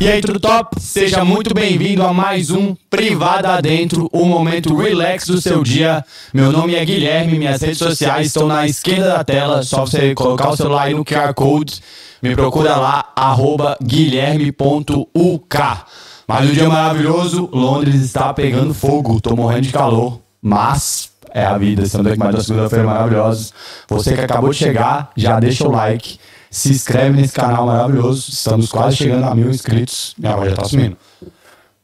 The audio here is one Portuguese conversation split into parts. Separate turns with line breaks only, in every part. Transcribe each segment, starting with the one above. E aí, tudo top? Seja muito bem-vindo a mais um Privada Adentro, o momento relax do seu dia. Meu nome é Guilherme, minhas redes sociais estão na esquerda da tela, só você colocar o celular aí no QR Code. Me procura lá, arroba guilherme.uk. Mais um dia maravilhoso, Londres está pegando fogo, tô morrendo de calor, mas é a vida, estamos aqui mais uma segunda-feira maravilhosa. Você que acabou de chegar, já deixa o like, se inscreve nesse canal maravilhoso. Estamos quase chegando a mil inscritos. Minha voz já tá sumindo.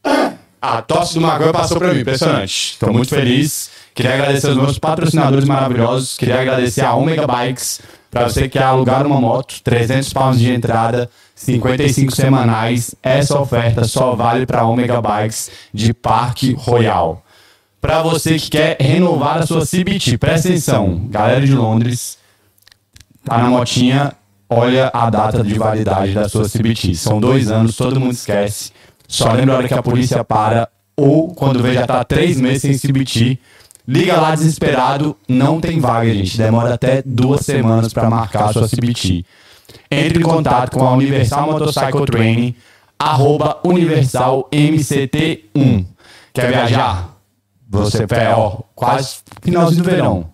A tosse do Magoia passou pra mim, impressionante. Estou muito feliz. Queria agradecer aos meus patrocinadores maravilhosos. Queria agradecer a Omega Bikes. Pra você que quer alugar uma moto, 300 pounds de entrada, 55 semanais. Essa oferta só vale para Omega Bikes de Parque Royal. Pra você que quer renovar a sua CBT, presta atenção, galera de Londres, tá na motinha, olha a data de validade da sua CBT. São dois anos, todo mundo esquece. Só lembra a hora que a polícia para ou quando vê já tá três meses sem CBT. Liga lá desesperado, não tem vaga, gente. Demora até duas semanas para marcar a sua CBT. Entre em contato com a Universal Motorcycle Training, arroba universalmct1. Quer viajar? Você, é, ó, quase finalzinho do verão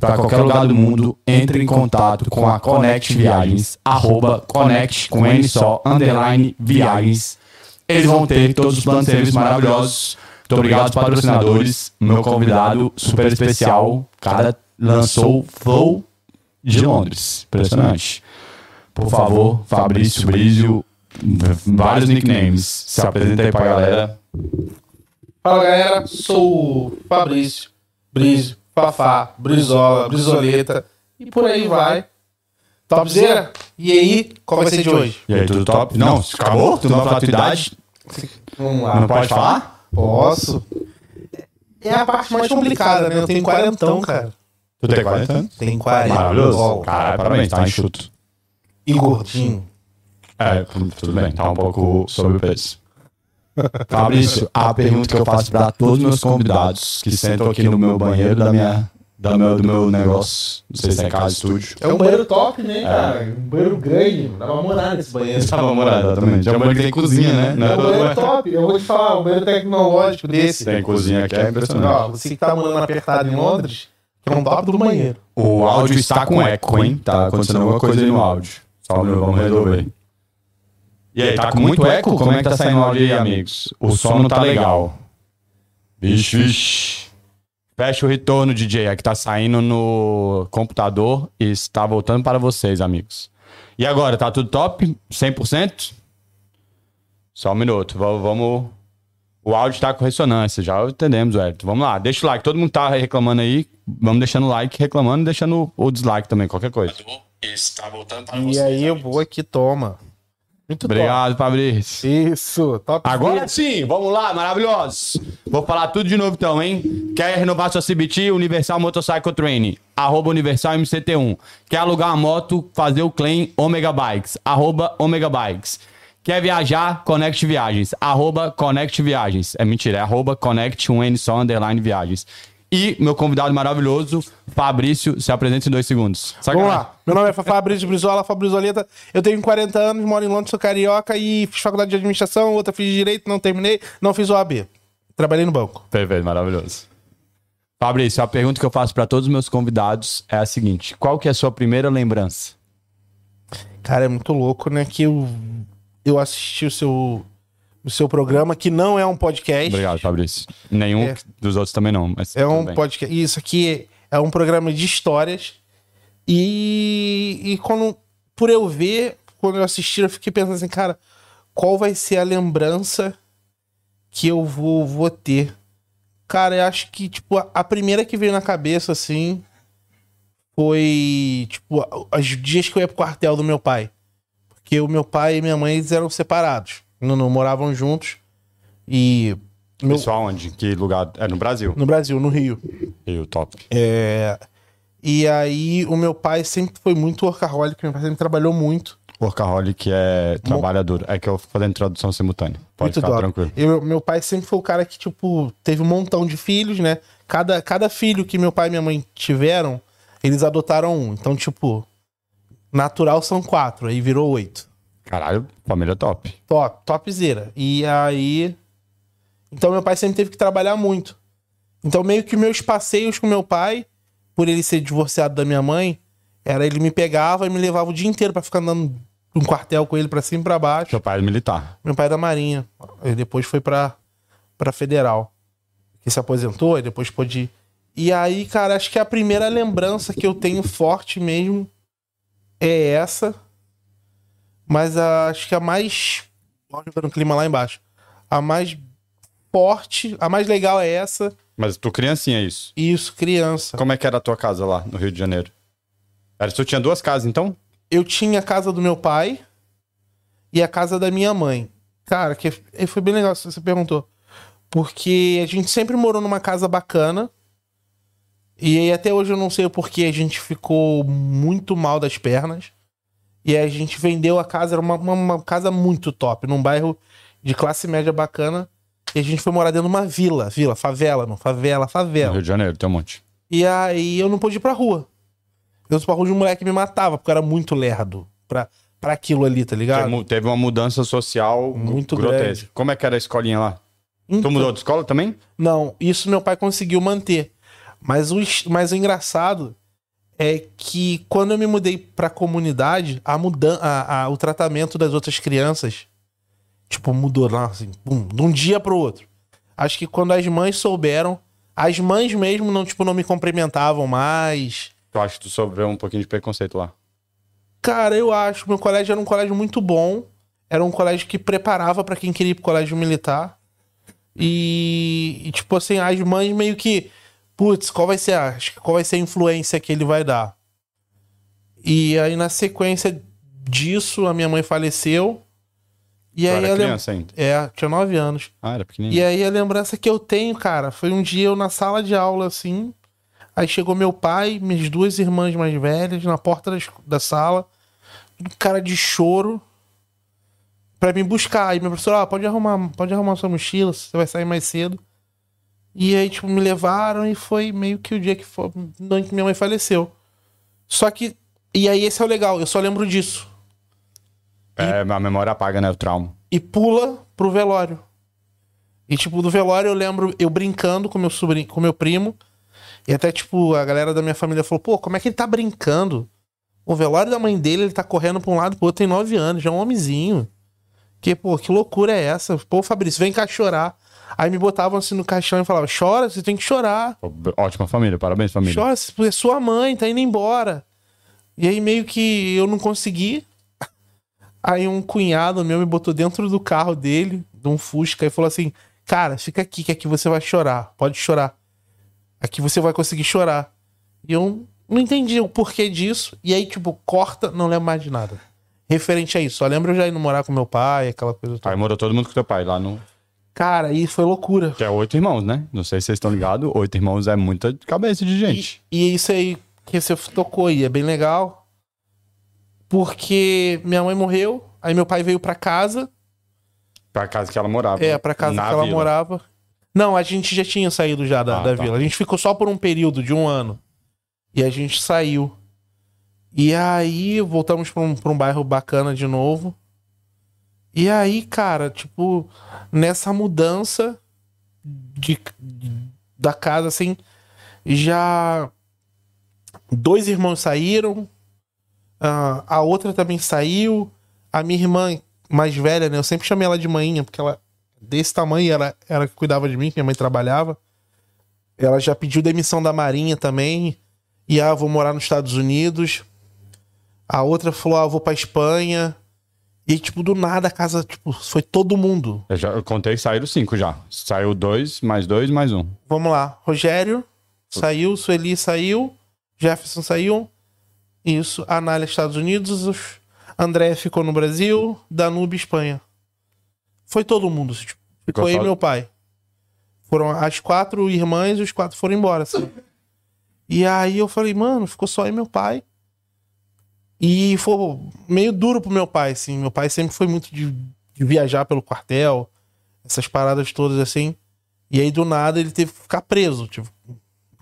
para qualquer lugar do mundo, entre em contato com a Connect Viagens, arroba Connect, com N só, underline Viagens. Eles vão ter todos os planos de serviço maravilhosos. Muito obrigado aos patrocinadores. Meu convidado super especial, o cara lançou Flow de Londres. Impressionante. Por favor, Fabrício Brizio, vários nicknames. Se apresenta aí pra galera.
Fala galera, sou o Fabrício, Brizio, Fafá, Brizola, Brizoleta e por aí vai. Topzera? E aí, qual vai ser de hoje?
E aí, tudo top? Não, acabou? Tu não vai falar a tua idade?
Vamos
Não
lá.
pode falar?
Posso? É a parte mais complicada, né? Eu tenho quarentão, cara.
Tu tem 40 anos?
Tenho quarenta.
Maravilhoso.
Ó,
Cara, parabéns, tá enxuto.
E gordinho.
É, tudo bem, tá um pouco sobre o peso. Fabrício, a pergunta que eu faço pra todos os meus convidados que sentam aqui no meu banheiro da minha, da meu, do meu negócio, não sei se é casa, estúdio.
É um banheiro top, né, cara? Um banheiro grande, dá pra morar nesse banheiro.
Estava morada, exatamente. É um banheiro que tem cozinha, né? Não
É
é
um
todo
banheiro
banheiro.
top, eu vou te falar, um banheiro tecnológico desse.
Tem cozinha aqui, é impressionante.
Ó, você que tá morando apertado em Londres, que é um top do banheiro.
O áudio está com eco, hein? Tá acontecendo alguma coisa aí no áudio. Só um minuto, vamos resolver. E aí, tá com muito eco? Como é que tá saindo o áudio aí, amigos? O som não tá legal. Vixe, vixe. Fecha o retorno, DJ. É que tá saindo no computador e está voltando para vocês, amigos. E agora, tá tudo top? 100%? Só um minuto. va- Vamos... O áudio tá com ressonância, já entendemos, Wellington. Vamos lá, deixa o like. Todo mundo tá reclamando aí. Vamos deixando o like, reclamando, deixando o dislike também, qualquer coisa. Está voltando para
E aí eu vou aqui, toma. Muito
Obrigado, Fabrício.
top. Isso, top.
Agora sim, vamos lá, maravilhosos. Vou falar tudo de novo então, hein? Quer renovar sua CBT? Universal Motorcycle Training, arroba Universal MCT1. Quer alugar uma moto? Fazer o claim Omega Bikes, arroba Omega Bikes. Quer viajar? Connect Viagens, arroba Connect Viagens. É mentira, é arroba Connect 1N só, underline Viagens. E meu convidado maravilhoso, Fabrício, se apresenta em dois segundos.
Vamos lá. Meu nome é Fafá Fabrício Brizola, Fabrizoleta. Eu tenho 40 anos, moro em Londres, sou carioca e fiz faculdade de administração, outra fiz direito, não terminei, não fiz OAB. Trabalhei no banco.
Perfeito, maravilhoso. Fabrício, a pergunta que eu faço para todos os meus convidados é a seguinte: qual que é a sua primeira lembrança?
Cara, é muito louco, né? Que eu, eu assisti o seu, o seu programa, que não é um podcast.
Obrigado, Fabrício. Nenhum
É.
dos outros também não, mas
É
tudo
um
bem.
podcast. Isso aqui é um programa de histórias. E, e quando por eu ver, quando eu assisti, eu fiquei pensando assim, cara, qual vai ser a lembrança que eu vou, vou ter? Cara, eu acho que, tipo, a, a primeira que veio na cabeça, assim, foi, tipo, a- os dias que eu ia pro quartel do meu pai. Porque o meu pai e minha mãe, eles eram separados. Não, não moravam juntos. E... meu-
Isso aonde? Que lugar? É no Brasil.
no Brasil, no Rio.
E o top.
É, E aí, o meu pai sempre foi muito workaholic, meu pai sempre trabalhou muito.
Workaholic é trabalhador. É que eu fico fazendo tradução simultânea. Pode
Muito
ficar
dó.
tranquilo.
Eu- meu pai sempre foi o cara que, tipo, teve um montão de filhos, né? Cada, cada filho que meu pai e minha mãe tiveram, eles adotaram um. Então, tipo, natural são quatro, aí virou oito.
Caralho, família top.
Top, topzera. E aí. Então, meu pai sempre teve que trabalhar muito. Então, meio que meus passeios com meu pai, por ele ser divorciado da minha mãe, era ele me pegava e me levava o dia inteiro pra ficar andando um quartel com ele pra cima e pra baixo.
Seu pai é militar.
Meu pai é da Marinha. Ele depois foi pra, pra Federal. Que se aposentou e depois pôde ir. E aí, cara, acho que a primeira lembrança que eu tenho forte mesmo é essa. Mas a- acho que a mais. Olha jogando clima lá embaixo. A mais forte, a mais legal é essa.
Mas tu criancinha é isso.
E isso, criança.
Como é que era a tua casa lá no Rio de Janeiro? Era, tu tinha duas casas, então?
eu tinha a casa do meu pai e a casa da minha mãe. Cara, que e foi bem legal isso que você perguntou. Porque a gente sempre morou numa casa bacana. E aí até hoje eu não sei o porquê a gente ficou muito mal das pernas. E aí a gente vendeu a casa, era uma, uma- uma casa muito top, num bairro de classe média bacana. E a gente foi morar dentro de uma vila, vila, favela, não, favela,
No
favela.
Rio de Janeiro, tem um monte.
E aí eu não pude ir pra rua. Eu fui pra rua de um moleque que me matava, porque eu era muito lerdo pra, pra aquilo ali, tá ligado?
Teve, teve uma mudança social
Muito
grotesca. Como é que era a escolinha lá? Tu
Então-
mudou de escola também?
Não, isso meu pai conseguiu manter. Mas o, es- mas o engraçado é que quando eu me mudei pra comunidade, a mudan a, a- o tratamento das outras crianças, tipo, mudou lá, assim, pum, de um dia pro outro. Acho que quando as mães souberam, as mães mesmo não, tipo, não me cumprimentavam mais.
Tu acha que tu sofreu um pouquinho de preconceito lá?
Cara, eu acho. Meu colégio era um colégio muito bom. Era um colégio que preparava pra quem queria ir pro colégio militar. E, e, tipo assim, as mães meio que. Putz, qual vai ser a. acho que Qual vai ser a influência que ele vai dar? E aí, na sequência disso, a minha mãe faleceu. E
Tu
aí
era
eu lem-
criança ainda?
É, tinha nove anos.
Ah, era pequenininho.
E aí a lembrança que eu tenho, cara, foi um dia eu na sala de aula, assim. Aí chegou meu pai, minhas duas irmãs mais velhas, na porta da, es- da sala, um cara de choro, pra me buscar. Aí meu professor, ah, pode arrumar, pode arrumar sua mochila, você vai sair mais cedo. E aí, tipo, me levaram e foi meio que o dia que foi, no ano que minha mãe faleceu. Só que, e aí esse é o legal, eu só lembro disso.
É, a memória apaga, né? O trauma.
e pula pro velório. E, tipo, do velório eu lembro eu brincando com meu sobrinho, com meu primo. E até, tipo, a galera da minha família falou, pô, como é que ele tá brincando? O velório da mãe dele, ele tá correndo pra um lado e pro outro, tem nove anos, já é um homenzinho. Que, pô, que loucura é essa? Pô, Fabrício, vem cá chorar. Aí me botavam assim no caixão e falavam, chora, você tem que chorar.
Pô, Ótima família, parabéns, família.
Chora, é sua mãe, tá indo embora. E aí meio que eu não consegui. Aí um cunhado meu me botou dentro do carro dele, de um Fusca, e falou assim: Cara, fica aqui que aqui você vai chorar, pode chorar. Aqui você vai conseguir chorar. E eu não entendi o porquê disso. E aí, tipo, corta, não lembro mais de nada. Referente a isso. Só lembro eu já indo morar com meu pai, aquela coisa toda.
Aí morou todo mundo com teu pai lá no.
Cara, aí foi loucura.
Que é oito irmãos, né? Não sei se vocês estão ligados. Oito irmãos é muita cabeça de gente.
E isso aí que você tocou aí é bem legal. Porque minha mãe morreu, aí meu pai veio pra casa,
Pra casa que ela morava.
é, pra casa
Na
que ela
vila.
morava. Não, a gente já tinha saído já da,
Ah,
da
tá.
vila. A gente ficou só por um período de um ano. E a gente saiu. E aí voltamos pra um, pra um bairro bacana de novo. E aí, cara, tipo, nessa mudança de, da casa, assim, já dois irmãos saíram, ah, a outra também saiu, a minha irmã mais velha, né? Eu sempre chamei ela de manhinha, porque ela, é desse tamanho, era, era que cuidava de mim, que minha mãe trabalhava. Ela já pediu demissão da Marinha também. E ah, vou morar nos Estados Unidos. A outra falou, ah, vou pra Espanha. E, tipo, do nada a casa, tipo, foi todo mundo.
Eu já eu contei, saíram cinco já. Saiu dois, mais dois, mais um.
Vamos lá. Rogério saiu, Sueli saiu, Jefferson saiu. Isso. Anália, Estados Unidos. os- André ficou no Brasil, Danube, Espanha. Foi todo mundo. Tipo,
Ficou
ficou eu e
só-
meu pai. Foram as quatro irmãs e os quatro foram embora. assim. E aí eu falei, mano, ficou só eu e meu pai. E foi meio duro pro meu pai, assim. Meu pai sempre foi muito de, de viajar pelo quartel, essas paradas todas assim. E aí, do nada, ele teve que ficar preso. Tipo,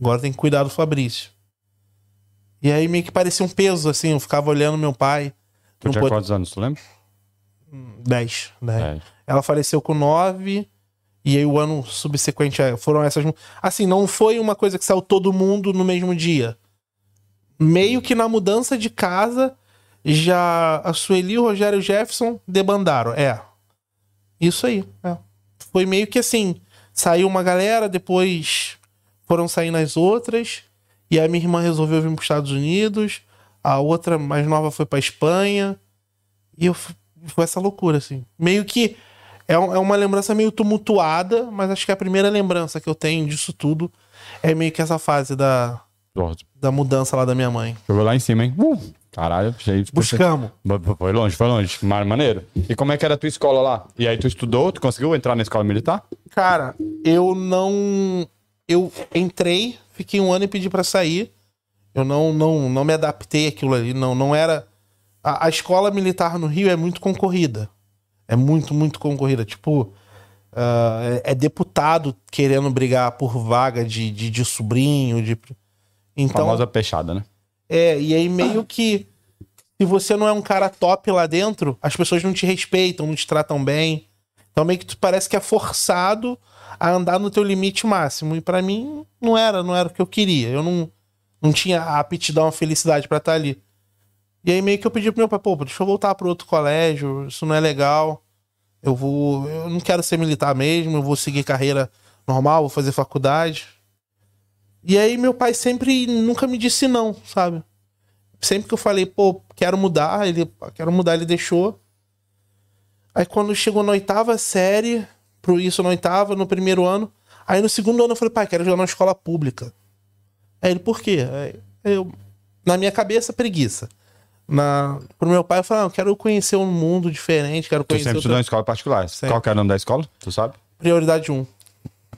agora tem que cuidar do Fabrício. E aí meio que parecia um peso, assim. Eu ficava olhando meu pai.
Tu
Não
tinha
pode-
quantos anos, tu lembra?
dez
É.
né? Ela faleceu com 9. E aí o ano subsequente é, foram essas. mu- Assim, não foi uma coisa que saiu todo mundo no mesmo dia. Meio que na mudança de casa, já a Sueli, o Rogério e o Jefferson debandaram. É. Isso aí. é. Foi meio que assim. Saiu uma galera, depois foram saindo as outras. E a minha irmã resolveu vir para os Estados Unidos. A outra mais nova foi para Espanha. E eu f- foi essa loucura, assim. Meio que é, um- é uma lembrança meio tumultuada, mas acho que a primeira lembrança que eu tenho disso tudo é meio que essa fase da,
Porra,
da mudança lá da minha mãe.
Jogou lá em cima, hein? Uh, caralho, cheio de
Buscamos.
Bo- Foi longe, foi longe. Mas maneiro. E como é que era a tua escola lá? E aí tu estudou, tu conseguiu entrar na escola militar?
Cara, eu não. Eu entrei, fiquei um ano e pedi pra sair. Eu não, não, não me adaptei àquilo ali. Não, não era. A, a escola militar no Rio é muito concorrida. É muito, muito concorrida. Tipo, ah, é, é deputado querendo brigar por vaga de, de, de sobrinho, de. Então,
Famosa peixada, né?
é, e aí meio que se você não é um cara top lá dentro, as pessoas não te respeitam, não te tratam bem. Então meio que tu parece que é forçado a andar no teu limite máximo. E pra mim não era, não era o que eu queria. Eu não, não tinha a aptidão, a felicidade pra estar ali. E aí meio que eu pedi pro meu pai, pô, deixa eu voltar pro outro colégio, isso não é legal. Eu vou, eu não quero ser militar mesmo, eu vou seguir carreira normal, vou fazer faculdade. E aí meu pai sempre nunca me disse não, sabe? Sempre que eu falei, pô, quero mudar, ele quero mudar, ele deixou. Aí quando chegou na oitava série, pro isso na oitava, no primeiro ano, aí no segundo ano eu falei, pai, quero jogar na escola pública. Aí ele, por quê? Aí eu, na minha cabeça, preguiça. Na, pro meu pai, eu falei, ah, eu quero conhecer um mundo diferente, quero
Tu
conhecer
sempre estudou
outra-
em escola particular.
Sempre.
Qual que era o nome da escola? Tu sabe?
prioridade 1. Um.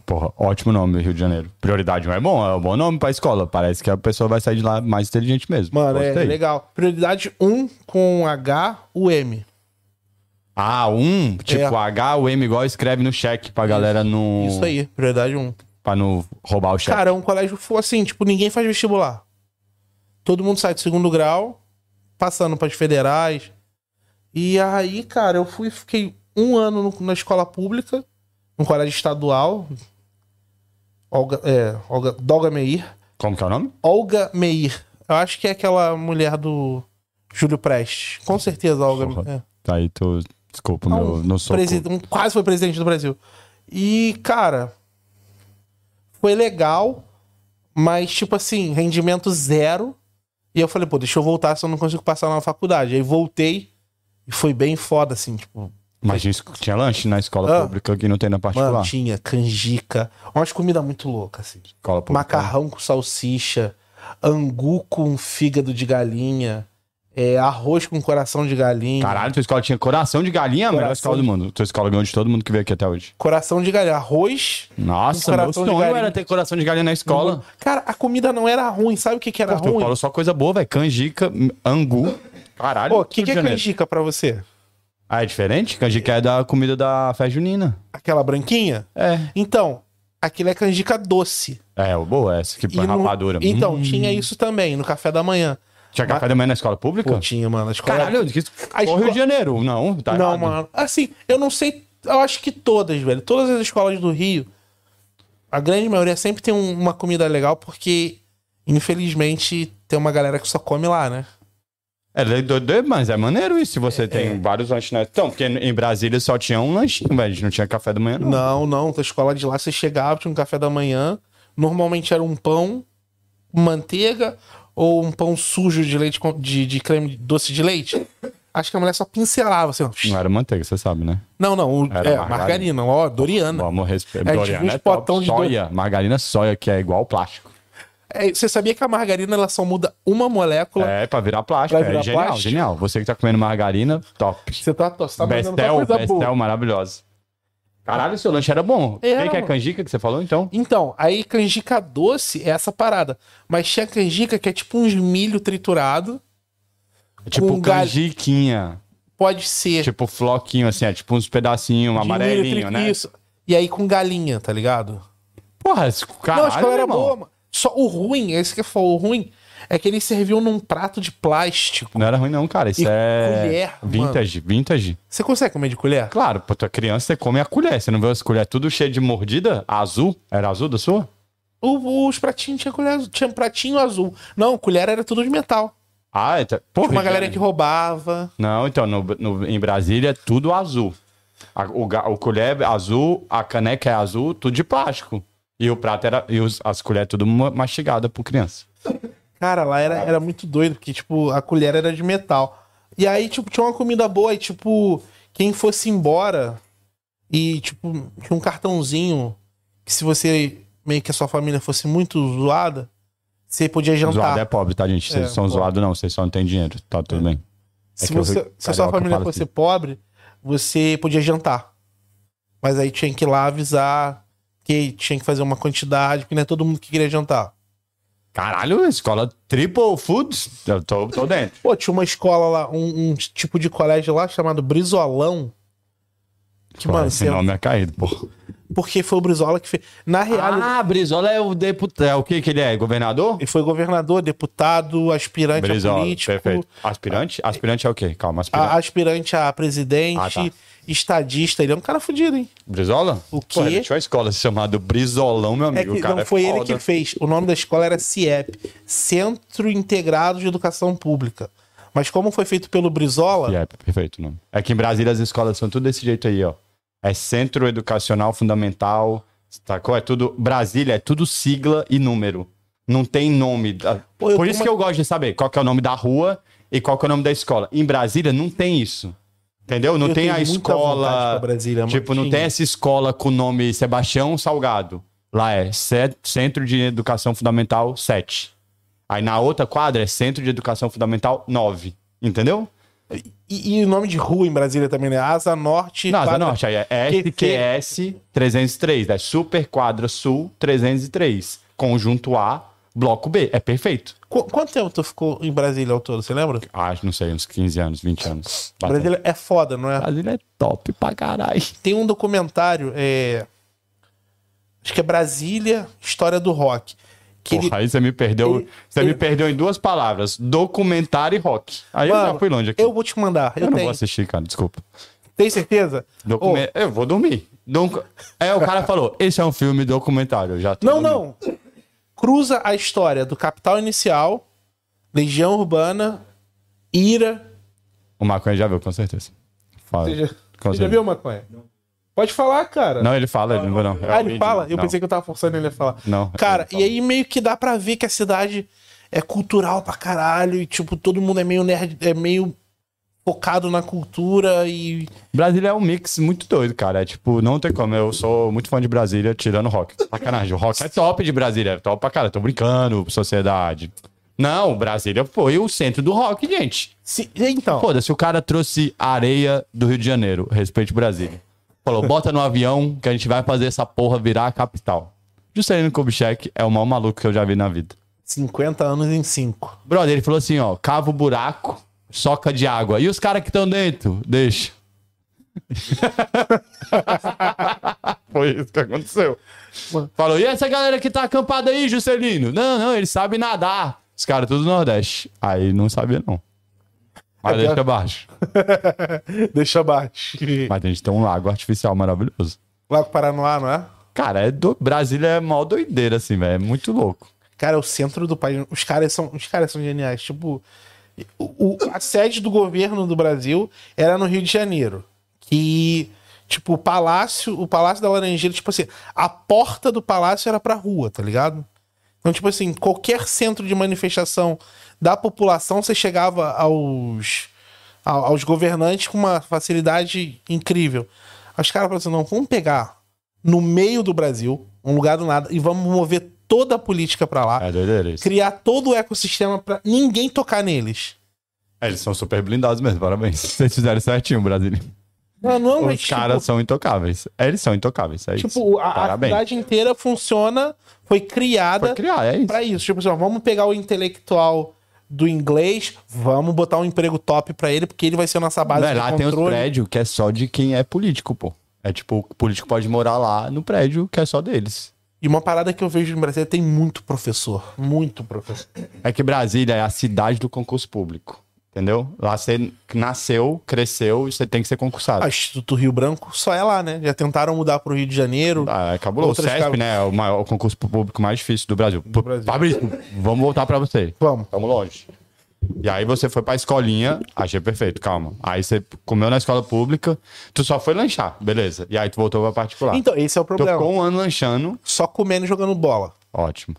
Porra, ótimo nome, Rio de Janeiro. Prioridade não é bom, é um bom nome pra escola. Parece que a pessoa vai sair de lá mais inteligente mesmo.
Mano, é
Gostei.
legal. Prioridade 1 com H, U, M.
Ah, um, tipo,
É.
H, o M igual escreve no cheque pra galera não.
Isso aí, Um. prioridade 1.
Pra não roubar o cheque.
Cara, é um colégio fu- assim, tipo, ninguém faz vestibular. Todo mundo sai do segundo grau, passando para federais. E aí, cara, eu fui, fiquei um ano no- na escola pública, num colégio estadual. Olga, é, Olga, Dolga Meir.
Como que é o nome?
Olga Meir. Eu acho que é aquela mulher do Júlio Prestes. Com certeza, Olga.
Porra.
é.
Tá aí, tu. Desculpa,
Ah,
meu. Não sou.
presi- um- quase foi presidente do Brasil. E, cara, foi legal, mas, tipo assim, rendimento zero. E eu falei, pô, deixa eu voltar, se eu não consigo passar na faculdade. Aí voltei e foi bem foda, assim, tipo,
Imagina isso que tinha lanche na escola
Ah.
pública que não tem na particular.
mano, tinha canjica, umas comidas muito loucas, assim.
Escola pública.
Macarrão com salsicha, angu com fígado de galinha, é, arroz com coração de galinha.
Caralho, tua escola tinha coração de galinha, a melhor
Coração
escola do mundo. Tua escola ganhou de todo mundo que veio aqui até hoje.
Coração de galinha, arroz
Nossa,
Um
meu
coração de
sonho
galinha.
era ter coração de galinha na escola.
Cara, a comida não era ruim. Sabe o que, que era
Pô, tu
ruim?
falou só coisa boa, velho. Canjica, m- angu. Caralho.
Pô, o que,
Rio
que
de
é
Janeiro.
canjica pra você?
Ah, é diferente? Canjica é da comida da festa junina.
Aquela branquinha?
É.
Então, aquilo é canjica doce.
É, o boa é essa, que põe
E no-
rapadura.
Então,
Hum.
tinha isso também no café da manhã.
Tinha café da manhã na escola
Pô,
pública?
tinha, mano. A escola...
Caralho, que... Ô,
A
Rio
escola-
de Janeiro. Não, tá
não,
errado.
mano. Assim, eu não sei. Eu acho que todas, velho. Todas as escolas do Rio, a grande maioria sempre tem um- uma comida legal, porque, infelizmente, tem uma galera que só come lá, né?
É lei do doido, mas é maneiro isso. Se você
é.
tem vários lanches na... Então, porque em Brasília só tinha um lanchinho, velho. Não tinha café da manhã, não.
Não, não. A escola de lá você chegava, tinha um café da manhã. Normalmente era um pão, manteiga ou um pão sujo de leite com- de, de creme de- doce de leite. Acho que a mulher só pincelava assim. ó.
Não era manteiga, você sabe, né?
Não, não. o-
Era
é,
margarina.
margarina. ó, Doriana.
Vamos respeitar.
É,
Doriana
tipo
é
uns
top.
potão de
soia. Margarina soia, que é igual plástico.
É, você sabia que a margarina ela só muda uma molécula?
É, pra virar plástico.
Pra virar
é genial,
plástico.
genial. Você que tá comendo margarina, top.
Você tá, você tá mandando só
Bestel,
coisa
Bestel
boa.
maravilhosa. Caralho, seu lanche era bom. O que,
Era,
que é
mano.
canjica que você falou, então?
Então, aí canjica doce é essa parada. Mas tinha canjica que é tipo uns milho triturado
É tipo
com galho-
canjiquinha.
Pode ser.
Tipo floquinho, assim, é tipo uns pedacinhos, um
de milho,
amarelinho,
trigo,
né?
Isso. E aí com galinha, tá ligado?
Porra, esse caralho,
não, a escola era
irmão.
boa, mano. Só o ruim, esse que foi o ruim, é que eles serviam num prato de plástico.
Não era ruim não, cara. Isso
E
é
colher,
vintage, vintage.
Você consegue comer de colher?
Claro, pra tua criança você come a colher. Você não vê as colheres tudo cheio de mordida? Azul? Era azul da sua?
O- os pratinhos tinha colher azul, tinha pratinho azul. Não, colher era tudo de metal.
Ah, então, porra.
Tinha uma
então-
galera que roubava.
Não, então, no, no- em Brasília é tudo azul. A- o, ga- o colher é azul, a caneca é azul, tudo de plástico. E o prato era. E os- as colheres tudo ma- mastigada por criança.
Cara, lá era, era muito doido, porque, tipo, a colher era de metal. E aí, tipo, tinha uma comida boa e, tipo, quem fosse embora e, tipo, tinha um cartãozinho que se você, meio que a sua família fosse muito zoada, você podia jantar.
Zoado é pobre, tá, gente? Vocês
É,
são
pobre.
zoados, não. Vocês só não têm dinheiro. Tá tudo bem. É
se
que eu
você,
rio-
se a sua
carioca
família
fala
fosse
assim.
pobre, você podia jantar. Mas aí tinha que ir lá avisar que tinha que fazer uma quantidade, porque não é todo mundo que queria jantar.
Caralho, escola Triple Foods. Eu tô, tô dentro.
Pô, tinha uma escola lá, um, um tipo de colégio lá chamado Brizolão. Que,
Pô,
mano,
esse
você- um
nome é caído, pô.
porque foi o Brizola que fez. Na realidade,
Ah, Brizola é o deputado. É o que que ele é? Governador?
ele foi governador, deputado, aspirante a
Brizola,
político, Ah.
perfeito. Aspirante? Aspirante é o quê? Calma, aspirante.
a- aspirante a presidente,
Ah, tá.
estadista. Ele é um cara fudido, hein?
Brizola?
O
Porra,
quê?
deixou a escola se chamada Brizolão, meu
É
amigo.
que
cara,
não foi
é
ele
foda.
que fez. O nome da escola era CIEP, Centro Integrado de Educação Pública. Mas como foi feito pelo Brizola,
E É, perfeito o nome. É que em Brasília as escolas são tudo desse jeito aí, ó. É Centro Educacional Fundamental, sacou? É tudo... Brasília é tudo sigla e número. Não tem nome. da-
Pô, eu
Por
tô
isso
uma-
que eu gosto de saber qual que é o nome da rua e qual que é o nome da escola. Em Brasília não tem isso. Entendeu? Não
Eu
tem
tenho
a
muita vontade
escola...
pra Brasília,
tipo, não
Martim.
tem essa escola com o nome Sebastião Salgado. Lá é Ce- Centro de Educação Fundamental 7. Aí na outra quadra é Centro de Educação Fundamental 9. Entendeu?
e, e o nome de rua em Brasília também, né? Asa Norte.
Não, Asa
quadra-
Norte, aí é SQS 303, é Super Quadra Sul 303, conjunto A, bloco B, é perfeito.
Qu- quanto tempo tu ficou em Brasília ao todo, você lembra?
Ah, não sei, uns 15 anos, 20 anos. Bateu.
Brasília é foda, não é?
Brasília é top pra caralho.
Tem um documentário, é... acho que é Brasília, História do Rock. Que ele-
Porra, aí você me perdeu,
ele-
você me
ele-
perdeu em duas palavras, documentário e rock. Aí eu
Mano,
já fui longe aqui.
eu
Eu,
vou te mandar. Eu,
não
tenho.
vou assistir, cara, desculpa.
Tem certeza? Ô,
Documen- Eu vou dormir. Docu- Aí o cara falou, esse é um filme documentário, eu já tô
Não,
dormindo.
não. Cruza a história do Capital Inicial, Legião Urbana, Ira.
O Maconha já viu, com certeza. Fala.
Você já,
Com
você já
certeza.
viu, Maconha? Pode falar, cara.
assim? Não, ele fala, ele não viu, não. É
ah,
o
ele
vídeo.
fala? Eu
Não.
pensei que eu tava forçando ele a falar.
Não,
Cara,
ele
e aí meio que dá pra ver que a cidade é cultural pra caralho e, tipo, todo mundo é meio nerd, é meio focado na cultura e.
Brasília é um mix muito doido, cara. É tipo, não tem como. Eu sou muito fã de Brasília, tirando rock. Sacanagem, o rock é top de Brasília. É top pra cara. Tô brincando, sociedade. Não, Brasília foi o centro do rock, gente.
Se- Então.
Foda-se, o cara trouxe areia do Rio de Janeiro. Respeite Brasília. Falou, bota no avião que a gente vai fazer essa porra virar a capital. Juscelino Kubitschek é o maior maluco que eu já vi na vida.
50 anos em 5.
Brother, ele falou assim, ó, cava o buraco, soca de água. E os caras que estão dentro? Deixa. Foi isso que aconteceu. Falou, e essa galera que tá acampada aí, Juscelino? Não, não, ele sabe nadar. Os caras tudo do Nordeste. Aí não sabia, não. Mas deixa abaixo.
Deixa abaixo.
Mas a gente tem um lago artificial maravilhoso.
Lago Paranoá, não é?
Cara, é do... Brasília é mó doideira, assim, velho. É muito louco.
Cara, é o centro do país. Os caras são, os caras são geniais. Tipo, o, o- a sede do governo do Brasil era no Rio de Janeiro. Que, tipo, o palácio, o Palácio da Laranjeira, tipo assim, a porta do palácio era pra rua, tá ligado? Então, tipo assim, qualquer centro de manifestação da população, você chegava aos, ao- aos governantes com uma facilidade incrível. Os caras falaram assim: não, vamos pegar no meio do Brasil, um lugar do nada, e vamos mover toda a política pra lá,
É doideira isso.
criar todo o ecossistema pra ninguém tocar neles.
É, Eles são super blindados mesmo, parabéns. Vocês fizeram certinho, Brasília.
Não, não, mas,
Os
tipo,
caras são intocáveis. Eles são intocáveis, é isso.
tipo, a, a
Parabéns.
cidade inteira funciona, foi criada
Foi criar, é isso.
pra isso. Tipo assim, ó, vamos pegar o intelectual do inglês, vamos botar um emprego top pra ele, porque ele vai ser a nossa base
Velho,
de
é lá tem uns
controle.
prédios que é só de quem é político, pô. É tipo, o político pode morar lá no prédio que é só deles.
E uma parada que eu vejo em Brasília tem muito professor. Muito professor.
É que Brasília é a cidade do concurso público. Entendeu? Lá você nasceu, cresceu e você tem que ser concursado.
Ah, Instituto Rio Branco só é lá, né? Já tentaram mudar pro Rio de Janeiro.
Ah, é cabuloso. O
Outras
CESP,
cabul-
né? É o, maior, o concurso público mais difícil do Brasil. P-
Brasil.
Fabrício, vamos voltar pra você.
Vamos.
Tamo longe. E aí você foi pra escolinha, achei perfeito, calma. Aí você comeu na escola pública, tu só foi lanchar, beleza. E aí tu voltou pra particular.
Então, esse é o
tu
problema.
ficou um ano lanchando,
Só comendo e jogando bola.
ótimo.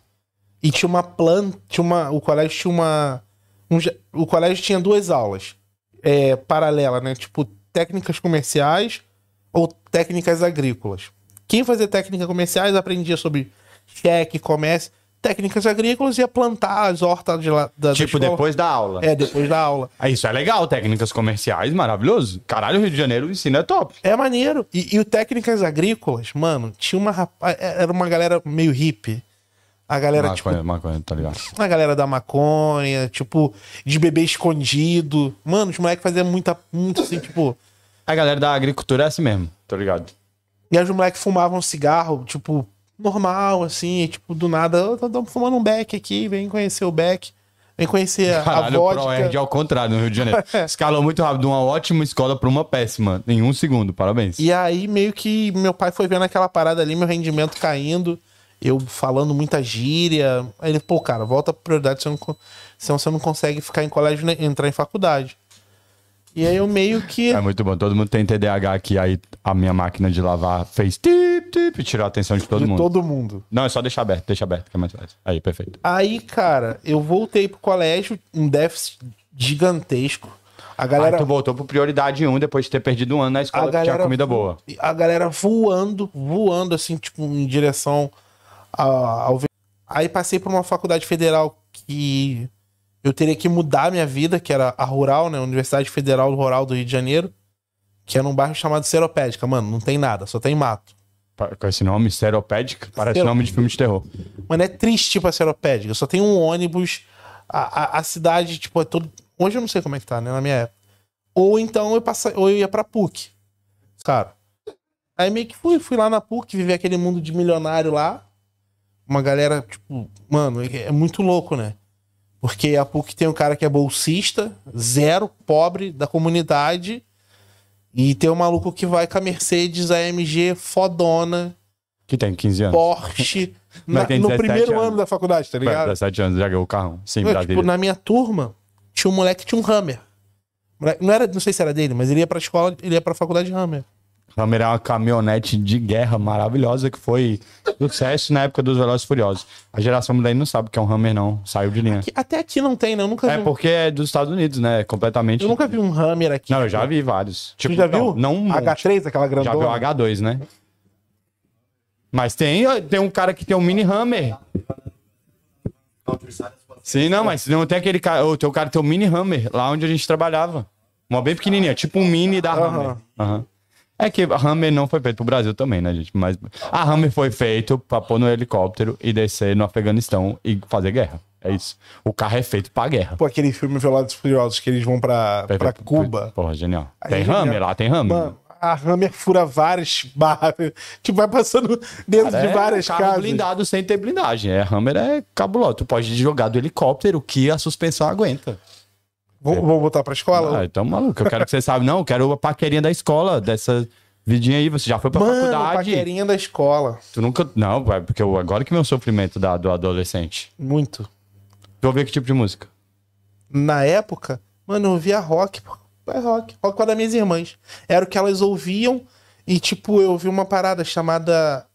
E tinha uma planta, tinha uma, o colégio tinha uma, um ja- o colégio tinha duas aulas é, paralela, né? Tipo técnicas comerciais ou técnicas agrícolas. Quem fazia técnicas comerciais aprendia sobre cheque, comércio, técnicas agrícolas ia plantar as hortas de lá, da, da
tipo,
escola.
depois da aula.
é depois da aula.
Ah, Isso é legal, técnicas comerciais, maravilhoso. Caralho, o Rio de Janeiro, o ensino é top.
É maneiro. E, e o Técnicas Agrícolas, mano, tinha uma rapaz. Era uma galera meio hippie. A galera, tipo,
maconha, maconha, tá ligado?
a galera da maconha, tipo, de bebê escondido. Mano, os moleques faziam muita. Muito assim, tipo.
A galera da agricultura é assim mesmo, tá ligado?
E aí os moleques fumavam cigarro, tipo, normal, assim, e, tipo, do nada, "Ô, tô, tô fumando um beck aqui, vem conhecer o beck. Vem conhecer a-
Caralho,
a
o ProErd é
vodka.
ao contrário no Rio de Janeiro. Escalou muito rápido uma ótima escola pra uma péssima. Em um segundo, parabéns.
E aí, meio que meu pai foi vendo aquela parada ali, meu rendimento caindo, eu falando muita gíria. Aí ele, pô, cara, volta pra prioridade, você não, co- senão você não consegue ficar em colégio, né, entrar em faculdade. E aí eu meio que.
É muito bom. Todo mundo tem TDAH aqui. Aí a minha máquina de lavar fez tip, tip e tirou a atenção de todo
de
mundo.
todo mundo.
Não, é só deixar aberto. Deixa aberto, que é mais fácil. Aí, perfeito.
Aí, cara, eu voltei pro colégio, um déficit gigantesco. A galera,
Aí tu voltou pro prioridade 1 depois de ter perdido um ano na escola que
a
tinha
galera
comida boa.
A galera voando, voando assim, tipo, em direção a- ao. ve- Aí passei por uma faculdade federal que eu teria que mudar minha vida, que era a Rural, né? Universidade Federal Rural do Rio de Janeiro, que era um bairro chamado Seropédica. Mano, não tem nada, só tem mato.
Pa- Com esse nome, Seropédica, parece
Sero-
nome de filme de terror.
Mano, é triste pra Seropédica. Só tem um ônibus. A, a, a cidade, tipo, é todo. Hoje eu não sei como é que tá, né? Na minha época. Ou então eu, passa... Ou eu ia pra PUC. Cara. Aí meio que fui, fui lá na PUC viver aquele mundo de milionário lá. Uma galera, tipo, mano, é é muito louco, né? Porque a PUC tem um cara que é bolsista, zero, pobre da comunidade. E tem um maluco que vai com a Mercedes AMG fodona,
é Que tem 15 anos.
Porsche,
Mas
na-
tem
no
17
primeiro
anos.
ano da faculdade, tá ligado?
17 anos, já ganhou o carrão. Sim,
Eu, tipo,
Brasília.
na minha turma, tinha um moleque que tinha um Hammer. Moleque- Não, era, não sei se era dele, mas ele ia pra escola, ele ia pra faculdade de Hammer.
Hammer é uma caminhonete de guerra maravilhosa que foi sucesso na época dos Velozes e Furiosos. A geração daí não sabe o que é um Hammer, não. Saiu de linha.
Que até aqui não tem, né? Eu nunca,
É
vi, um-
porque é dos Estados Unidos, né? É Completamente.
eu nunca vi um Hammer aqui.
Não, eu já vi vários.
Tu
Tipo,
já
não,
viu?
Não um monte.
H3, aquela
Já viu o
grandona.
H2, né? Mas tem, tem um cara que tem um mini Hammer. Sim, não, mas não tem aquele cara. ô, Tem um cara que tem um mini Hammer lá onde a gente trabalhava. Uma bem pequenininha, tipo um mini da Hammer.
Aham.
Aham. É que a Hammer não foi feito pro Brasil também, né, gente? Mas a Hammer foi feito pra pôr no helicóptero e descer no Afeganistão e fazer guerra. É isso. O carro é feito pra guerra.
Pô, aquele filme Velozes e Furiosos que eles vão pra, pra
Perfeito.
Cuba.
Porra, genial.
Aí
Tem
é genial.
Hammer lá, tem Hammer.
Mano, a Hammer fura várias barras. Tipo, vai passando dentro
É,
de várias
carro
casas.
blindado sem ter blindagem. É, Hammer é cabuloso. Tu pode jogar do helicóptero que a suspensão aguenta.
Vamos, vamos voltar pra escola?
Ah, então, maluco, eu quero que você saiba. Não, eu quero a paquerinha da escola, dessa vidinha aí. Você já foi pra
Mano,
faculdade.
paquerinha da escola.
Tu nunca. Não, vai, porque eu, agora que meu sofrimento da, do adolescente.
Muito.
Tu ouvia que tipo de música?
na época, mano, eu ouvia rock, pô. É rock. Rock era das minhas irmãs. Era o que elas ouviam. E, tipo, eu ouvi uma parada chamada.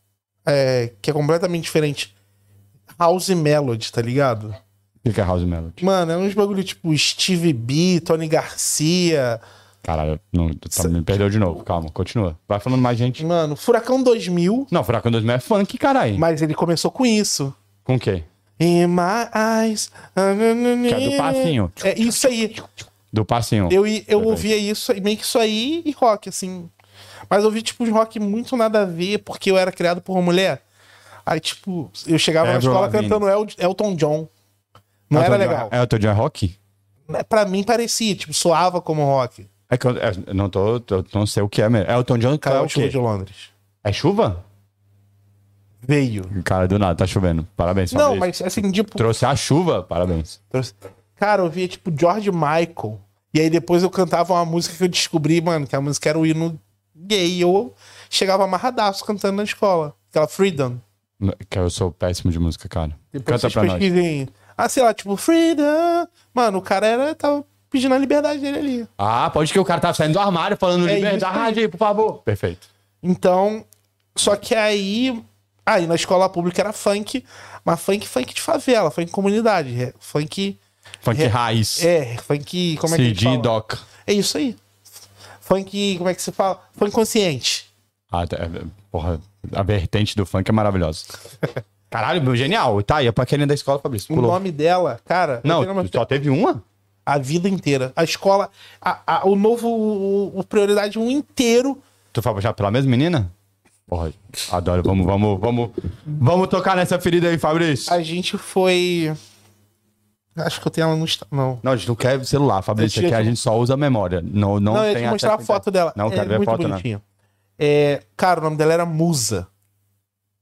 é, que é completamente diferente. House Melody, tá ligado?
O que que é House Melody?
Mano, é uns bagulho tipo Steve B, Tony Garcia.
Caralho, não, tu tá- me perdeu de novo. Calma, continua. Vai falando mais gente.
Mano, Furacão 2000,
Não, Furacão 2000 é funk, caralho.
mas ele começou com isso.
Com o quê?
In my eyes. ah,
Que é do passinho.
É isso aí.
Do passinho.
Eu, i- eu
Perfeito.
ouvia isso, aí, meio que isso aí e rock, assim. Mas eu ouvi, tipo, um rock muito nada a ver, porque eu era criado por uma mulher. Aí, tipo, eu chegava na
Avril
escola
Lavigne.
cantando El- Elton John. Não
É o
era
Elton John-
legal.
É o Elton John é rock?
Pra mim parecia, tipo, soava como rock.
É que eu, é, não tô, tô- Não sei o que é mesmo. Elton John
Cara,
é o
o show
quê?
de Londres.
É chuva?
Veio.
Cara, do nada, tá chovendo. Parabéns.
Não,
Fabrício.
mas assim, tipo.
Trouxe a chuva, parabéns.
trouxe- Cara, eu via, tipo, George Michael. E aí depois eu cantava uma música que eu descobri, mano, que a música era o hino gay. E eu chegava amarradaço cantando na escola. Aquela Freedom.
Que eu sou péssimo de música, cara.
Depois
Canta pra
vocês
nós.
pesquisem. Ah, sei lá, tipo, Freedom. Mano, o cara era, tava pedindo a liberdade dele ali.
Ah, pode que o cara tá saindo do armário falando
É
liberdade, por favor. Perfeito.
Então, só que aí. Aí na escola pública era funk, mas funk, funk de favela, funk comunidade. é, Funk.
Funk
É,
raiz.
É, funk. Como é que
CD
se fala?
Doc.
É isso aí. Funk, como é que se fala? Funk consciente.
Ah, tá, é, porra, a vertente do funk é maravilhosa. Caralho, meu, genial. Tá, e a paquerinha da escola, Fabrício?
O
Pulou.
nome dela, cara, eu
Não, então.
tenho uma-
só teve uma?
a vida inteira. A escola, a- a- o novo, o, o prioridade um inteiro.
Tu foi puxar pela mesma menina? Porra, adoro. Vamos, vamos, vamos. Vamos tocar nessa ferida aí, Fabrício.
A gente foi. Acho que eu tenho ela no. Insta- Não.
Não, a gente não quer celular, Fabrício.
Eu tinha
Aqui a
que-
gente só usa a memória. Não, não,
Não, eu ia
tem
te mostrar a
acesso à
foto
internet.
dela.
Não, quero
é
ver
muito
foto, não.
bonitinha. É, cara, o nome dela era Musa.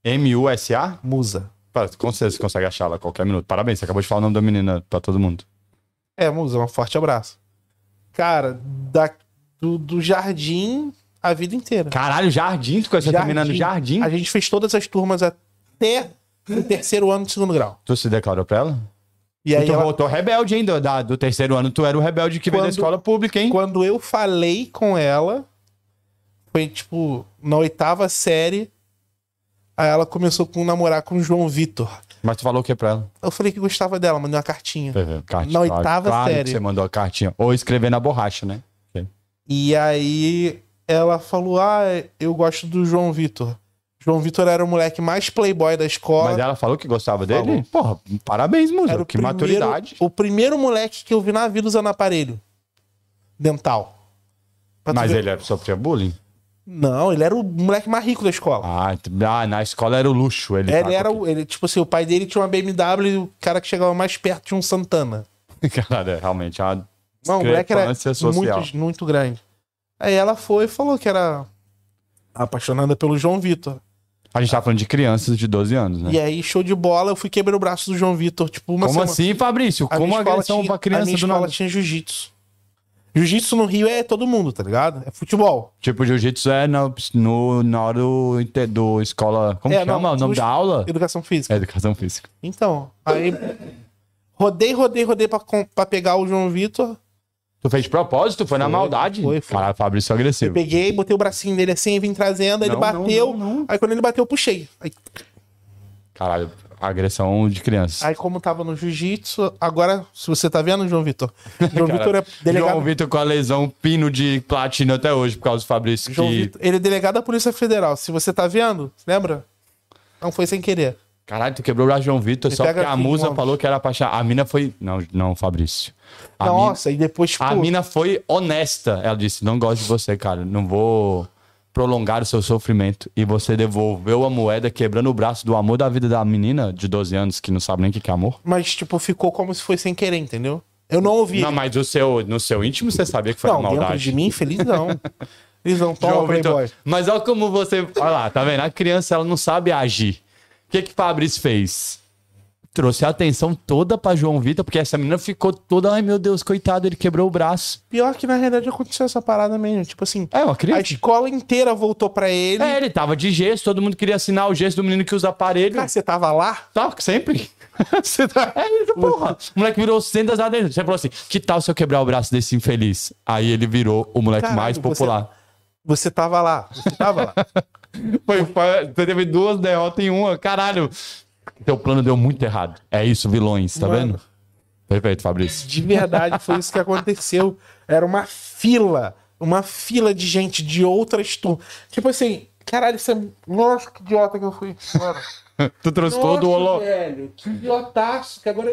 M-U-S-A?
Musa.
Pá, Com certeza você consegue achá-la a qualquer minuto. Parabéns, você acabou de falar o nome da menina pra todo mundo.
É, Musa, um forte abraço. Cara, da, do, do jardim a vida inteira.
Caralho, jardim, tu conheceu essa menina no jardim?
A gente fez todas as turmas até o terceiro ano do segundo grau.
Tu se declarou pra ela?
E
E
aí,
tu
ela-
voltou rebelde, hein? Do, da- do terceiro ano, tu era o rebelde que veio da
Quando-
escola pública, hein?
quando eu falei com ela, foi tipo na oitava série. Aí ela começou com namorar com o João Vitor.
Mas tu falou o que pra ela?
Eu falei que gostava dela, mandei uma cartinha.
Cartinha,
Na oitava
claro que
série.
você mandou a cartinha. Ou escrever na borracha, né?
E aí ela falou: Ah, eu gosto do João Vitor. João Vitor era o moleque mais playboy da escola.
Mas ela falou que gostava dele?
Falou.
Porra, parabéns,
Era
Musa.
o
Que
primeiro-
maturidade.
O primeiro moleque que eu vi na vida usando aparelho dental. Pra tu
Mas
ver-
ele é- sofria bullying?
Não, ele era o moleque mais rico da escola.
Ah, t- ah, na escola era o luxo. Ele,
ele
tava
era
aqui.
o. Ele, tipo assim, o pai dele tinha uma BMW e o cara que chegava mais perto tinha um Santana.
Cara, é realmente, é uma
Não, o moleque era
discrepância social.
muito, muito grande. Aí ela foi e falou que era apaixonada pelo João Vitor.
A gente tá falando de crianças de 12 anos, né?
E aí, show de bola, eu fui quebrar o braço do João Vitor, tipo, uma
Como
semana.
assim, Fabrício? Como
minha escola
agressão
tinha-
pra criança
a minha
do
escola
nada?
tinha jiu-jitsu. Jiu-jitsu no Rio é todo mundo, tá ligado? É futebol.
Tipo, jiu-jitsu é na, no, na hora do, inte- do escola... Como
É,
que chama
não,
o nome
tu-
da aula?
Educação física.
É educação física.
Então, aí rodei, rodei, rodei pra, com- pra pegar o João Vitor.
Tu fez de propósito? Foi, na
Foi,
maldade?
foi, foi.
Caralho, Fabrício é agressivo.
Peguei, botei o bracinho dele assim, vim trazendo, aí ele
Não, não,
bateu.
não, não.
Aí quando ele bateu, eu puxei. Aí,
Caralho, agressão de criança.
aí como tava no jiu-jitsu, agora, se você tá vendo, João Vitor, João
Cara,
Vitor é delegado.
João Vitor com a lesão pino de platina até hoje por causa do Fabrício
João
que...
Vitor- ele é delegado da Polícia Federal. Se você tá vendo, lembra? Não foi sem querer.
Caralho, tu quebrou o braço de João Vitor só
pega
porque a
aqui,
musa
João.
falou que era pra achar. A mina foi... Não, não, Fabrício. A mina-
Nossa, e depois, tipo,
A mina foi honesta. Ela disse: Não gosto de você, cara. Não vou prolongar o seu sofrimento. E você devolveu a moeda quebrando o braço do amor da vida da menina de 12 anos que não sabe nem o que que é amor.
mas tipo, ficou como se foi sem querer, entendeu? Eu não ouvi.
Não,
Não,
mas o seu, no seu íntimo você sabia que foi uma
dentro
maldade.
de mim, feliz não. Eles não
João
tomam
Vitor,
playboy.
Mas olha como você. Olha lá, tá vendo? A criança ela não sabe agir. O que que Fabrício fez? Trouxe a atenção toda pra João Vitor, porque essa menina ficou toda. Ai meu Deus, coitado, ele quebrou o braço.
Pior que na realidade aconteceu essa parada mesmo. Tipo assim,
É, uma
a
criança.
escola inteira voltou pra ele.
É, ele tava de gesso, todo mundo queria assinar o gesso do menino que usa aparelho.
Cara, Ah, você tava lá?
Tá, sempre. Você tá... É isso, porra. O moleque virou centas lá dentro. Você falou assim, que tal se eu quebrar o braço desse infeliz? Aí ele virou o moleque
Caralho,
mais popular.
Você tava lá. Você tava lá.
Foi, foi- você teve duas derrotas em uma, caralho. Teu plano deu muito errado. É isso, vilões, tá
Mano.
vendo? Perfeito, Fabrício.
De verdade, foi isso que aconteceu. Era uma fila. Uma fila de gente de outras turmas. Tipo assim, caralho, isso é. Nossa, que idiota que eu fui. Mano.
Tu trouxe
Nossa,
todo o holo...
velho, que idiotaço, que agora...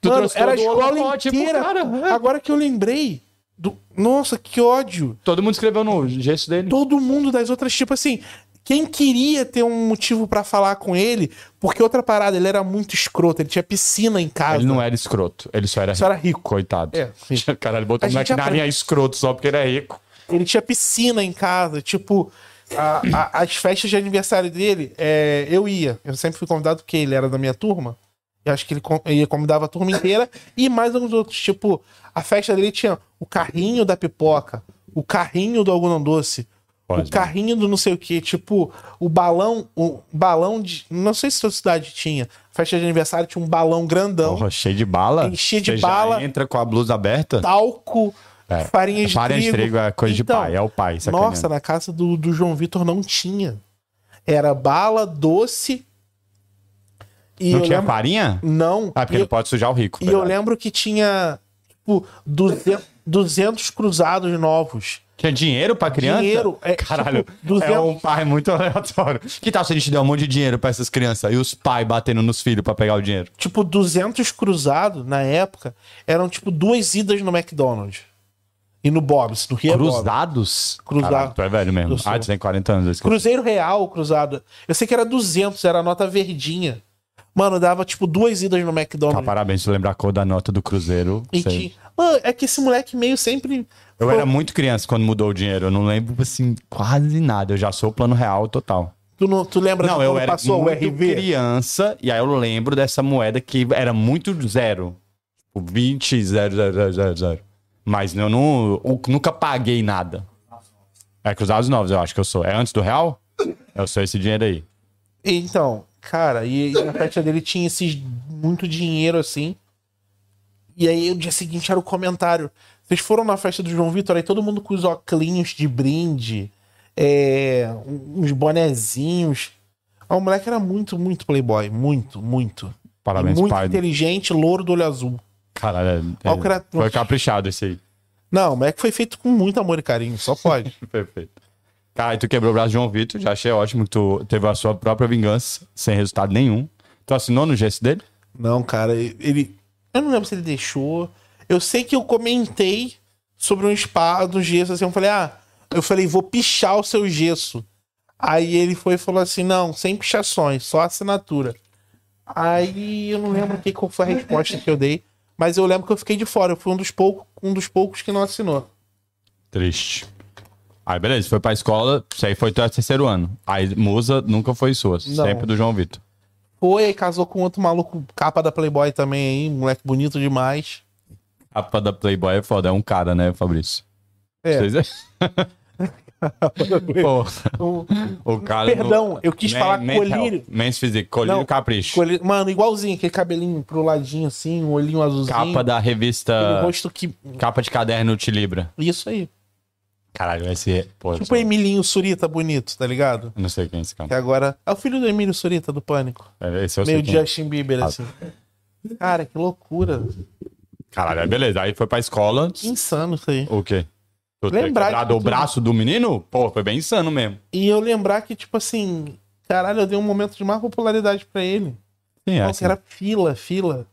Tu
Mano,
trouxe
era a
todo o
escola
holofote pro
inteira.
cara, né?
Agora que eu lembrei, do... nossa, que ódio.
Todo mundo escreveu no gesto dele.
Todo mundo das outras, tipo assim, Quem queria ter um motivo pra falar com ele, porque outra parada, ele era muito escroto, ele tinha piscina em casa.
Ele não era escroto, ele só era
Só
rico.
era rico.
Coitado.
É, rico.
Caralho, botou
A
o
gente
moleque na
aprende.
linha escroto só porque ele é rico.
Ele tinha piscina em casa, tipo, a- a- as festas de aniversário dele, é, eu ia. Eu sempre fui convidado porque ele era da minha turma. Eu acho que ele con- ele convidava a turma inteira e mais alguns outros. Tipo, a festa dele tinha o carrinho da pipoca, o carrinho do algodão doce,
Pode,
o carrinho do não sei o que, tipo, o balão, o balão de. Não sei se sua cidade tinha. Festa de aniversário tinha um balão grandão,
Porra, cheio de bala.
Enchia de
Você já
bala.
entra com a blusa aberta.
talco,
É,
farinha de
farinha de
trigo. Então,
trigo é coisa de pai, é o pai, sacaneando.
Nossa, na casa do, do João Vitor não tinha. Era bala, doce. E
não
eu
tinha
lembro-
farinha?
Não.
Ah, porque
e
não pode sujar o rico.
e eu
verdade.
lembro que tinha, tipo, 200, 200 cruzados novos.
Tinha dinheiro pra criança?
Dinheiro, é,
Caralho,
tipo, 200
é um pai muito aleatório. Que tal se a gente der um monte de dinheiro pra essas crianças e os pais batendo nos filhos pra pegar o dinheiro?
Tipo, 200 cruzados, na época, eram, tipo, duas idas no McDonald's. E no Bob's, no Rio Bob's.
Cruzados?
é Cruzado.
Caralho, tu é velho mesmo.
Eu sou.
Ah, tu tem 40 anos. eu esqueci.
Cruzeiro Real, cruzado. Eu sei que era 200, era a nota verdinha. Mano, dava, tipo, duas idas no
Ah,
McDonald's.
parabéns, se lembrar a cor da nota do Cruzeiro.
E
sei.
tinha- Mano, é que esse moleque meio sempre.
Eu
foi-
era muito criança quando mudou o dinheiro. Eu não lembro, assim, quase nada. Eu já sou o plano real total.
Tu, não, tu lembra
Não,
de
eu
quando
era
passou o
muito
RV?
criança, e aí eu lembro dessa moeda que era muito zero. Tipo, 20, zero, zero, zero, zero, zero. Mas eu, não, eu nunca paguei nada. É Cruzados Novos, eu acho que eu sou. É antes do real? Eu sou esse dinheiro aí.
Então, cara, e, e na festa dele tinha esses muito dinheiro assim. E aí o dia seguinte era o comentário. Vocês foram na festa do João Vitor, aí todo mundo com os óculos de brinde, é, um- uns bonezinhos. Ah, o moleque era muito, muito playboy. Muito, muito.
Parabéns,
muito
pai.
inteligente, louro do olho azul.
Caralho, é-
Qual que era-
foi caprichado esse aí.
Não, o moleque foi feito com muito amor e carinho, só pode.
Perfeito. Cara, e tu quebrou o braço de João Vitor, já achei ótimo que tu teve a sua própria vingança, sem resultado nenhum. Tu assinou no gesto dele?
Não, cara, ele. Eu não lembro se ele deixou. Eu sei que eu comentei sobre um spa do gesso, assim. Eu falei, ah, eu falei, vou pichar o seu gesso. Aí ele foi e falou assim: não, sem pichações, só assinatura. Aí eu não lembro o que, qual foi a resposta que eu dei, mas eu lembro que eu fiquei de fora. Eu fui um dos poucos, um dos poucos que não assinou.
Triste. Aí, beleza, foi pra escola, isso aí foi teu terceiro ano. Aí, musa nunca foi sua,
Não.
sempre do João Vitor.
Foi, aí casou com outro maluco, capa da Playboy também aí, moleque bonito demais.
A capa da Playboy é foda, é um cara, né, Fabrício?
É.
Vocês- Pô, o cara.
Um, Perdão, eu quis falar colírio.
colírio. Men's Physique, colírio
Não,
capricho.
Colhe- Mano, igualzinho, aquele cabelinho pro ladinho assim, um olhinho azulzinho.
Capa da
aquele
revista.
rosto que.
Capa de caderno te libra.
Isso aí.
Caralho, esse. é- Pô,
Tipo o
eu
Emilinho Surita bonito, tá ligado?
não sei quem é esse cara.
Que agora. É o filho do Emílio Surita do Pânico.
Esse eu sei
Meio
quem é.
Justin Bieber, assim. Cara, que loucura.
Caralho, aí beleza. Aí foi pra escola.
Que insano isso aí.
O quê? Tu ter
Lembrar
quebrado
de
o
tudo.
braço do menino? Pô, foi bem insano mesmo.
E eu lembrar que, tipo assim, caralho, eu dei um momento de mais popularidade pra ele.
Sim, é.
Nossa,
assim.
era fila, fila.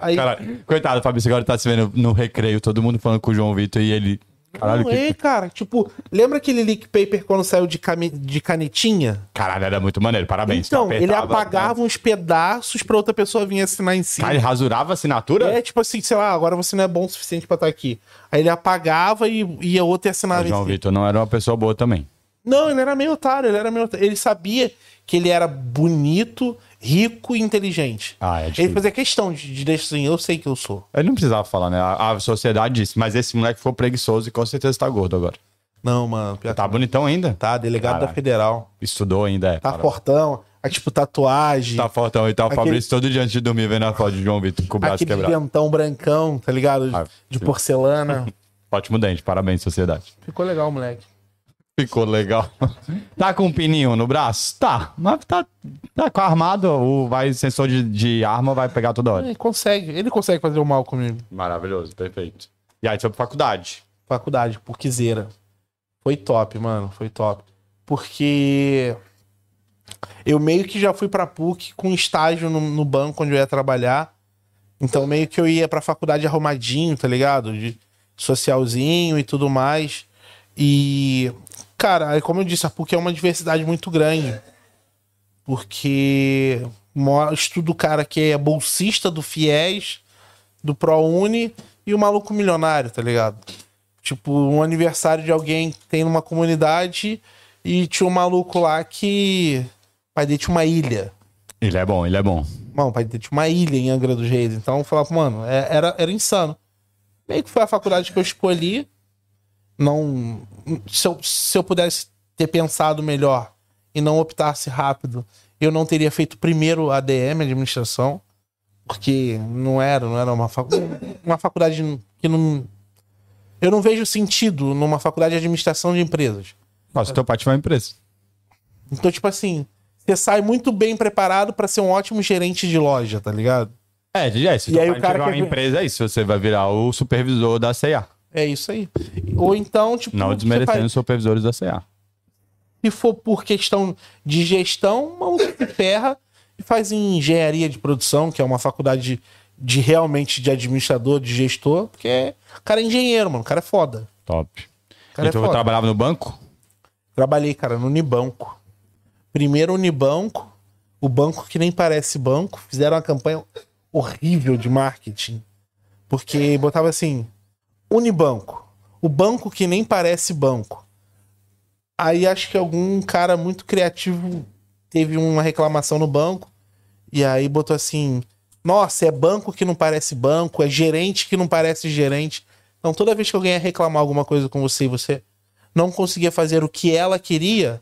Aí.
Caralho, coitado, o Fabrício agora tá se vendo no recreio, todo mundo falando com o João Vitor e ele. Caralho,
não
que-
é, cara. Tipo, lembra aquele leak paper quando saiu de, cami- de canetinha?
Caralho, era muito maneiro, parabéns. tá
Então,
Tu
ele
apertava,
apagava uns pedaços pra outra pessoa vir assinar em cima.
Cara, ele rasurava a assinatura?
É tipo assim, sei lá, agora você não é bom o suficiente pra estar aqui. Aí ele apagava e, e a
O
outra assinava em
João
cima.
Vitor não era uma pessoa boa também.
Não, ele era meio otário, ele era meio otário. Ele sabia que ele era bonito, rico e inteligente.
Ah, é
ele
difícil.
fazia questão de, de deixar assim, eu sei que eu sou.
Ele não precisava falar, né? A, a sociedade disse, mas esse moleque ficou preguiçoso e com certeza tá gordo agora.
Não, mano, pior
Tá bonitão ainda?
tá, delegado da
Caralho.
federal.
Estudou ainda, é.
Tá
parabéns.
fortão, aí tipo tatuagem,
Tá fortão e tal. O
Aquele-
Fabrício todo dia antes de dormir vendo a foto de João Vitor com o braço
aquele
quebrado.
dentão brancão, tá ligado? De,
Ah,
de
sim.
porcelana.
Ótimo dente, parabéns, sociedade.
Ficou legal, moleque.
Ficou legal. Tá com um pininho no braço? Tá. Mas tá, tá com armado, o vai, sensor de, de arma vai pegar toda hora.
Ele consegue, ele consegue fazer o mal comigo.
Maravilhoso, perfeito. E aí tu foi pra faculdade.
faculdade, por quiseira. Foi top, mano, foi top. Porque eu meio que já fui pra PUC com estágio no, no banco onde eu ia trabalhar. Então meio que eu ia pra faculdade arrumadinho, tá ligado? De socialzinho e tudo mais. E, cara, aí como eu disse, a PUC é uma diversidade muito grande. Porque mo- estuda o cara que é bolsista do FIES, do ProUni e o maluco milionário, tá ligado? Tipo, um aniversário de alguém que tem numa comunidade e tinha um maluco lá que. O pai dele tinha uma ilha.
Ele é bom, ele é bom.
Mano, o pai dele tinha uma ilha em Angra dos Reis. Então eu falava, mano, é- era, era insano. Meio que foi a faculdade que eu escolhi. Não. Se eu, se eu pudesse ter pensado melhor e não optasse rápido, eu não teria feito primeiro ADM, administração. Porque não era, não era uma, facu- uma faculdade que não. Eu não vejo sentido numa faculdade de administração de empresas.
Nossa, teu pai tiver uma empresa.
Então, tipo assim, você sai muito bem preparado pra ser um ótimo gerente de loja, tá ligado?
É, é se
E
teu
aí
pai
o cara
tiver uma
quer-
empresa, é isso. Você vai virar o supervisor da CA.
É isso aí. Ou então, tipo,
Não
você
desmerecendo
faz-
os supervisores da CA.
se for por questão de gestão, o maluco se ferra e faz em engenharia de produção, que é uma faculdade de realmente de administrador, de gestor, porque o cara é engenheiro, mano, o cara é foda.
Top.
Cara, é
então eu
foda.
trabalhava no banco?
Trabalhei, cara, no Unibanco. Primeiro Unibanco, o banco que nem parece banco, fizeram uma campanha horrível de marketing. Porque botava assim, Unibanco, o banco que nem parece banco. Aí acho que algum cara muito criativo teve uma reclamação no banco e aí botou assim, nossa, é banco que não parece banco, é gerente que não parece gerente. Então toda vez que alguém ia reclamar alguma coisa com você e você não conseguia fazer o que ela queria,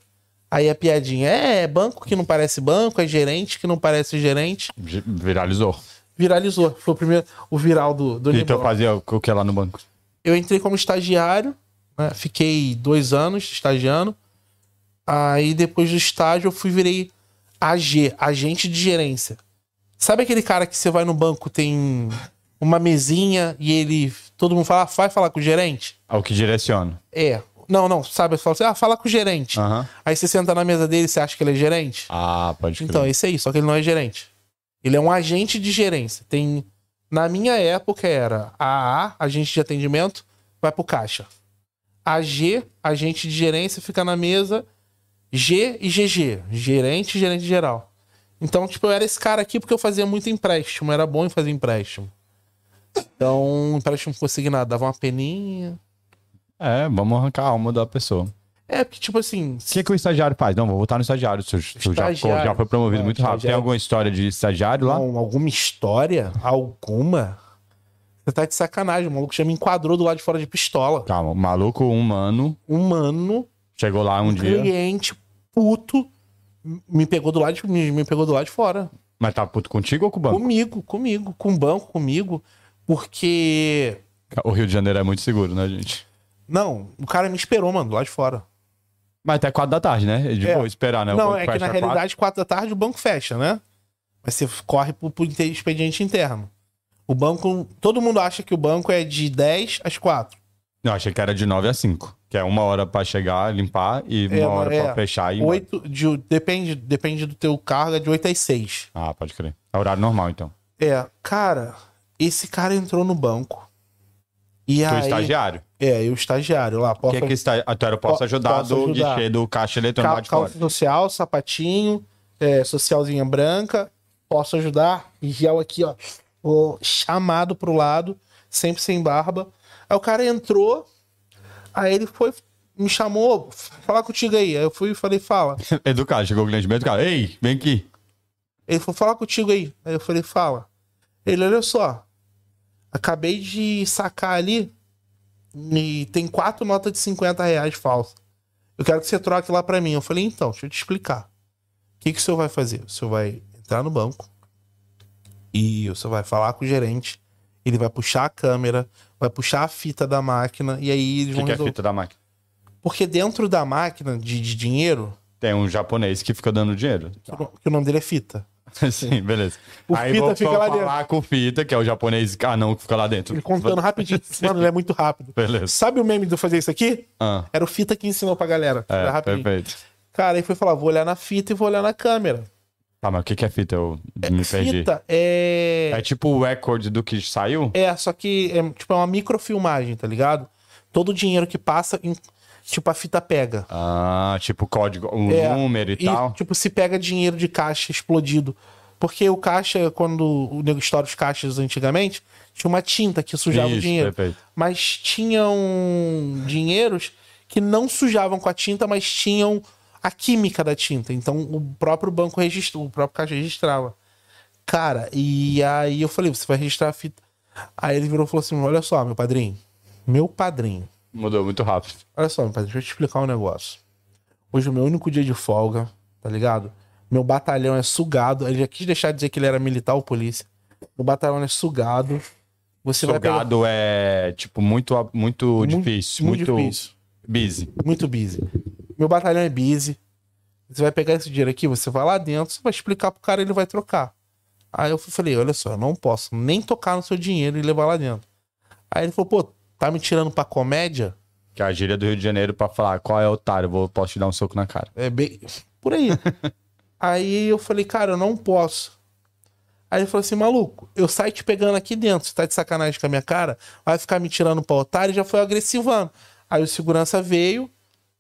aí a piadinha é, é banco que não parece banco, é gerente que não parece gerente.
G- Viralizou.
Viralizou. Foi o primeiro, o viral do, do
E tu
Nibola.
fazia o o que é lá no banco?
Eu entrei como estagiário, né? fiquei dois anos estagiando. Aí depois do estágio eu fui virei AG, agente de gerência. Sabe aquele cara que você vai no banco, tem uma mesinha e ele. Todo mundo fala, ah, vai falar com o gerente?
Ah, O que direciona.
É. Não, não, sabe? Você fala assim, ah, fala com o gerente.
Aham.
Aí você senta na mesa dele e você acha que ele é gerente?
Ah, pode crer.
Então, é isso aí, só que ele não é gerente. Ele é um agente de gerência. Tem. Na minha época era AA, agente de atendimento, vai pro caixa. AG, agente de gerência, fica na mesa. G e GG, gerente e gerente geral. Então, tipo, eu era esse cara aqui porque eu fazia muito empréstimo. Era bom em fazer empréstimo. Então, empréstimo consignado, dava uma peninha.
É, vamos arrancar a alma da pessoa. O
É, porque, tipo assim,
que, que o estagiário faz? Não, vou voltar no estagiário. Tu, tu já, ficou-
Estagiário.
já foi promovido
Não,
muito rápido. Tem
estagiário.
alguma história de estagiário lá?
Não, alguma história? Alguma? Você tá de sacanagem. O maluco já me enquadrou do lado de fora de pistola.
Calma, maluco humano
Humano,
chegou lá um dia,
cliente, puto, m- me pegou do lado de, me, me pegou do lado de fora.
mas tá puto contigo ou com o banco?
Comigo, comigo, com o banco, comigo. Porque.
O Rio de Janeiro é muito seguro, né, gente?
Não, o cara me esperou, mano, do lado de fora.
Mas até quatro da tarde, né? É De
É.
boa, esperar, né? O
Não,
banco
é que
fecha
na
às quatro.
realidade, quatro da tarde, o banco fecha, né? Mas você corre pro, pro inte- expediente interno. O banco. Todo mundo acha que o banco é de 10 às 4.
Não, achei que era de nove a cinco. Que é uma hora pra chegar, limpar e uma
É,
hora
é.
pra fechar e.
Oito de, depende, depende do teu cargo, é de 8 às 6.
Ah, pode crer. É horário normal, então.
É, cara, esse cara entrou no banco. E
Tu
aí,
estagiário.
é, eu estagiário lá,
O que
porta
é que está... ah, tu era posso
Po-
ajudar
posso
do
ajudar.
guichê do caixa eletrônico lá
cal,
de fora.
calça social, sapatinho, é, socialzinha branca, posso ajudar, e gel aqui, ó, o chamado pro lado, sempre sem barba. Aí o cara entrou, aí ele foi, me chamou, falar contigo aí. Aí eu fui e falei, fala.
Educado, chegou o cliente bem educado. Ei, vem aqui.
Ele falou, fala contigo aí. Aí eu falei, fala. Ele, olha só. Acabei de sacar ali e tem quatro notas de 50 reais falsas. Eu quero que você troque lá pra mim. Eu falei, então, deixa eu te explicar. O que, que o senhor vai fazer? O senhor vai entrar no banco e o senhor vai falar com o gerente. Ele vai puxar a câmera, vai puxar a fita da máquina e aí eles
O que,
vão
que é a
resolver.
fita da máquina?
Porque dentro da máquina de, de dinheiro,
Tem um japonês que fica dando dinheiro.
que o no- que o nome dele é fita.
Sim, beleza.
O
Aí
fita
vou
fica
só
lá
falar com o fita, que é o japonês anão que fica lá dentro.
Ele contando rapidinho. Mano, ele é muito rápido.
Beleza.
Sabe o meme do fazer isso aqui?
Ah,
Era o Fita que ensinou pra galera.
é,
Era rapidinho.
perfeito.
Cara, aí foi falar, vou olhar na fita e vou olhar na câmera.
Tá, mas o que, que é fita? Eu me perdi.
Fita é...
É tipo o recorde do que saiu?
É, só que é, tipo, é uma microfilmagem, tá ligado? Todo o dinheiro que passa. em- tipo, a fita pega.
Ah, tipo código, um
É,
número e, tal.
tipo, se pega dinheiro de caixa explodido. Porque o caixa, quando o nego estoura os caixas antigamente, tinha uma tinta que sujava o
Isso,
dinheiro.
perfeito.
Mas tinham dinheiros que não sujavam com a tinta, mas tinham a química da tinta. Então o próprio banco registrou, o próprio caixa registrava. Cara, e aí eu falei, você vai registrar a fita. Aí ele virou e falou assim: olha só, meu padrinho. Meu padrinho.
Mudou muito rápido.
Olha só, meu padrinho, deixa eu te explicar um negócio. Hoje é o meu único dia de folga, tá ligado? Meu batalhão é sugado. Ele já quis deixar de dizer que ele era militar ou polícia. Meu batalhão é sugado. Você vai pegar
Sugado é, tipo, muito, a- muito difícil. Muito,
difícil.
busy.
Muito busy. Meu batalhão é busy. Você vai pegar esse dinheiro aqui, você vai lá dentro, você vai explicar pro cara, ele vai trocar. Aí eu falei, olha só, eu não posso nem tocar no seu dinheiro e levar lá dentro. Aí ele falou, pô, tá me tirando pra comédia?
Que é a gíria do Rio de Janeiro pra falar qual é otário, vou, posso te dar um soco na cara.
É bem. Por aí. aí eu falei, cara, eu não posso. Aí ele falou assim, maluco, eu saio te pegando aqui dentro, você tá de sacanagem com a minha cara, vai ficar me tirando pra otário e já foi agressivando. Aí o segurança veio,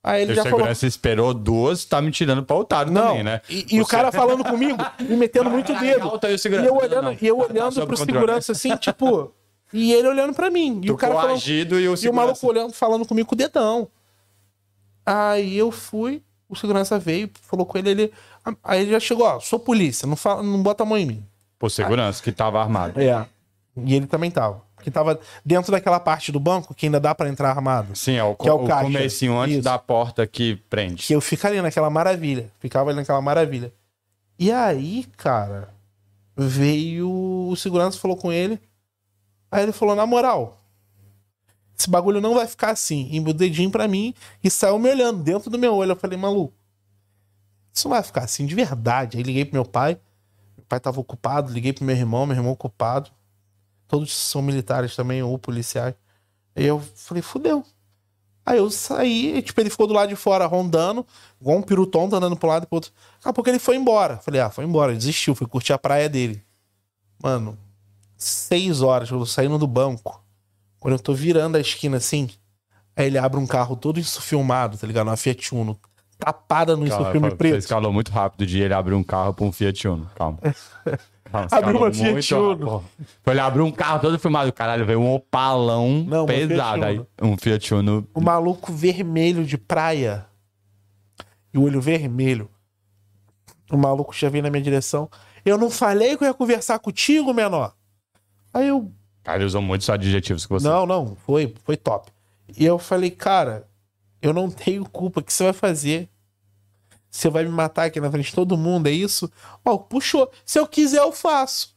aí ele
O
já falou.
segurança esperou duas, tá me tirando pra otário
Não,
também, né? Ah,
e, e o cara falando comigo, me metendo muito dedo.
Alta, e o segurança,
E eu
não,
olhando,
não.
E eu
Tá
olhando
sob
pro
controle.
segurança assim, tipo. E ele olhando pra mim. E
Tu
o cara falando.
coagido e o
E o
segurança.
maluco olhando, falando comigo com o dedão. Aí eu fui, o segurança veio, falou com ele, ele. Aí ele já chegou, ó, sou polícia, não, fala, não bota a mão em mim.
Pô, segurança, que tava armado.
É. E ele também tava. Que tava dentro daquela parte do banco que ainda dá pra entrar armado.
Sim, é o,
Que é o
o
caixa.
comecinho antes
Isso.
da porta que prende.
Que eu ficaria naquela maravilha. Ficava ali naquela maravilha. E aí, cara, veio o segurança, falou com ele. Aí ele falou: na moral, esse bagulho não vai ficar assim. E o dedinho pra mim e saiu me olhando dentro do meu olho. Eu falei: maluco, isso não vai ficar assim de verdade. Aí liguei pro meu pai. Meu pai tava ocupado. Liguei pro meu irmão, meu irmão ocupado. Todos são militares também, ou policiais. Aí eu falei: fudeu. Aí eu saí, e, tipo, ele ficou do lado de fora rondando, igual um peru tonto andando pro lado e pro outro. Daqui a pouco ele foi embora. Falei, ah, foi embora, desistiu, fui curtir a praia dele. Mano, seis horas, eu saindo do banco. Quando eu tô virando a esquina assim, aí ele abre um carro todo insufilmado, tá ligado? Uma Fiat Uno, tapada no
Calma,
insufilme
fa- Você
preto.
escalou muito rápido de ele abrir um carro pra um Fiat Uno. Calma. Calma, você escalou
Abriu uma Fiat
muito
Uno.
rápido, porra. Foi ele abrir um carro todo filmado. Caralho, veio um opalão
Não, uma
pesado.
Fiat
Aí,
Uno.
um Fiat Uno.
O maluco vermelho de praia. E o olho vermelho. O maluco já veio na minha direção. Eu não falei que eu ia conversar contigo, menor. Aí eu.
Cara, ele usou muitos adjetivos que você.
Não, não, foi, foi top. E eu falei, cara, eu não tenho culpa. O que você vai fazer? Você vai me matar aqui na frente de todo mundo, é isso? Ó, puxou. Se eu quiser, eu faço.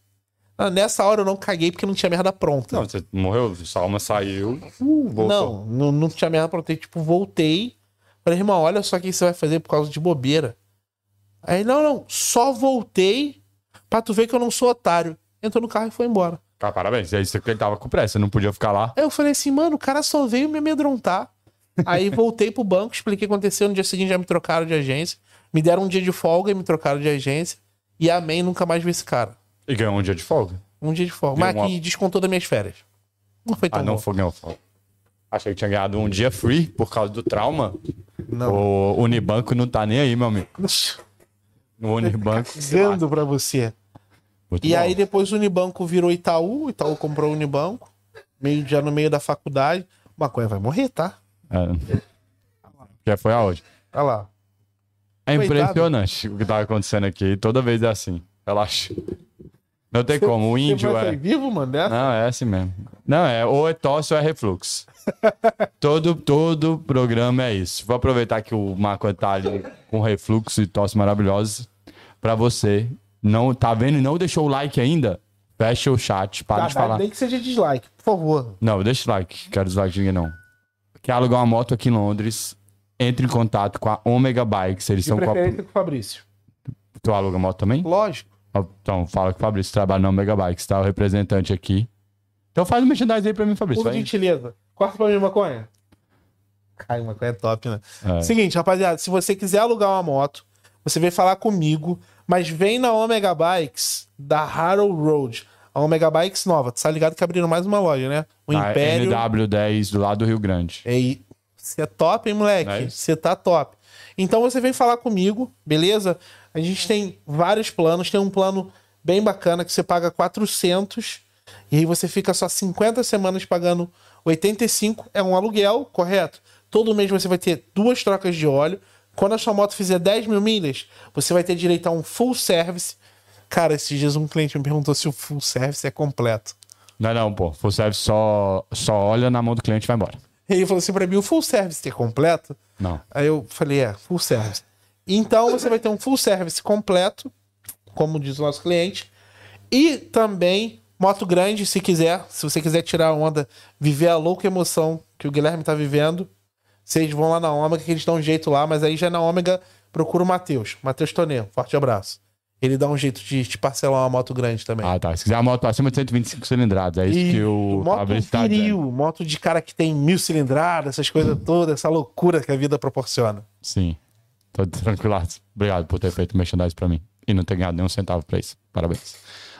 Ah, Nessa hora eu não caguei porque não tinha merda pronta.
Não, você morreu, sua alma saiu. uh, voltou.
Não, não, não tinha merda pra eu ter. Tipo, voltei. Falei, irmão, olha só o que você vai fazer por causa de bobeira. Aí, não, não, só voltei pra tu ver que eu não sou otário. Entrou no carro e foi embora.
Cara, parabéns. É isso que ele tava com pressa, não podia ficar lá.
Aí eu falei assim, mano, o cara só veio me amedrontar. Aí voltei pro banco, expliquei o que aconteceu. No dia seguinte já me trocaram de agência. Me deram um dia de folga e me trocaram de agência. E amém, nunca mais vi esse cara.
E ganhou um dia de folga.
Um dia de folga. Mas
uma-
que descontou das minhas férias. Não foi tão
Ah, não
bom.
foi, ganhou folga. Achei que tinha ganhado um dia free por causa do trauma.
Não.
O Unibanco não tá nem aí, meu amigo. O Unibanco.
Dizendo pra você.
Muito
E
bom.
aí depois o Unibanco virou Itaú, o Itaú comprou o Unibanco, meio, já no meio da faculdade. Maconha vai morrer, tá?
É. Já foi aonde?
Olha lá.
É
Coitado.
impressionante o que tá acontecendo aqui. Toda vez é assim. Relaxa. Não tem como. O
Você
índio
vai
é.
sair vivo, mano? Dessa?
Não, é assim mesmo. Não, é ou é tosse ou é refluxo. todo, todo programa é isso. Vou aproveitar que o Marco tá ali com refluxo e tosse maravilhosa. Pra você. Não, tá vendo e não deixou o like ainda? Fecha o chat, para de
Caralho,
falar.
Nem que seja dislike, por favor.
Não, deixa o like. Quero dislike de ninguém, não. Quer alugar uma moto aqui em Londres? Entre em contato com a Omega Bikes. Eles
De
são com a...
preferência Hum. com o Fabrício.
Tu aluga moto também?
Lógico.
Então, fala que o Fabrício trabalha na Omega Bikes, tá? O representante aqui. Então faz um merchandising aí pra mim, Fabrício.
Por
Vai.
gentileza. Corta pra mim, maconha. Ai, maconha é top, né?
É.
Seguinte, rapaziada, se você quiser alugar uma moto, você vem falar comigo, mas vem na Omega Bikes da Harrow Road. A Omega Bikes nova. Tu tá ligado que abriram mais uma loja, né? O
Na
Império.
NW10 do lado do Rio Grande.
É, e Você é top, hein, moleque?
Aí.
Você tá top. Então você vem falar comigo, beleza? A gente tem vários planos. Tem um plano bem bacana que você paga 400 e aí você fica só 50 semanas pagando 85. É um aluguel, correto? Todo mês você vai ter duas trocas de óleo. Quando a sua moto fizer 10 mil milhas, você vai ter direito a um full service. Cara, esses dias um cliente me perguntou se o full service é completo.
Não, não, pô. Full service só, só olha na mão do cliente e vai embora.
Ele falou assim pra mim, o full service é completo?
Não.
Aí eu falei, é, full service. Então você vai ter um full service completo, como diz o nosso cliente, e também moto grande, se quiser, se você quiser tirar a onda, viver a louca emoção que o Guilherme tá vivendo, vocês vão lá na Ômega que eles dão um jeito lá, mas aí já na Ômega procura o Matheus, Matheus Tonê, forte abraço. Ele dá um jeito de te parcelar uma moto grande também.
Ah, tá. Se quiser a moto acima de 125 cilindradas, é isso
É. E
que o
moto
Fabrício tá dizendo.
viril, moto de cara que tem mil cilindradas, essas coisas todas, essa loucura que a vida proporciona.
Sim. Tô tranquilo. Obrigado por ter feito merchandise pra mim. E não ter ganhado nenhum centavo pra isso. Parabéns.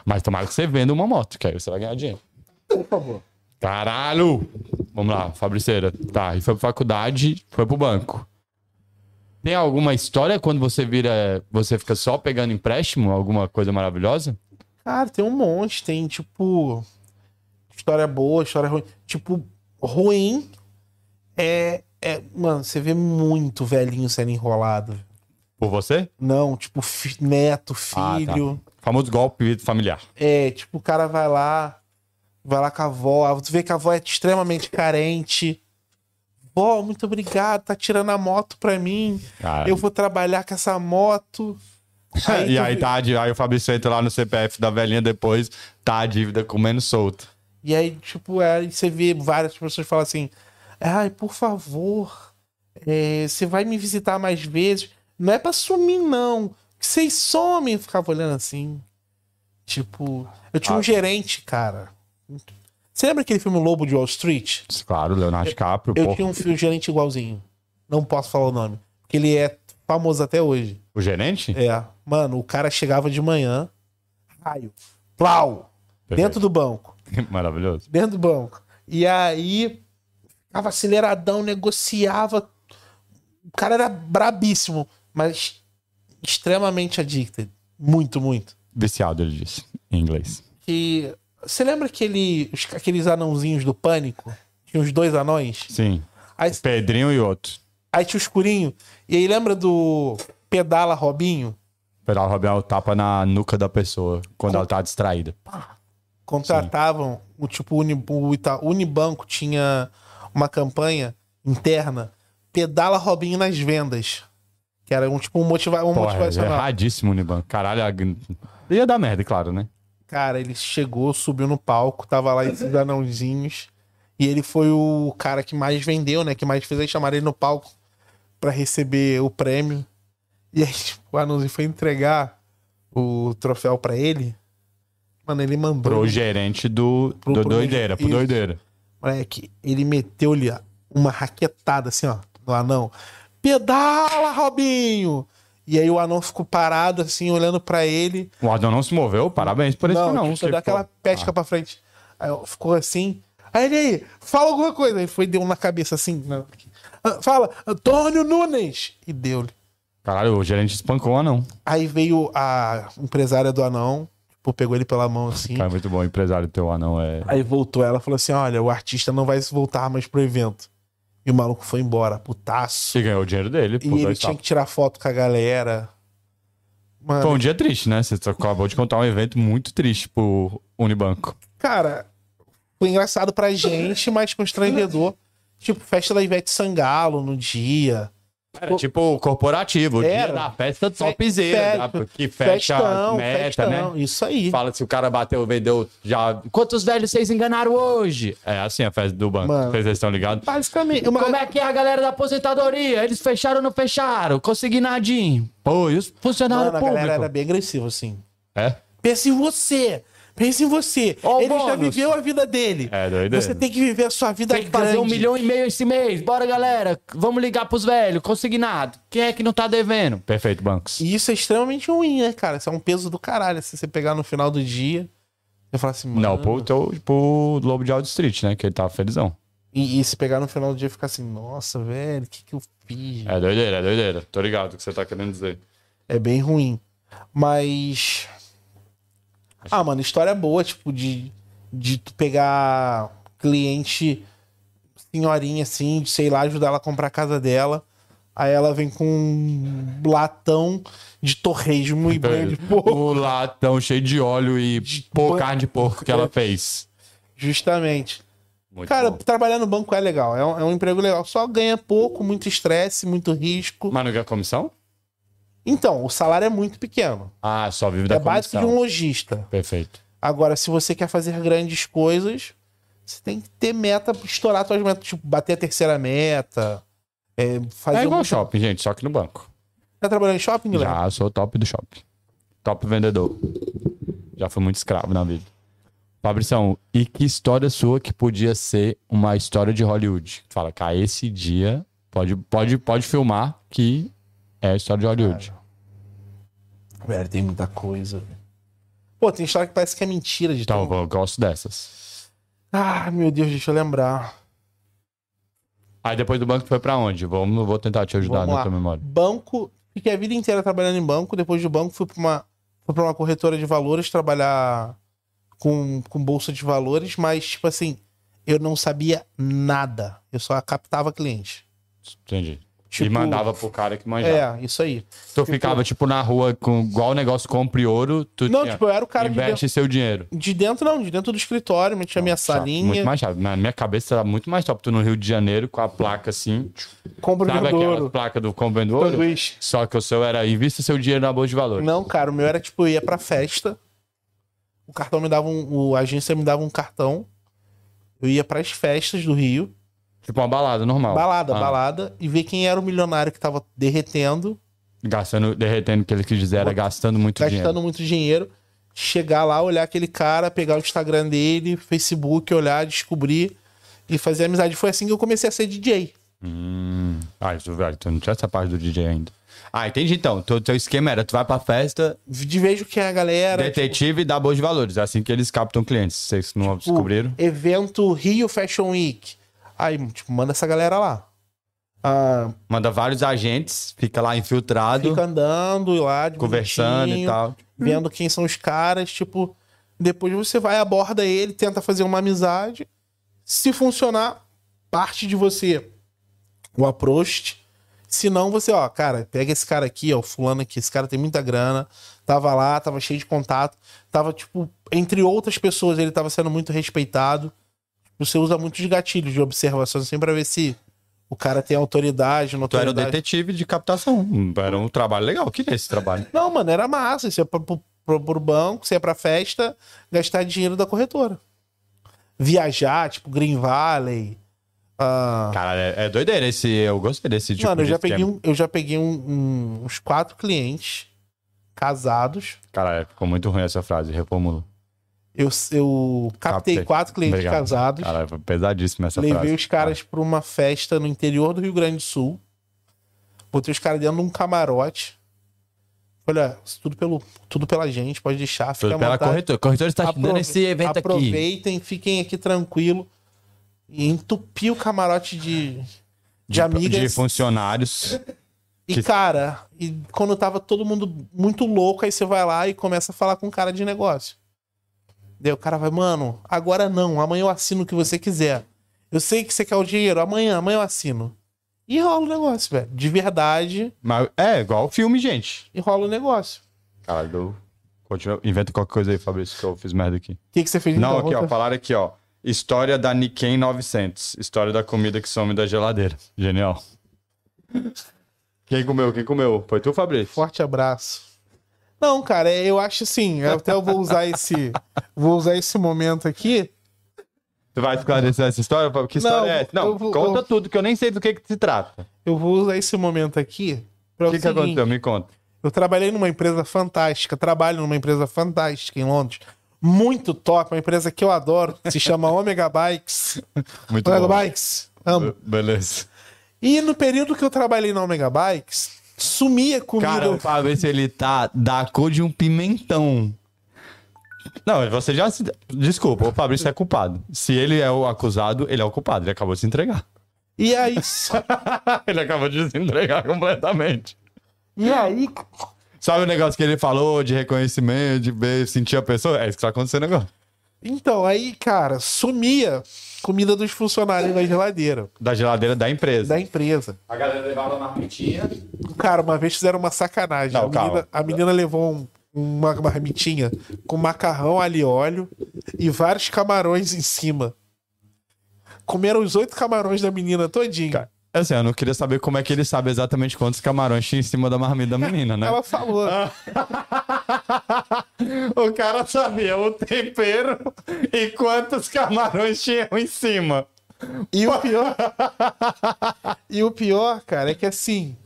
Mas tomara que você venda uma moto, que aí você vai ganhar dinheiro.
Por favor.
Caralho! Vamos lá, Fabriceira. Tá, e foi pra faculdade, foi pro banco. Tem alguma história quando você vira. Você fica só pegando empréstimo? Alguma coisa maravilhosa?
Cara, tem um monte. Tem, tipo, história boa, história ruim. Tipo, ruim é. é mano, você vê muito velhinho sendo enrolado.
Por você?
Não, tipo, fi- neto,
Ah, tá.
filho.
Famoso golpe familiar.
É, tipo, o cara vai lá, vai lá com a avó. ah, Tu vê que a avó é extremamente carente. Vó, muito obrigado, tá tirando a moto pra mim.
Cara.
Eu vou trabalhar com essa moto.
e
tu
aí
vê-
tá a dívida. Aí o Fabrício entra lá no CPF da velhinha depois, tá a dívida comendo solto.
E aí, tipo, aí você vê várias pessoas falam assim: ai, por favor, é, você vai me visitar mais vezes. Não é pra sumir, não. Que vocês somem. Eu ficava olhando assim. Tipo, eu tinha
Ah.
um gerente, cara. Você lembra aquele filme Lobo de Wall Street?
Claro, Leonardo DiCaprio,
Eu
pô.
tinha um fio gerente igualzinho. Não posso falar o nome. Porque ele é famoso até hoje.
O gerente?
É. Mano, o cara chegava de manhã, raio, plau, dentro do banco
Maravilhoso.
dentro do banco. E aí, ficava aceleradão, negociava. O cara era brabíssimo, mas extremamente addicted. Muito, muito.
Viciado, ele disse, em inglês.
E você lembra aquele, os- aqueles anãozinhos do pânico? Tinha uns dois anões.
Sim.
Aí,
Pedrinho e outro.
aí tinha o escurinho. E aí lembra do Pedala Robinho?
Pedal Robel tapa na nuca da pessoa quando ela tá distraída.
Ah, contratavam o tipo Uni- o Ita- o Unibanco tinha uma campanha interna pedala Robinho nas vendas que era um tipo um, motiva um
Porra, é
motivacional
erradíssimo o Unibanco. Caralho, a- ia dar merda, claro, né?
cara ele chegou subiu no palco tava lá esses anãozinhos e ele foi o cara que mais vendeu né que mais fez eles chamarem ele no palco pra receber o prêmio e aí tipo, o anãozinho foi entregar o troféu pra ele mano ele mandou
Pro gerente do,
Pro-
do
pro-
doideira, pro
isso.
doideira.
Moleque, ele meteu-lhe uma raquetada assim, ó, no anão. Pedala, Robinho! E aí o anão ficou parado, assim, olhando pra ele.
O Adão não se moveu, parabéns por isso não.
não,
não
tipo,
você
deu aquela
ficou-
pesca pra frente. Aí eu- ficou assim. Aí ele aí, fala alguma coisa. Aí foi, deu um na cabeça assim. né? Ah, Fala, Antônio Nunes! E deu-lhe.
Caralho, o gerente espancou o anão.
Aí veio a empresária do anão, tipo, pegou ele pela mão assim.
Cara, É muito bom, o empresário teu anão é.
Aí voltou ela falou assim: olha, o artista não vai voltar mais pro evento. E o maluco foi embora, putaço.
Você ganhou o dinheiro dele, pô.
E ele
dois
tinha
tapas.
que tirar foto com a galera. Mano,
Foi um dia triste, né? Você acabou de contar um evento muito triste pro Unibanco.
cara, foi engraçado pra gente, mas constrangedor. Tipo, festa da Ivete Sangalo no dia.
Era tipo corporativo, o dia
Era.
da festa do
Fe-
topzeira, da- que fecha a meta, né?
Isso aí.
Fala se o cara bateu, vendeu já. Quantos velhos vocês enganaram hoje? É assim a festa do banco.
Mano.
Vocês estão ligados?
Basicamente. Uma...
Como é que é a galera da aposentadoria? Eles fecharam ou não fecharam? Consegui nadinho. Pô, e os funcionários
Mano, a
públicos?
galera era bem agressiva, assim.
É?
Pensa em você. Pensa em você.
Ó o
Ele já
bônus.
viveu a vida dele.
É, doideira.
Você tem que viver a sua vida
Tem que fazer um
grande.
milhão e meio esse mês. Bora, galera. Vamos ligar pros velhos. Consignado. Quem é que não tá devendo? Perfeito, bancos.
E isso é extremamente ruim, né, cara? Isso é um peso do caralho. Se você pegar no final do dia, você fala assim, mano.
Não, pro, teu- pro Lobo de Audio Street, né? Que ele tava felizão.
E, e se pegar no final do dia e ficar assim, nossa, velho, o que, que eu fiz?
É doideira, é doideira. Tô ligado o que você tá querendo dizer.
É bem ruim. Mas. Ah, mano, história boa, tipo, de, de tu pegar cliente, senhorinha assim, de sei lá, ajudar ela a comprar a casa dela. Aí ela vem com um latão de torresmo e banho de porco.
O latão cheio de óleo e pô, carne de porco que
é.
ela fez.
Justamente.
Muito
Cara,
bom.
trabalhar no banco é legal, é um, é um emprego legal. Só ganha pouco, muito estresse, muito risco.
Mas não ganha comissão?
Então, o salário é muito pequeno.
Ah, só vive da
é básico
comissão.
de um lojista.
Perfeito.
Agora, se você quer fazer grandes coisas, você tem que ter meta, estourar suas metas, tipo, bater a terceira meta. é, fazer
é igual
um...
shopping, gente, só que no banco.
Tá trabalhando em shopping, Guilherme?
Já sou top do shopping. Top vendedor. Já fui muito escravo na vida. Fabrição, e que história sua que podia ser uma história de Hollywood? Fala, cara, esse dia pode, pode, pode filmar que é a história de Hollywood.
Velho, tem muita coisa. velho. Pô, tem história que parece que é mentira de
então,
tão-
eu gosto dessas.
Ah, meu Deus, deixa eu lembrar.
Aí depois do banco foi pra onde? Vamos, vou tentar te ajudar
Vamos
na
lá.
tua memória.
Banco, fiquei a vida inteira trabalhando em banco. Depois do banco, fui pra uma, fui pra uma corretora de valores trabalhar com, com bolsa de valores, mas, tipo assim, eu não sabia nada. Eu só captava cliente.
Entendi.
Tipo,
e mandava pro cara que manjava.
É, isso aí.
tu ficava, tipo, na rua com igual o negócio compre ouro, tu
Não,
tinha-
tipo, eu era o cara de
investe
dentro,
seu dinheiro.
de dentro, não, de dentro do escritório, mas tinha minha
Muito
salinha,
mais chave. Na minha cabeça era muito mais top. Tu no Rio de Janeiro com a placa assim.
compra
Sabe
o
aquela
ouro.
placa do Convento Ouro?
Sanduíche.
Só que o seu era invista seu dinheiro na bolsa de valor.
Não, cara, o meu era tipo, eu ia pra festa, o cartão me dava um. O a agência me dava um cartão. Eu ia pras festas do Rio,
Tipo uma balada normal.
balada,
Ah,
balada, e ver quem era o milionário que tava derretendo,
Gastando, derretendo o que ele quis dizer, era gastando muito
gastando
dinheiro.
muito dinheiro. Chegar lá, olhar aquele cara, pegar o Instagram dele, Facebook, olhar, descobrir e fazer amizade. Foi assim que eu comecei a ser DJ.
Hum. Ah, isso, velho, tu não tinha essa parte do DJ ainda. Ah, entendi então. Teu, teu esquema era, tu vai pra festa,
De vez o que a galera.
detetive e dá bolsa de valores. É assim que eles captam clientes. Vocês não
tipo,
descobriram?
Evento Rio Fashion Week. Aí, tipo, manda essa galera lá. Ah,
Manda vários agentes, fica lá infiltrado,
fica andando lá, de
conversando e
bonitinho,
tal.
Vendo quem são os caras, tipo. Depois você vai, aborda ele, tenta fazer uma amizade. Se funcionar, parte de você o approach. Se não, você, ó, cara, pega esse cara aqui, ó, o fulano aqui, esse cara tem muita grana, tava lá, tava cheio de contato, tava, tipo, entre outras pessoas, ele tava sendo muito respeitado. Você usa muitos gatilhos de observação, assim, pra ver se o cara tem autoridade, não
Tu era o
autoridade.
detetive de captação. Era um trabalho legal. que é esse trabalho?
Não, mano, era massa. Você ia pro, pro, pro- pro banco, você ia pra festa, gastar dinheiro da corretora. Viajar, tipo, Green Valley. ah,
Cara, é, é doideira esse. Eu gostei desse tipo
mano, eu
de
já peguei,
esquema.
um- eu já peguei um- um- uns quatro clientes casados.
Cara, é, ficou muito ruim essa frase. Reformulo.
Eu, eu captei
Captei.
quatro clientes
Obrigado.
casados.
Cara, foi pesadíssima essa
levei
frase.
os caras pra uma festa no interior do Rio Grande do Sul. Botei os caras dentro de um camarote. Olha, isso tudo, pelo, tudo pela gente, pode deixar. Fica
Tudo
à
Ah, pela
vontade.
corretora. Corretora está te tá dando
Aprove-
esse evento aqui.
aproveitem, fiquem aqui tranquilo. E entupir o camarote de, de, amigas.
De funcionários.
e,
que-
cara, e quando tava todo mundo muito louco, aí você vai lá e começa a falar com o cara de negócio. Daí o cara vai, mano, agora não, amanhã eu assino o que você quiser. Eu sei que você quer o dinheiro, amanhã, amanhã eu assino. E rola o negócio, velho. De verdade,
Mas é igual filme, gente.
e rola o negócio.
Cara, eu... Continua... Inventa qualquer coisa aí, Fabrício, que eu fiz merda aqui.
O que, que você fez
Não,
então?
aqui, ó.
Volta.
Falaram aqui, ó. História da Nikkei 900. História da comida que some da geladeira. Genial. Quem comeu? Quem comeu? Foi tu, Fabrício?
Forte abraço. Não, cara, é- eu acho assim, eu até vou usar esse, vou usar esse momento aqui.
Tu vai esclarecer essa história? Fábio? Que história
Não,
é essa? Não,
eu vou-
conta
eu-
tudo, que eu nem sei do que, que se trata.
Eu vou usar esse momento aqui para
O que, que aconteceu? Me conta.
Eu trabalhei numa empresa fantástica, trabalho numa empresa fantástica em Londres, muito top, uma empresa que eu adoro, se chama Omega Bikes.
Muito
Omega
bom.
Bikes, amo.
Be- Beleza.
E no período que eu trabalhei na Omega Bikes, sumia comida.
Cara, o Fabrício, ele tá da cor de um pimentão. Não, você já se. Desculpa, o Fabrício é culpado. Se ele é o acusado, ele é o culpado. Ele acabou de se entregar.
E aí,
ele acabou de se entregar completamente.
e aí,
Sabe o negócio que ele falou de reconhecimento, de ver, sentir a pessoa? É isso que tá acontecendo agora.
então, aí, cara, sumia comida dos funcionários da geladeira,
Da geladeira da empresa.
da empresa.
A galera levava uma marmitinha.
Cara, uma vez fizeram uma sacanagem.
Não,
a, menina,
calma.
a menina levou um- uma marmitinha com macarrão, alho e óleo e vários camarões em cima. Comeram os oito camarões da menina todinho.
Assim, eu não queria saber como é que ele sabe exatamente quantos camarões tinha em cima da marmita da menina, né?
Ela falou.
O cara sabia o tempero e quantos camarões tinham em cima.
E o pior. e o pior, cara, é que assim.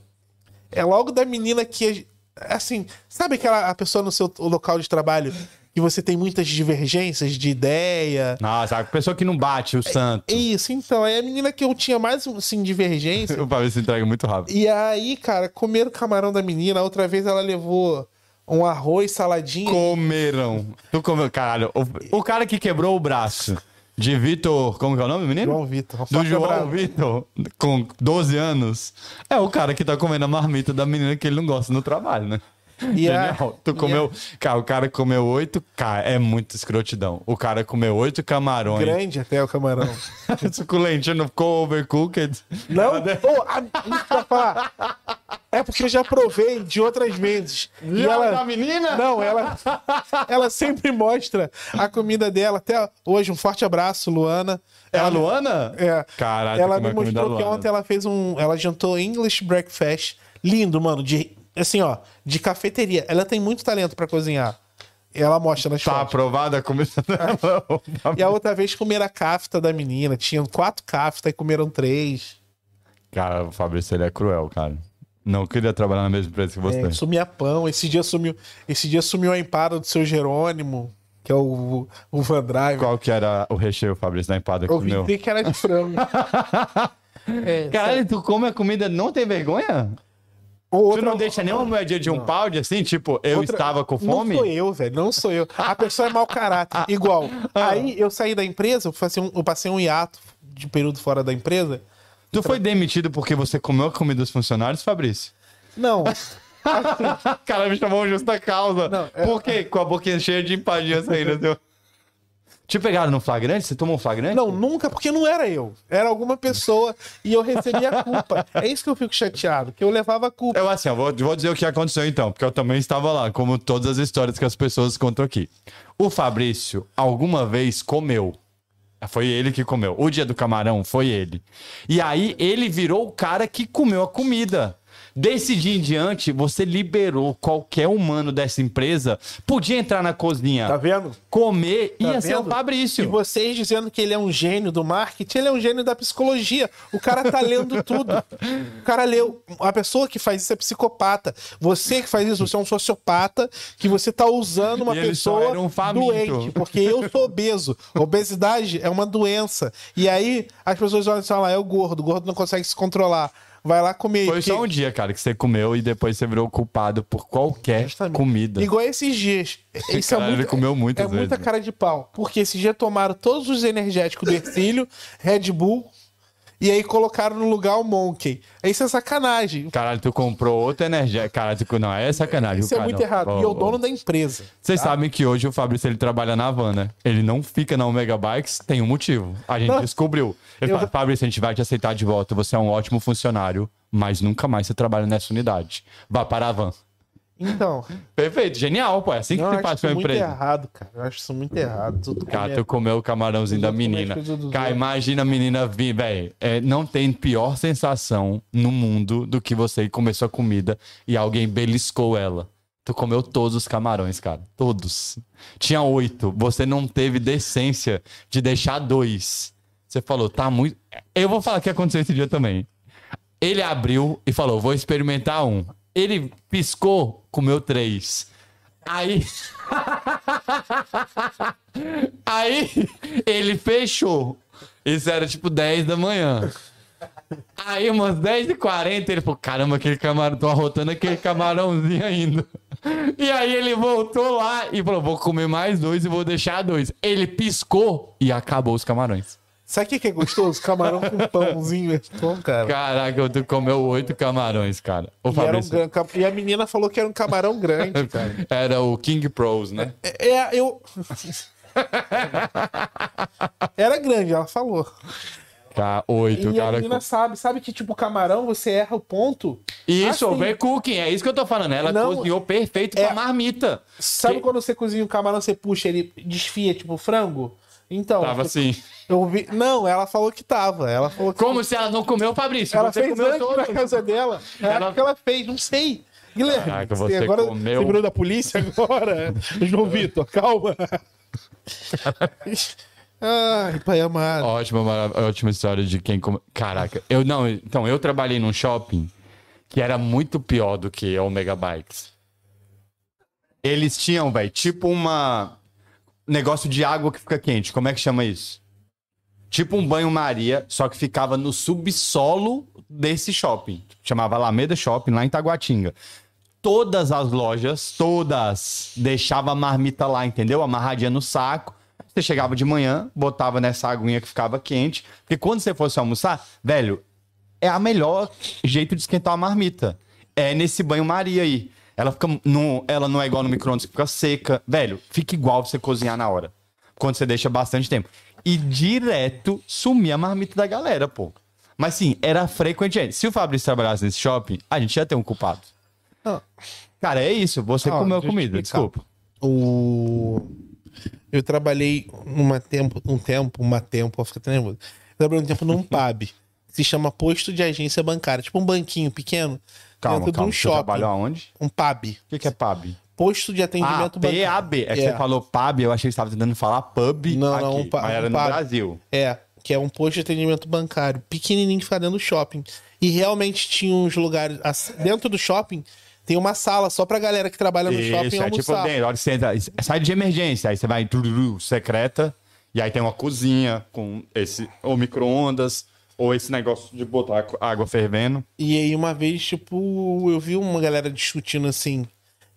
É logo da menina que. Assim, sabe aquela a pessoa no seu local de trabalho que você tem muitas divergências de ideia?
Nossa, a pessoa que não bate o santo.
É Isso, então. É a menina que eu tinha mais, assim, divergência.
O Fabrício se entrega muito rápido.
E aí, cara, comeram o camarão da menina. A outra vez ela levou um arroz, saladinha.
Comeram. Tu comeu, caralho. O, o cara que quebrou o braço de Vitor. Como que é o nome, menino?
João Vitor.
Do
Forte
João
abraço.
Vitor, com 12 anos, é o cara que tá comendo a marmita da menina que ele não gosta no trabalho, né?
E a-
Genial. Tu
e é.
comeu. Cara, o cara comeu oito. Cara, é muito escrotidão. O cara comeu oito camarões.
Grande até o camarão.
Suculentino ficou overcooked.
Não? Ô, a- isso pra falar. É porque eu já provei de outras vezes. E
a
ela,
da menina?
Não, ela, ela sempre mostra a comida dela. Até hoje, um forte abraço, Luana.
É a Luana?
É.
Caralho,
ela
como
me
é a comida da
mostrou que
Luana.
ontem ela fez um. Ela jantou English breakfast. Lindo, mano. De, assim, ó, de cafeteria. Ela tem muito talento pra cozinhar. Ela mostra nas
Tá
fotos.
aprovada a comida dela? Tá
E a outra vez comeram a cafta da menina. Tinham quatro caftas e comeram três.
Cara, o Fabrício ele é cruel, cara. Não queria trabalhar na mesma empresa que você.
É, sumia pão. Esse dia sumiu, esse dia sumiu a empada do seu Jerônimo, que é o, o Van Drive.
Qual que era o recheio, Fabrício, da empada que
Eu
comeu?
vi que era de frango. É,
Caralho, tu come a comida não tem vergonha?
ou
Tu não deixa nem uma moedinha de um pound assim, tipo, eu
outra-
estava com fome? Ah.
Não sou eu, velho. Não sou eu. A pessoa é mau caráter. Igual. Aí eu saí da empresa, eu, passei um, eu passei um hiato de período fora da empresa.
Tu foi demitido porque você comeu a comida dos funcionários, Fabrício?
Não.
Cara, me chamou justa causa.
Não, é-
Por quê? Com a boquinha cheia de empadinha saindo. teu. Te pegaram no flagrante? Você tomou um flagrante?
Não, nunca, porque não era eu. Era alguma pessoa e eu recebia a culpa. É isso que eu fico chateado, que eu levava a culpa.
Eu, assim, eu vou, vou dizer o que aconteceu então, porque eu também estava lá, como todas as histórias que as pessoas contam aqui. O Fabrício alguma vez comeu. Foi ele que comeu. O dia do camarão foi ele. E aí ele virou o cara que comeu a comida. Desse dia em diante, você liberou qualquer humano dessa empresa, podia entrar na cozinha,
Tá vendo?
comer e ia
Tá
ser o
vendo?
Fabrício.
E vocês dizendo que ele é um gênio do marketing, ele é um gênio da psicologia. O cara tá lendo tudo. O cara leu. A pessoa que faz isso é psicopata. Você que faz isso, você é um sociopata que você tá usando uma
E ele só
pessoa
era um faminto.
doente. Porque eu sou obeso. Obesidade é uma doença. E aí as pessoas olham e falam, ah, é o gordo. O gordo não consegue se controlar. Vai lá comer.
Foi
Porque-
só um dia, cara, que você comeu e depois você virou culpado por qualquer
Justamente.
comida.
Igual esses dias. Isso
Caralho,
é muito,
ele comeu muitas
É muita
vezes, né?
cara de pau. Porque esses dias tomaram todos os energéticos do Ercílio, Red Bull, e aí colocaram no lugar o Monkey. Isso é sacanagem.
Caralho, tu comprou outra energia. Caralho, tu... não, é sacanagem.
Isso é muito errado. E é o dono Ah. da empresa.
Vocês sabem que hoje o Fabrício ele trabalha na van, né? Ele não fica na Omega Bikes, tem um motivo. A gente
Não.
descobriu. Ele
Eu-
fala, Fabrício, a gente vai te aceitar de volta. Você é um ótimo funcionário, mas nunca mais você trabalha nessa unidade. Vá para a van.
Então,
Perfeito, genial, pô. É assim que
eu
se
acho
faz com a
isso muito
empresa.
errado, cara. Eu acho isso muito errado. Tudo
Cara,
comer-
tu comeu o camarãozinho da
Tudo comendo
menina.
é coisa dos
Cara,
outros.
imagina a menina vir, velho. É, não tem pior sensação no mundo do que você comer sua comida e alguém beliscou ela. Tu comeu todos os camarões, cara. Todos. Tinha oito. Você não teve decência de deixar dois. Você falou, tá muito. Eu vou falar o que aconteceu esse dia também. Ele abriu e falou, vou experimentar um. Ele piscou, comeu três. Aí. Aí ele fechou. Isso era tipo 10 da manhã. Aí, umas 10h40, ele falou: Caramba, aquele camarão, tô arrotando aquele camarãozinho ainda.
E aí ele voltou lá e falou: vou comer mais dois e vou deixar dois. Ele piscou e acabou os camarões.
Sabe o que que é gostoso? Camarão com pãozinho. é bom, cara.
Caraca, eu tu comeu oito camarões, cara. Ô,
E, era um
Fabrício.
gran- cam- e a menina falou que era um camarão grande, cara.
Era o King Pros, né?
É, é, eu. Era grande, ela falou.
Tá, oito,
E a
cara.
menina sabe, sabe que tipo camarão você erra o ponto.
Isso,
assim.
overcooking, é isso que eu tô falando. Ela
Não,
cozinhou perfeito
é-
com a marmita.
Sabe
Que-
quando você cozinha o camarão, você puxa ele desfia tipo frango? Então,
Tava assim.
eu vi, não, ela falou que tava. Ela falou que
Como se ela não comeu, Fabrício.
ela
você
fez
comeu
antes né?
todo.
na casa dela. É
Ela-
ela... que ela fez, não sei. Guilherme,
Caraca, você
agora
comeu-
lembrou da polícia agora? João Vitor, calma. Ai, pai amado.
Ótima, mara- ótima história de quem. come- Caraca, eu não. Então, eu trabalhei num shopping que era muito pior do que a Omega Bikes.
Eles tinham, velho, tipo uma. Negócio de água que fica quente. Como é que chama isso? Tipo um banho-maria, só que ficava no subsolo desse shopping. Chamava Alameda Shopping, lá em Taguatinga. Todas as lojas, todas, deixava a marmita lá, entendeu? Amarradinha no saco. Você chegava de manhã, botava nessa aguinha que ficava quente. Porque quando você fosse almoçar, velho, é a melhor jeito de esquentar a marmita. É nesse banho-maria aí. Ela, fica no, ela não é igual no micro-ondas que fica seca. Velho, fica igual pra você cozinhar na hora. Quando você deixa bastante tempo. E direto sumia a marmita da galera, pô. Mas sim, era frequente. Se o Fabrício trabalhasse nesse shopping, a gente ia ter um culpado.
Não.
Cara, é isso. Você
Ó,
comeu
deixa eu
comida,
explicar.
desculpa.
o eu trabalhei numa tempo, um tempo, uma tempo, eu fico até nervoso. Eu trabalhei um tempo num pub, que se chama posto de agência bancária, tipo um banquinho pequeno
Calma,
dentro
calma.
de um
Você
shopping,
trabalhou aonde?
um pub,
O que, que é pub?
posto de
Ah,
atendimento bancário.
PAB. É que
É.
você falou pub, eu achei que você estava tentando falar pub
Não,
aqui.
não, um pa-
mas
um
era no
pub.
Brasil.
É, que é um posto de atendimento bancário, pequenininho que fica dentro do shopping. E realmente tinha uns lugares assim, dentro do shopping, tem uma sala só pra galera que trabalha no shopping
Isso, é tipo
almoçar.
dentro, a hora que você entra, sai de emergência, aí você vai em tururu, secreta, e aí tem uma cozinha com esse, ou micro-ondas, ou esse negócio de botar co- água fervendo.
E aí uma vez, tipo, eu vi uma galera discutindo assim,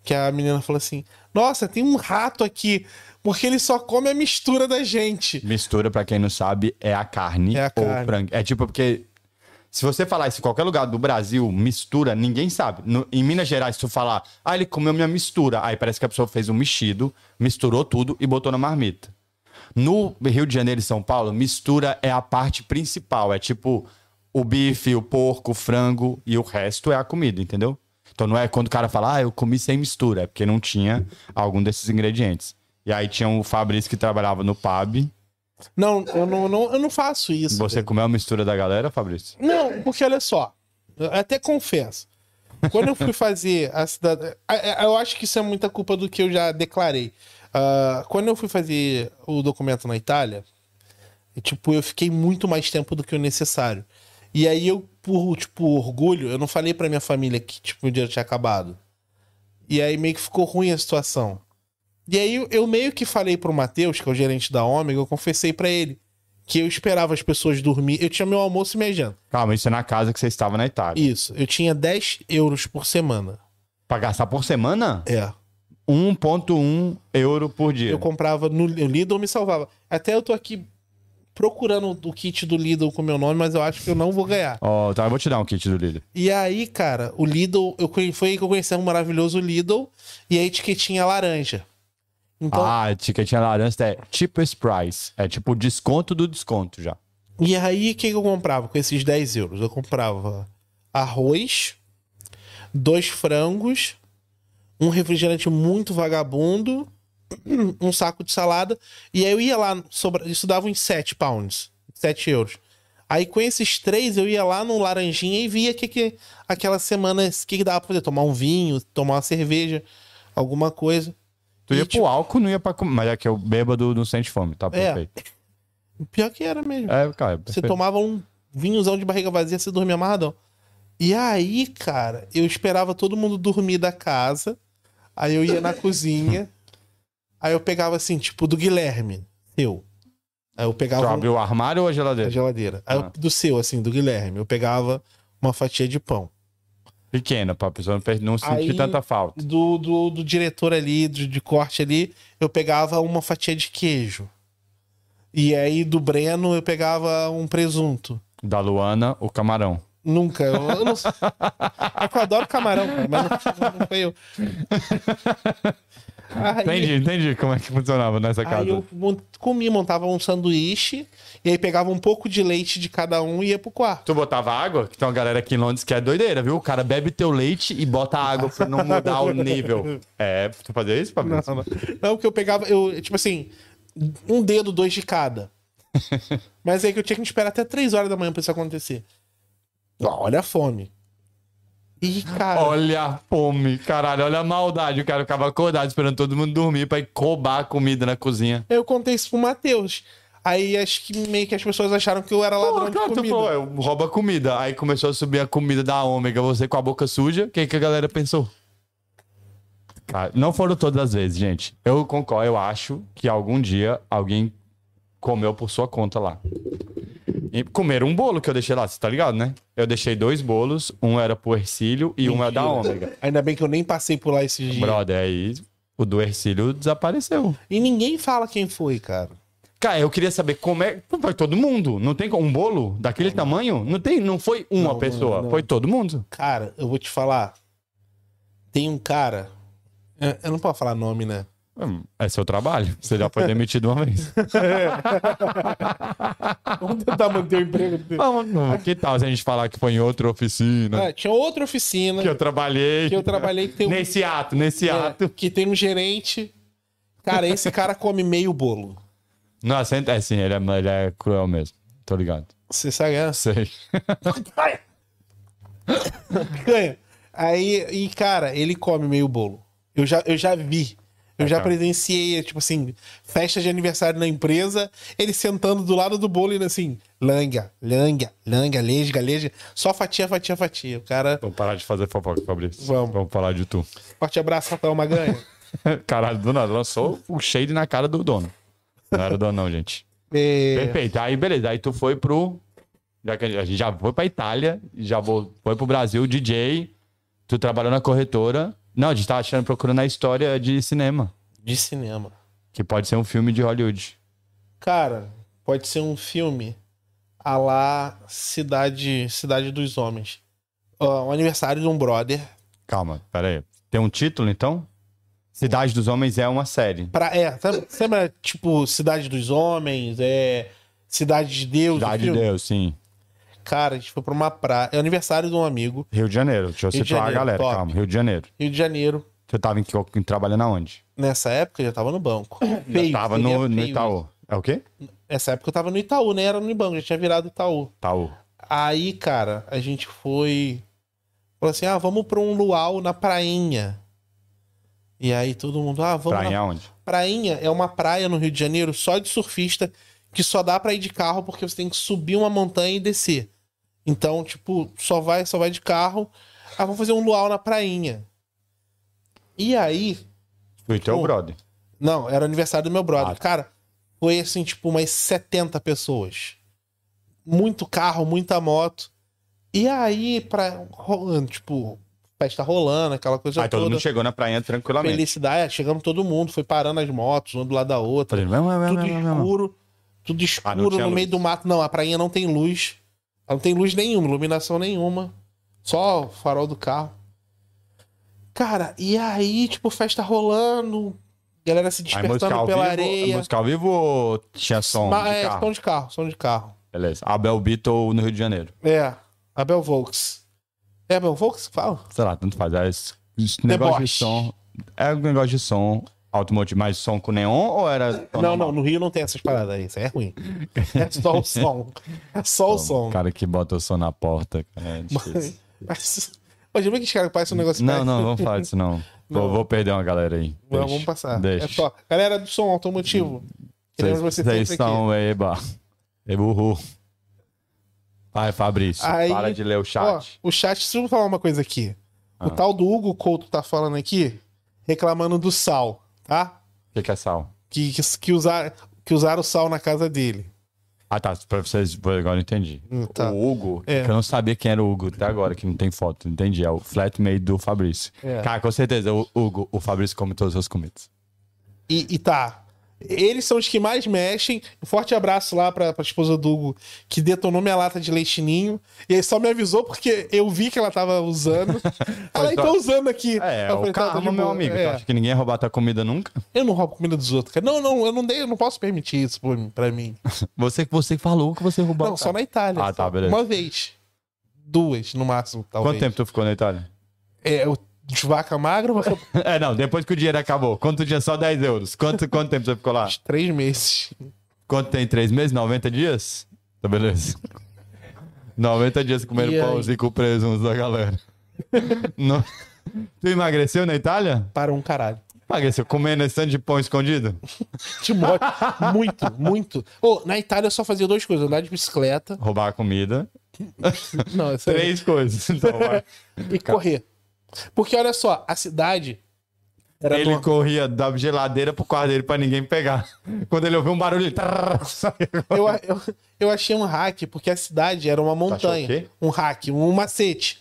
que a menina falou assim: "Nossa, tem um rato aqui, porque ele só come a mistura da gente".
Mistura, pra quem não sabe, é a carne
É a
ou
carne.
frango. É tipo porque. Se você falar isso em qualquer lugar do Brasil, mistura, ninguém sabe. No- em Minas Gerais, se tu falar, ah, ele comeu minha mistura. Aí parece que a pessoa fez um mexido, misturou tudo e botou na marmita. No Rio de Janeiro e São Paulo, mistura é a parte principal. É tipo o bife, o porco, o frango e o resto é a comida, entendeu? Então não é quando o cara fala, ah, eu comi sem mistura, é porque não tinha algum desses ingredientes. E aí tinha o Fabrício que trabalhava no pub.
Não, eu não, não- eu não faço isso.
Você comeu a mistura da galera, Fabrício?
Não, porque olha só, eu até confesso. Quando eu fui fazer a cidade. Eu acho que isso é muita culpa do que eu já declarei. Ah, quando eu fui fazer o documento na Itália, e, tipo, eu fiquei muito mais tempo do que o necessário. E aí eu, por, tipo, orgulho, eu não falei pra minha família que, tipo, meu dinheiro tinha acabado. E aí meio que ficou ruim a situação. E aí eu meio que falei pro Matheus, que é o gerente da Ômega, eu confessei pra ele que eu esperava as pessoas dormir. Eu tinha meu almoço e minha janta.
Calma, isso é na casa que você estava na Itália.
Isso, eu tinha 10 euros por semana.
Pra gastar por semana,
É.
1.1 euro por dia.
Eu comprava no no Lidl me salvava. Até eu tô aqui procurando o kit do Lidl com meu nome, mas eu acho que eu não vou ganhar.
Ó, tá, eu vou te dar um kit do líder.
E aí, cara, o Lidl, eu, conhe- foi aí que eu conheci um maravilhoso Lidl e a etiquetinha laranja. Então,
Ah, a etiquetinha laranja é cheapest price. É tipo o desconto do desconto já.
E aí, o que que eu comprava com esses 10 euros? Eu comprava arroz, dois frangos, um refrigerante muito vagabundo, um saco de salada. E aí eu ia lá, sobra... isso dava uns 7 pounds, 7 euros. Aí com esses três eu ia lá no Laranjinha e via que, que aquela semana, o que, que dava pra fazer? Tomar um vinho, tomar uma cerveja, alguma coisa.
Tu
E,
ia
tipo,
pro álcool, não ia pra comer. Mas é que eu bêbado não sente fome, tá perfeito.
Pior que era mesmo.
É, cara, é
Você
perfeito.
tomava um vinhozão de barriga vazia, você dormia amarradão. E aí, cara, eu esperava todo mundo dormir da casa. Aí eu ia na cozinha. Aí eu pegava assim, tipo, do Guilherme, seu. Aí eu
Tu
pegava
abriu o armário ou a
a
geladeira?
geladeira. Aí eu-
Ah.
do seu, assim, do Guilherme. Eu pegava uma fatia de pão.
pequena, pra pessoa não per- não sentir
Aí-
tanta falta.
do, do, do diretor ali, de, de corte ali, eu pegava uma fatia de queijo. E aí do Breno eu pegava um presunto.
Da Luana, o camarão.
Nunca. Eu, eu não sei. É que eu adoro camarão, cara, mas não, não foi eu. Aí,
Entendi, entendi como é que funcionava nessa casa.
aí eu mon- comi, montava um sanduíche, e aí pegava um pouco de leite de cada um e ia pro quarto.
Tu botava água? Que tem uma galera aqui em Londres que é doideira, viu? O cara bebe teu leite e bota água pra não mudar o nível. É, tu fazia isso, Fabrício?
Não, não, É que eu pegava, eu, tipo assim, um dedo, dois de cada. Mas aí que eu tinha que esperar até três horas da manhã pra isso acontecer. Ó, Olha a fome. E, cara,
Olha a fome, caralho, olha a maldade. O cara ficava acordado esperando todo mundo dormir pra ir roubar a comida na cozinha.
eu contei isso pro Matheus. Aí acho que meio que as pessoas acharam que eu era ladrão
Pô,
de
claro, tu
comida.
falou, é, rouba a comida. Aí começou a subir a comida da ômega, você com a boca suja. O que, que a galera pensou? Cara, não foram todas as vezes, gente. Eu concordo, eu acho que algum dia alguém comeu por sua conta lá. E comeram um bolo que eu deixei lá, você tá ligado, né? Eu deixei dois bolos, um era pro Ercílio e um era da ômega.
Ainda bem que eu nem passei por lá esses dias.
Brother, aí o do Ercílio desapareceu.
E ninguém fala quem foi, cara.
Cara, eu queria saber como é. Pô, Foi todo mundo. Não tem como- um bolo daquele tamanho? Não tem, não foi uma
Não,
pessoa,
não.
foi todo mundo.
Cara, eu vou te falar. Tem um cara. eu- Eu não posso falar nome, né?
Hum, É seu trabalho. Você já foi demitido uma vez.
Vamos tentar manter o emprego dele.
Não, não, que tal se a gente falar que foi em outra oficina?
Ah, tinha outra oficina
Que eu trabalhei.
que eu trabalhei que tem um,
Nesse ato, nesse
é,
ato.
que tem um gerente. Cara, esse cara come meio bolo.
Não, assim, é assim, ele é, ele é cruel mesmo. Tô ligado.
Você sabe é essa?
Sei.
Ganha. Aí, e cara, ele come meio bolo. Eu já, eu já vi. Eu já
cara.
presenciei, tipo assim, festa de aniversário na empresa, ele sentando do lado do bolo e assim, langa, langa, langa, lesga, lesga, só fatia, fatia, fatia. O cara,
Vamos parar de fazer fofoca, Fabrício.
Vamos.
Vamos falar de tu.
forte abraço, Rafael Maganha.
Caralho, do nada. Lançou o shade na cara do dono. Não era dono, não, gente.
É,
Perfeito. Aí, beleza. Aí tu foi pro. Já que a gente já foi pra Itália, já vo- foi pro Brasil, DJ. Tu trabalhou na corretora. Não, a gente tava achando, procurando a história de cinema.
de cinema.
Que pode ser um filme de Hollywood.
Cara, pode ser um filme a lá Cidade, Cidade dos Homens. Ó, o aniversário de um brother.
Calma, pera aí. Tem um título, então? Cidade dos Homens é uma série.
Pra, é, sabe, lembra, tipo, Cidade dos Homens, é. Cidade de Deus.
Cidade de
filme?
Deus, sim.
Cara, a gente foi pra uma praia. É aniversário de um amigo,
Rio de Janeiro. Deixa eu
Rio de
situar
Janeiro,
a galera,
top.
calma. Rio de Janeiro.
Rio de Janeiro.
Você tava em, que- trabalhando aonde?
Nessa época eu já tava no banco.
Eu
Feio,
tava
seria
no, no
feio.
Itaú. É o quê?
Nessa época eu tava no Itaú, né? Era no banco, já tinha virado Itaú.
Itaú.
Aí, cara, a gente foi. Falou assim: ah, vamos pra um luau na prainha. E aí todo mundo, ah, vamos.
Praia
na
aonde?
Prainha é uma praia no Rio de Janeiro só de surfista que só dá pra ir de carro porque você tem que subir uma montanha e descer. Então, tipo, só vai, só vai de carro. Ah, vamos fazer um luau na prainha. E aí,
Tu e teu
Pô.
brother.
não, era aniversário do meu brother.
Ah.
Cara, foi assim, tipo, umas 70 pessoas. Muito carro, muita moto. E aí, pra, rolando, tipo, festa rolando, aquela coisa
Aí todo
toda.
mundo chegou na praia tranquilamente.
Felicidade, chegamos todo mundo, foi parando as motos, uma do lado da outra
Falei, não, não, não,
tudo
não, não, não.
escuro, tudo
Ah,
escuro
não tinha
no meio
luz.
do mato. Não, a prainha não tem luz. Ela não tem luz nenhuma, iluminação nenhuma. Só o farol do carro. Cara, e aí, tipo, festa rolando, galera se
Aí música
despertando
ao,
pela
vivo, é
areia.
música ao vivo ou tinha som
Ma-
de
é,
carro?
som de carro, som de carro.
Beleza. Abel Beatle no Rio de Janeiro.
É, Abel Volks. É Abel Volks que fala?
Sei lá, tanto faz. É esse, esse negócio de
Deboche.
som. É um negócio de som automotivo, mas som com neon ou era. som
não,
normal?
não, no Rio não tem essas paradas aí, isso aí é ruim. É só o som. É só o som.
O cara que bota o som na porta. Cara, é difícil.
Mas, hoje vê que os caras parecem um negócio
não, não, vamos falar disso não. Vou, vou perder uma galera aí.
Vamos,
Deixa,
vamos passar.
Deixa.
É só. Galera do som automotivo.
Vocês-
Queremos você
Vocês
sempre aqui.
estão, eba. Eburru. Vai, Fabrício.
Aí-
Para de ler o chat. Ah.
Ó, o chat, deixa eu falar uma coisa aqui. O tal do Hugo Couto tá falando aqui, reclamando do sal, tá?
O que, que é sal?
Que, que, que usar, que usaram o sal na casa dele.
Ah, tá. Pra vocês, agora eu entendi.
tá.
O Hugo,
É.
que eu não sabia quem era o Hugo até agora, que não tem foto. Entendi. É o flatmate do Fabrício.
É.
Cara, com certeza, o Hugo, o Fabrício come todas as comidas.
E, e tá. Eles são os que mais mexem. Um forte abraço lá pra, pra esposa do Hugo, que detonou minha lata de leitinho. E aí só me avisou porque eu vi que ela tava usando. ela então usando aqui.
É,
Eu
o
falei, tá, tá de
carro, meu
boa.
amigo.
É.
Tu acha que ninguém ia roubar tua comida nunca?
Eu não roubo comida dos outros, cara. Não, não, eu não dei, eu não posso permitir isso pra mim- pra mim.
Você que você falou que você roubou.
Não, só na Itália.
Ah, tá,
só.
beleza.
Uma vez. Duas, no máximo, talvez.
Quanto tempo tu ficou na Itália?
É, eu, de vaca magra, vaca...
É, não, depois que o dinheiro acabou. Quanto dia? Só 10 euros. Quanto, quanto tempo você ficou lá?
três meses.
Quanto tem? 3 meses? 90 dias? Tá beleza. 90 dias comendo
E aí?
pãozinho com presunto da galera. Não- Tu emagreceu na Itália?
Para um caralho.
Emagreceu comendo esse tanto de pão escondido?
Timóteo. muito, muito. Ô, na Itália eu só fazia duas coisas: andar de bicicleta.
Roubar a comida.
Não, isso aí-
Três coisas. Então, vai.
E correr. Porque olha só, a cidade. Era
ele
numa-
corria da geladeira pro quarto dele pra ninguém pegar. Quando ele ouviu um barulho, ele... trrr, saiu.
eu, eu, eu achei um hack, porque a cidade era uma montanha.
Tá o quê?
Um hack, um macete.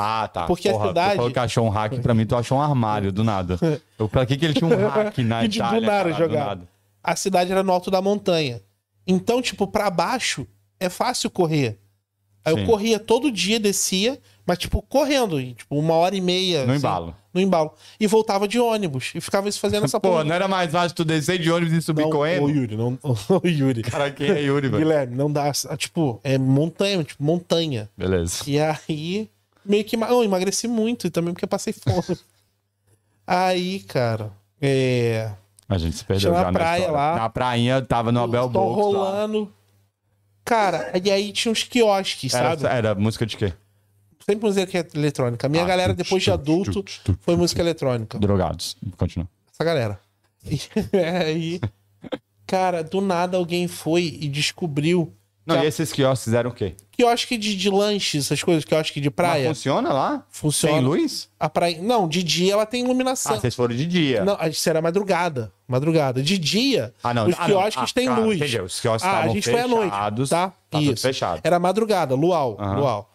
Ah, tá.
Porque a
Porra,
cidade-
Tu falou que achou um hack, pra mim tu achou um armário do nada. Eu, pra que que ele tinha um hack na
Que de do
Itália?
nada
caralho, do
jogava.
nada?
a cidade era no alto da montanha. Então, tipo, pra baixo é fácil correr. Aí
Sim.
eu corria todo dia, descia, mas, tipo, correndo, e, tipo, uma hora e meia.
No
assim,
embalo.
No embalo. E voltava de ônibus. E ficava isso fazendo essa
Pô, não é era mais fácil tu descer de ônibus e subir
Não, Ô,
correndo?
Yuri, não. Ô, Yuri.
Cara, quem é Yuri, velho?
Guilherme, não dá. ah, Tipo, é montanha, tipo, montanha.
Beleza.
E aí, meio que. ma- Eu emagreci muito e também porque eu passei fome. aí, cara. É.
A gente se perdeu
Tinha uma
já
praia
na história.
lá.
Na prainha tava no Abel
Tô
Box lá.
rolando. Cara, e aí tinha uns quiosques, sabe?
Era, era música de quê?
Sempre música é eletrônica. A minha
Ah,
galera,
tut,
depois de
tut,
adulto,
tut, tut,
foi música eletrônica.
Drogados. Continua.
Essa galera. E é, aí, cara, do nada alguém foi e descobriu
Não,
Tá.
e esses quiosques eram o quê?
quiosque de, de lanches, essas coisas, quiosque de
Mas
praia.
funciona lá?
Funciona.
Tem luz?
A praia. Não, de dia ela tem
Ah,
iluminação.
vocês foram de dia.
Não, a gente será madrugada. Madrugada. De dia,
É. Ah, não.
os
Ah, não.
quiosques
Ah,
têm
claro,
luz.
entendi. Os quiosques
ah, a
estavam
gente foi à noite.
fechados,
Tá?
tá tudo
Isso.
fechado.
Era madrugada, luau,
Aham.
luau.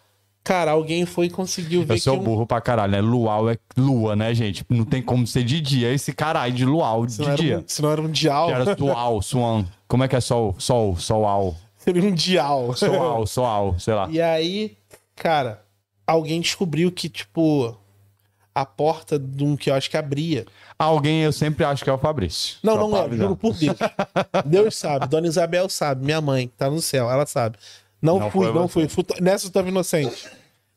Cara, alguém foi e conseguiu ver
Eu sou
que um-
burro pra caralho, né? Luau é lua, né, gente? Não tem como ser de dia esse caralho de luau de
se não era
dia.
um- se não era um dial,
Que Era sual, suan. Como é que é sol? Sol, soal.
seria um dial.
Soal, soal, sei lá.
E aí, cara, alguém descobriu que, tipo, a porta de um quiosque abria.
Alguém eu sempre acho que é o Fabrício.
Não,
Só
não
pra
é,
avisar.
juro por Deus. Deus sabe, Dona Isabel sabe, minha mãe, que tá no céu, ela sabe. Não,
Não
fui,
foi
não
você.
fui. Fui- Nessa eu tava inocente.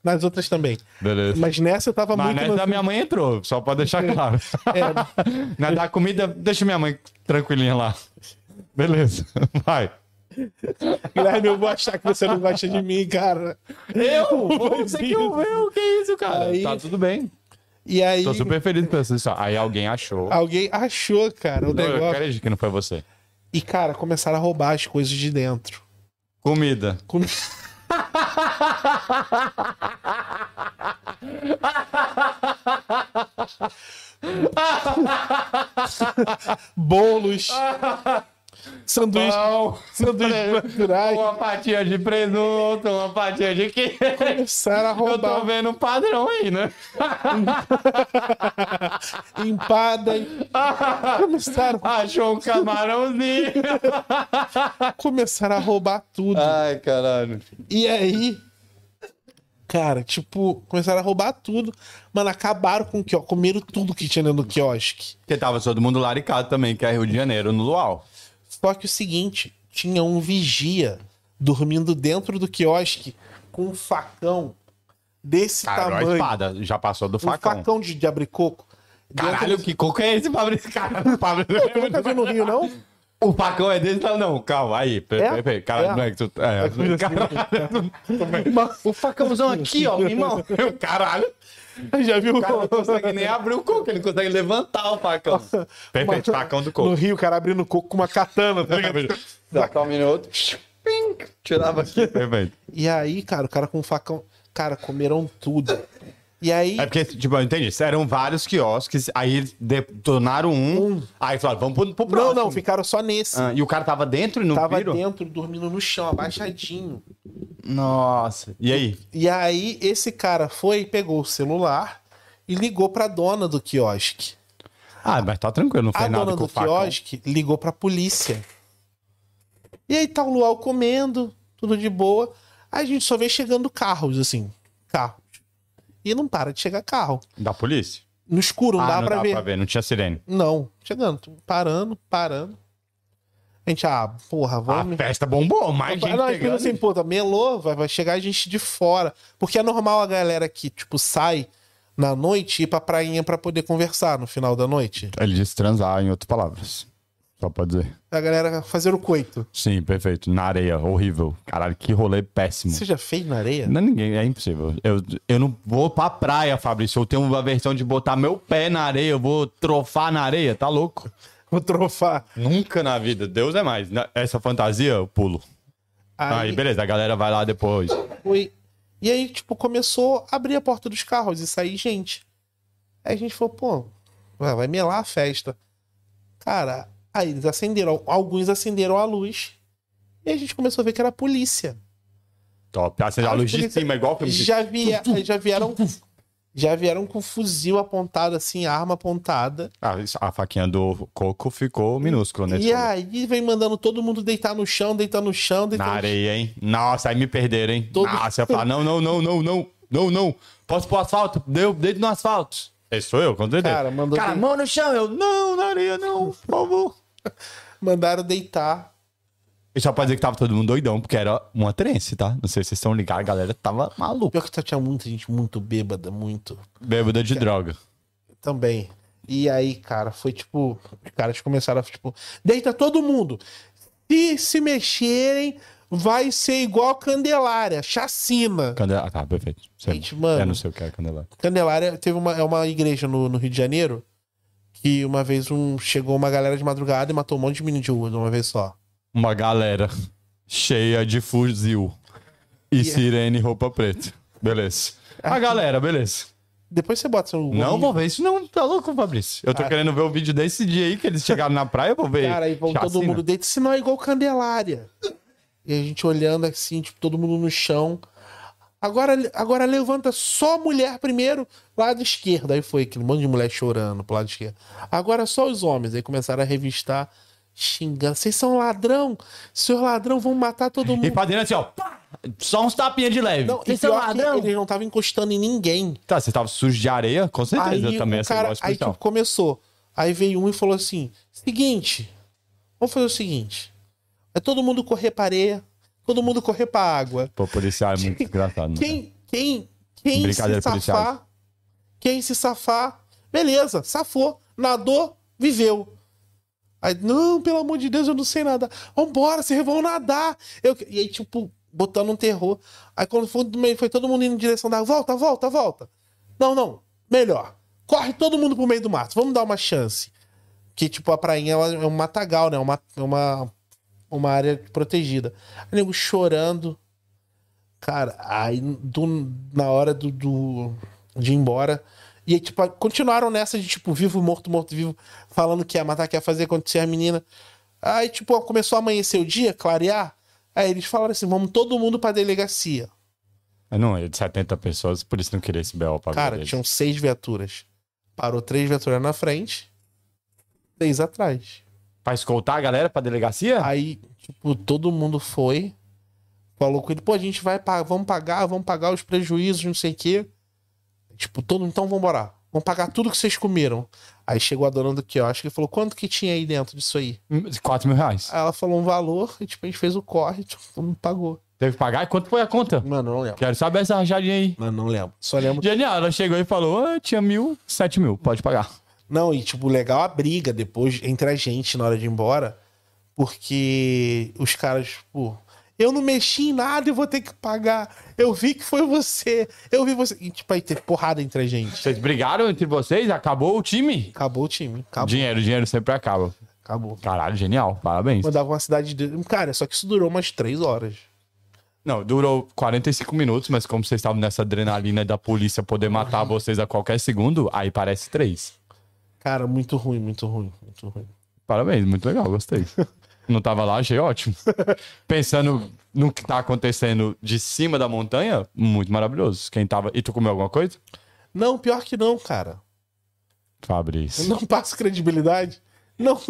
Nas outras também.
Beleza.
Mas nessa eu tava
Mas
muito É.
nessa
inocente.
minha mãe entrou, só pra deixar claro.
É.
Na da comida, deixa minha mãe tranquilinha lá. Beleza, vai.
Guilherme, eu vou achar que você não gosta de mim, cara.
Eu?
Você que eu-
eu? Que isso, cara?
Aí-
Tá tudo bem.
E aí,
Tô super feliz por essa história. Aí alguém achou.
alguém achou, cara, o
Não, eu
negócio.
acredito que não foi você.
E, cara, começaram a roubar as coisas de dentro.
Comida.
Com- Bolos. sanduíche.
Pão,
sanduíche naturais.
uma fatia de presunto, uma fatia de queijo.
Começaram a
Eu tô
roubar
vendo um padrão aí, né?
empada. Começaram,
Achou um camarãozinho.
começaram a roubar tudo.
Ai, caralho.
E aí, cara, tipo, começaram a roubar tudo. Mano, acabaram com o quiosque. Comeram tudo que tinha dentro do quiosque.
Porque tava todo mundo laricado também, que é Rio de Janeiro, no Luau.
Só que o seguinte, tinha um vigia dormindo dentro do quiosque com um facão desse
Cara, a
tamanho.
espada já passou do
um facão,
facão.
de, de abricoco.
Caralho, que coco é esse, Fabrício? Caralho, Fabrício.
Tu nunca viu no Rio, não?
O facão é desse? Não, não, calma, aí. Peraí, peraí,
É?
peraí. Cara,
É.
não é que tu... É, caralho. O facãozão aqui, ó, irmão. Eu, Caralho.
Já viu?
O cara não consegue nem abrir o coco, ele não consegue levantar o facão. Perfeito, facão do
No
coco.
Rio, o cara abrindo o coco com uma katana. Tá ligado?
Dá só um minuto. Ping, tirava aqui. Perfeito.
E aí, cara, o cara com um facão. Cara, comeram tudo. E aí.
É porque, tipo, eu entendi. Eram vários quiosques, aí eles de- tornaram um, aí falaram, vamos pro, pro
não,
próximo.
não, ficaram só nesse.
Ah, e o cara tava dentro
então
e não
Tava
viram?
dentro, dormindo no chão, abaixadinho.
Nossa. E aí?
E aí, esse cara foi, pegou o celular e ligou pra dona do quiosque.
Ah, mas tá tranquilo, não
A
foi nada
dona
com o
do
facão.
quiosque ligou pra polícia. E aí tá o Luau comendo, tudo de boa. Aí a gente só vê chegando carros, assim. Carros. E não para de chegar carro.
Da polícia?
No escuro, não
ah,
dá,
não
pra,
dá
ver.
pra ver, não tinha sirene.
Não, chegando. Parando, parando. A gente, ah, porra, vamos.
A festa bombou, mais gente
não, a gente
pegando.
pensa assim, puta, melou, vai, vai chegar gente de fora. Porque é normal a galera que, tipo, sai na noite e ir pra prainha pra poder conversar no final da noite.
Ele disse transar, em outras palavras. Só pra dizer.
A galera fazer o coito.
Sim, perfeito. Na areia, horrível. Caralho, que rolê péssimo.
Você já fez na areia?
Não é ninguém, é impossível. Eu, eu não vou pra praia, Fabrício. Eu tenho uma versão de botar meu pé na areia, eu vou trofar na areia, tá louco?
Vou trofar.
Nunca na vida, Deus é mais. Na- Essa fantasia, eu pulo. Aí,
Aí,
beleza, a galera vai lá depois.
foi. E aí, tipo, começou a abrir a porta dos carros e sair gente. Aí a gente falou, pô, vai vai melar a festa. Cara, aí eles acenderam, alguns acenderam a luz. E a gente começou a ver que era a polícia.
Top. Acende a luz de
polícia-
cima, é igual filme de-
já, via, já vieram já vieram com fuzil apontado assim, arma apontada.
Ah, isso- a faquinha do coco ficou minúscula nesse
e
rolê.
aí vem mandando todo mundo deitar no chão, deitar no chão, deitar
Na
no
areia, hein? Nossa, aí me perderam, hein?
tá Todo-
Nossa, eu falo, não, não, não, não, não, não, não. Posso pôr asfalto? Deu, dedo no asfalto. Esse sou eu, com certeza.
Cara, mandou
Cara,
ter-
mão no chão, eu, não, na areia, não, por favor.
chão. Mandaram deitar.
E só pra dizer que tava todo mundo doidão, porque era uma trance, tá? Não sei se vocês estão ligados, a galera tava maluca.
Pior que tá, tinha muita gente muito bêbada, muito.
Bêbada de droga.
Também. E aí, cara, foi tipo. Os caras começaram a, tipo, deita todo mundo. Se se mexerem, vai ser igual Candelária, chacina.
Candelária. Ah, tá, perfeito. Você-
Gente, mano.
Eu não sei o que é candelária.
Candelária teve uma, é uma igreja no, no Rio de Janeiro que uma vez um, chegou uma galera de madrugada e matou um monte de menino de rua de uma vez só.
Uma galera cheia de fuzil
é.
e sirene e roupa preta. Beleza. A galera, beleza.
Depois você bota seu.
Não
nome.
vou ver isso, não. Tá louco, Fabrício? Eu tô querendo ver o vídeo desse dia aí que eles chegaram na praia, eu vou ver.
Cara, aí vão todo
chacina.
mundo deita, se não é igual Candelária. E a gente olhando assim, tipo, todo mundo no chão. Agora, agora levanta só a mulher primeiro, lado esquerdo. Aí foi aquele monte de mulher chorando pro lado esquerdo. Agora só os homens. Aí começaram a revistar, xingando. Vocês são ladrão? Senhor ladrão, vão matar todo mundo.
E pra dentro assim, ó. pá, Só uns tapinhas de leve.
Não, e
Esse é
pior que
ladrão.
eles não estavam encostando em ninguém.
Tá, você tava sujo de areia? Com certeza
Aí
também,
o
essa
cara,
igual
aí
hospital.
tipo, começou. Aí veio um e falou assim: seguinte, vamos fazer o seguinte. É todo mundo correr pra areia, todo mundo correr pra água.
Pô, policial é muito engraçado. né?
Quem, quem, quem se
Brincadeira,
safar,
policiais.
quem se safar, beleza, safou, nadou, viveu. Aí, não, pelo amor de Deus, eu não sei nadar. Vambora, vocês vão nadar. Eu, e aí, tipo, botando um terror. Aí, quando foi, do meio, foi todo mundo indo em direção da. Volta, volta, volta. Não, não, melhor. Corre todo mundo pro meio do mato, vamos dar uma chance. Que, tipo, a prainha ela é um matagal, né? Uma, uma, uma área protegida. Aí, nego chorando. Cara, aí do- na hora do, do- de ir embora. E aí, tipo, continuaram nessa de, tipo, vivo, morto, morto, vivo, falando que ia matar, que ia fazer acontecer a menina. Aí, tipo, começou a amanhecer o dia, clarear. Aí eles falaram assim: vamos todo mundo pra delegacia.
Eu Não, é de 70 pessoas, por isso não queria esse BO pra
Cara, um-
ver
tinham seis viaturas. Parou três viaturas na frente, três atrás.
Pra escoltar a galera pra delegacia?
Aí, tipo, todo mundo foi. Falou com ele, pô, a gente vai pagar, vamos pagar, vamos pagar os prejuízos, não sei o quê. Tipo, todo mundo, então vambora. Vamos pagar tudo que vocês comeram. Aí chegou a dona do quiosque e falou, quanto que tinha aí dentro disso aí?
Hum, 4 mil reais.
Aí ela falou um valor e, tipo, a gente fez o corre, tipo, todo mundo pagou.
Teve que pagar? Quanto foi a conta?
Mano, não lembro.
Quero saber essa rajadinha aí.
Mano, não lembro. Só lembro.
Genial, ela chegou e falou: ah, tinha mil, sete mil, pode pagar.
Não, e tipo, legal a briga depois entre a gente na hora de ir embora, porque os caras, tipo, eu não mexi em nada e vou ter que pagar. Eu vi que foi você. Eu vi você. E tipo, aí teve porrada entre a gente.
Vocês brigaram entre vocês? Acabou o time?
Acabou o time. Acabou.
Dinheiro, dinheiro sempre acaba.
Acabou.
Caralho, genial, parabéns.
Mandava uma cidade de. Cara, só que isso durou umas três horas.
Não, durou 45 minutos, mas como vocês estavam nessa adrenalina da polícia poder matar
Uhum.
vocês a qualquer segundo, aí parece três.
Cara, muito ruim, muito ruim, muito ruim.
Parabéns, muito legal, gostei. Não tava lá, achei ótimo. Pensando no que tá acontecendo de cima da montanha, muito maravilhoso. Quem tava. E tu comeu alguma coisa?
Não, pior que não, cara. Eu
Fabrício.
não passo credibilidade. Não,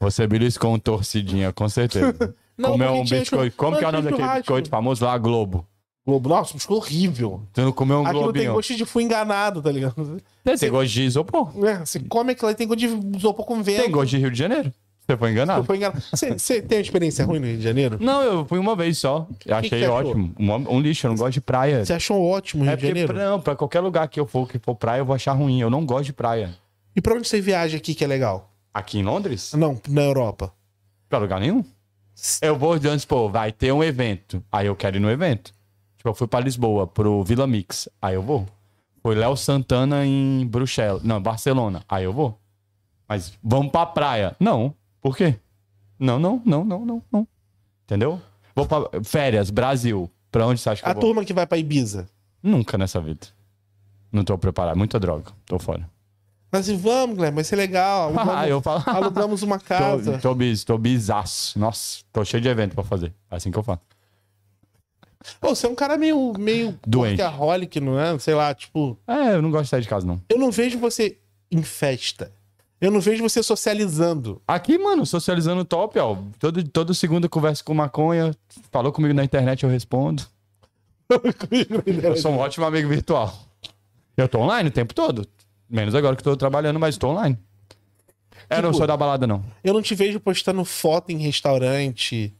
Você beliscou um torcidinha, com certeza.
Não,
comeu
porque
um
tinha
biscoito.
chu-
Como
não,
que é o
tinha
nome daquele
um churrasco.
biscoito famoso lá? Globo.
Globo, nossa, mas ficou horrível.
Tu não comeu um
Aquilo tem
globinho.
gosto de fui enganado, tá ligado?
Tem gosto de isopor.
É, você come aquilo aí, tem gosto de isopor com vento.
Tem gosto de Rio de Janeiro. Você foi enganado.
Foi enganado. Você, você tem uma experiência ruim no Rio de Janeiro?
Não, eu fui uma vez só. Eu
que
achei
você achou?
ótimo. Um, um lixo, eu não gosto de praia.
Você achou um ótimo o Rio
É
de
porque,
Janeiro?
pra- não, pra qualquer lugar que eu for, que for praia, eu vou achar ruim. Eu não gosto de praia.
E pra onde você viaja aqui que é legal?
Aqui em Londres?
Não, na Europa.
Pra lugar nenhum. Eu vou antes, pô, vai ter um evento. Aí eu quero ir no evento. Tipo, eu fui pra Lisboa, pro Vila Mix. Aí eu vou. Foi Léo Santana em Bruxelas. Não, Barcelona. Aí eu vou. Mas vamos pra praia. Não. Por quê? Não, não, não, não, não, não. Entendeu? Vou pra férias, Brasil. Pra onde você acha que
A
eu vou?
turma que vai pra Ibiza.
Nunca nessa vida. Não tô preparado. Muita droga. Tô fora.
Mas e vamos, Guilherme, vai ser legal.
Ah,
Alugamos,
eu falo.
alugamos uma
Tô,
casa.
tô, bis, tô bisaço. Nossa, tô cheio de evento pra fazer. É assim que eu falo.
Pô, você é um cara meio, meio
Doente.
workaholic, não é? Sei lá, tipo...
É, eu não gosto de sair de casa, não.
Eu não vejo você em festa. Eu não vejo você socializando.
Aqui, mano, socializando top, ó. Todo, todo segundo eu converso com maconha. Falou comigo na internet, eu respondo. Eu sou um ótimo amigo virtual. Eu tô online o tempo todo. Menos agora que eu tô trabalhando, mas tô online. Eu não sou da balada, não.
Eu não te vejo postando foto em restaurante.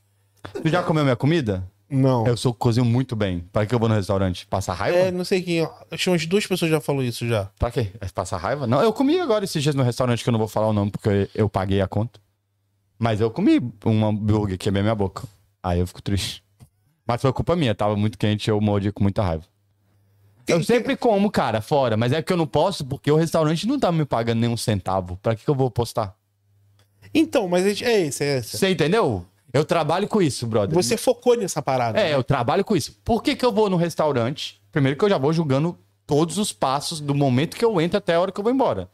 Tu já comeu minha comida?
Não.
Eu sou cozinho muito bem. Pra que eu vou no restaurante? Passar raiva?
É, não sei quem. Acho que umas duas pessoas já falou isso já.
Pra quê? É Passar raiva? Não, eu comi agora esses dias no restaurante que eu não vou falar o nome porque eu paguei a conta. Mas eu comi um hambúrguer, queimei minha boca. Aí eu fico triste. Mas foi culpa minha, tava muito quente, eu mordi com muita raiva. Eu sempre como, cara, fora, mas é que eu não posso porque o restaurante não tá me pagando nenhum centavo. Pra que, que eu vou postar?
Então, mas a gente- é esse, é esse.
Você entendeu? Eu trabalho com isso, brother.
Você focou nessa parada.
É, eu trabalho com isso. Por que, que eu vou no restaurante? Primeiro que eu já vou julgando todos os passos do momento que eu entro até a hora que eu vou embora.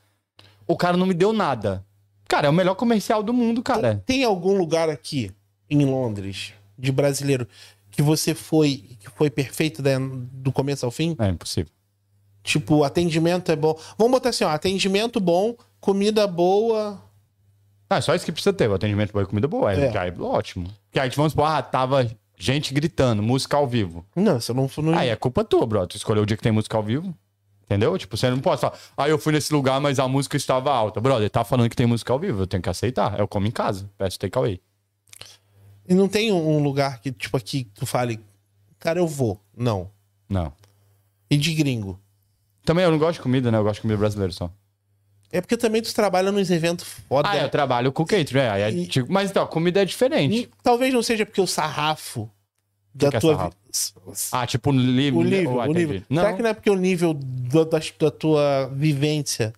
O cara não me deu nada. Cara, é o melhor comercial do mundo, cara.
Tem algum lugar aqui em Londres de brasileiro que você foi que foi perfeito da- do começo ao fim?
É impossível.
Tipo, o atendimento é bom. Vamos botar assim, ó, atendimento bom, comida boa.
Não, é só isso que precisa ter. O atendimento bom e comida boa. É,
É.
já é ótimo. Que aí, vamos supor, ah, tava gente gritando, música ao vivo.
Não, isso eu não fui no
Aí é culpa tua, bro. Tu escolheu o dia que tem música ao vivo. Entendeu? Tipo, você não pode falar, ah, eu fui nesse lugar, mas a música estava alta. Brother, tá falando que tem música ao vivo, eu tenho que aceitar. Eu como em casa, peço takeaway.
E não tem um um lugar que tipo aqui tu fale, cara, eu vou. Não.
Não.
E de gringo.
Também eu não gosto de comida, né? Eu gosto de comida brasileira só.
É porque também tu trabalha nos eventos foda.
Ah, eu trabalho com catering, é, aí é
é. E-
tipo- mas então, comida é diferente.
Talvez não seja porque o sarrafo da
que é
tua
sarrafo?
vida.
Ah, tipo livre,
O nível,
ah,
o
entendi.
nível.
Não,
Será que não é porque o nível do- das- da, tua vivência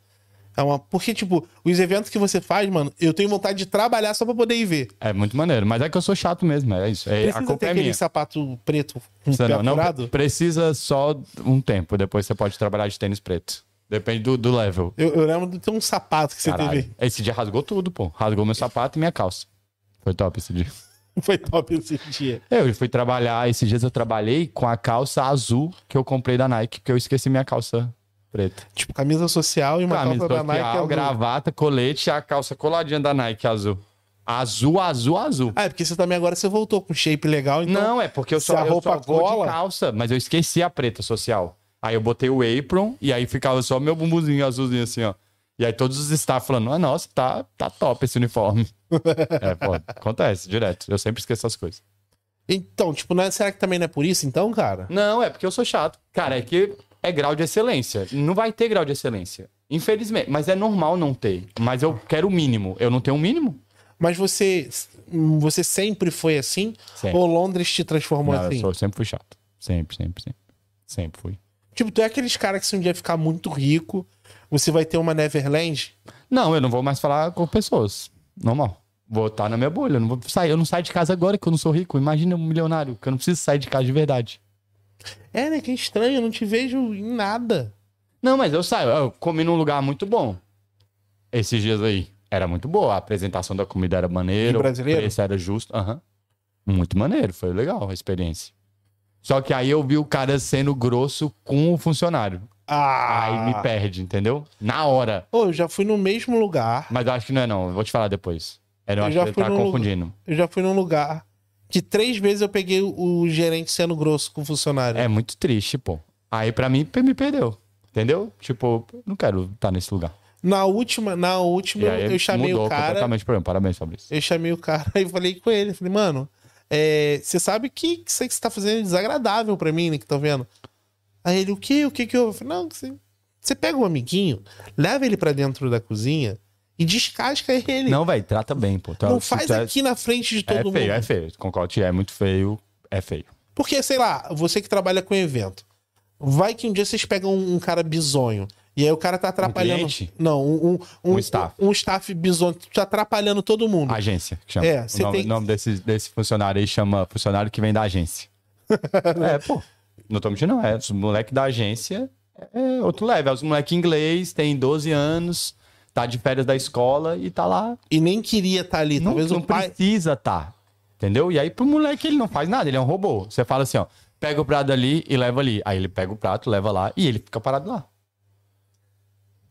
é uma. Porque, tipo, os eventos que você faz, mano, eu tenho vontade de trabalhar só pra poder ir ver.
é muito maneiro, mas é que eu sou chato mesmo, é isso. É, a
Precisa
culpa
ter
é
aquele
minha.
sapato preto com o
Precisa,
pé
não, não,
furado.
precisa só um tempo, depois você pode trabalhar de tênis preto. Depende do, do level.
Eu, eu lembro de ter um sapato que você
Caralho.
teve.
Esse dia rasgou tudo, pô. Rasgou meu sapato e minha calça. Foi top esse dia.
Foi top esse dia.
Eu fui trabalhar, esses dias eu trabalhei com a calça azul que eu comprei da Nike, porque eu esqueci minha calça preta.
Tipo, camisa social e uma
camisa
calça da
social,
Nike. é azul.
gravata, colete e a calça coladinha da Nike azul. Azul, azul, azul.
Ah, é porque você também agora você voltou com shape legal, então.
não, é porque eu
se
só,
a
eu
roupa
só vou
cola-
de calça, mas eu esqueci a preta social. Aí eu botei o apron e aí ficava só meu bumbuzinho azulzinho assim, ó. E aí todos os staff falando, ah, nossa, tá, tá top esse uniforme. é, pô, acontece direto. Eu sempre esqueço essas coisas.
Então, tipo, não é- será que também não é por isso, então, cara?
Não, é porque eu sou chato. Cara, é que é grau de excelência. Não vai ter grau de excelência. Infelizmente. Mas é normal não ter. Mas eu quero o mínimo. Eu não tenho o mínimo?
Mas você. Você sempre foi assim?
Sempre.
Ou Londres te transformou
Não, eu
assim?
sou- sempre fui chato. Sempre, sempre, sempre. Sempre fui.
Tipo, tu é aqueles caras que se um dia ficar muito rico, você vai ter uma Neverland?
Não, eu não vou mais falar com pessoas. Normal. Vou estar na minha bolha. Eu não vou sair. Eu não saio de casa agora que eu não sou rico. Imagina um milionário, que eu não preciso sair de casa de verdade.
É, né? Que estranho, eu não te vejo em nada.
Não, mas eu saio. Eu comi num lugar muito bom. Esses dias aí. Era muito boa. A apresentação da comida era maneira.
De brasileiro?
O preço era justo. Aham. Muito maneiro. Foi legal a experiência. Só que aí eu vi o cara sendo grosso com o funcionário. Aí me perde, entendeu? Na hora.
Ah! Ô, eu já fui no mesmo lugar.
Mas eu acho que não é não. Eu vou te falar depois. Era, eu
Eu
acho
já
que ele
fui
tá
num lugar-
confundindo.
Eu já fui num lugar que três vezes eu peguei o, o gerente sendo grosso com o funcionário.
É muito triste, pô. Aí pra mim pe- me perdeu. Entendeu? Tipo, eu não quero estar nesse lugar.
Na última, na última,
E aí
eu chamei
mudou
o cara.
completamente o problema. Parabéns, Fabrício.
Eu chamei o cara e falei com ele. Falei, mano, é, você sabe que isso aí que você tá fazendo é desagradável pra mim, né? Que tô vendo. Aí ele, o que? O que que eu? eu falei, não, você, você pega um amiguinho, leva ele pra dentro da cozinha e descasca ele. Não,
Não, velho, trata bem, pô. Tu- se
faz
tu é-
aqui na frente de todo
É feio,
mundo.
é feio. Concordo, é muito feio. É feio.
Porque, sei lá, você que trabalha com evento, vai que um dia vocês pegam um, um cara bizonho. E aí o cara tá atrapalhando.
cliente?
não, um, um,
Um staff.
Um, staff bizonho, tá atrapalhando todo mundo.
Agência, que chama.
É,
o
você
nome,
tem-
nome desse, desse funcionário aí chama funcionário que vem da agência. é, pô. Não tô mentindo, não. É, os moleque da agência é outro level. É Os moleque inglês, tem 12 anos, tá de férias da escola e tá lá
E nem queria estar ali.
Não,
Talvez
não
o pai.
precisa tá. Entendeu? E aí pro moleque ele não faz nada, ele é um robô. Você fala assim, ó, pega o prato ali e leva ali. Aí ele pega o prato, leva lá e ele fica parado lá.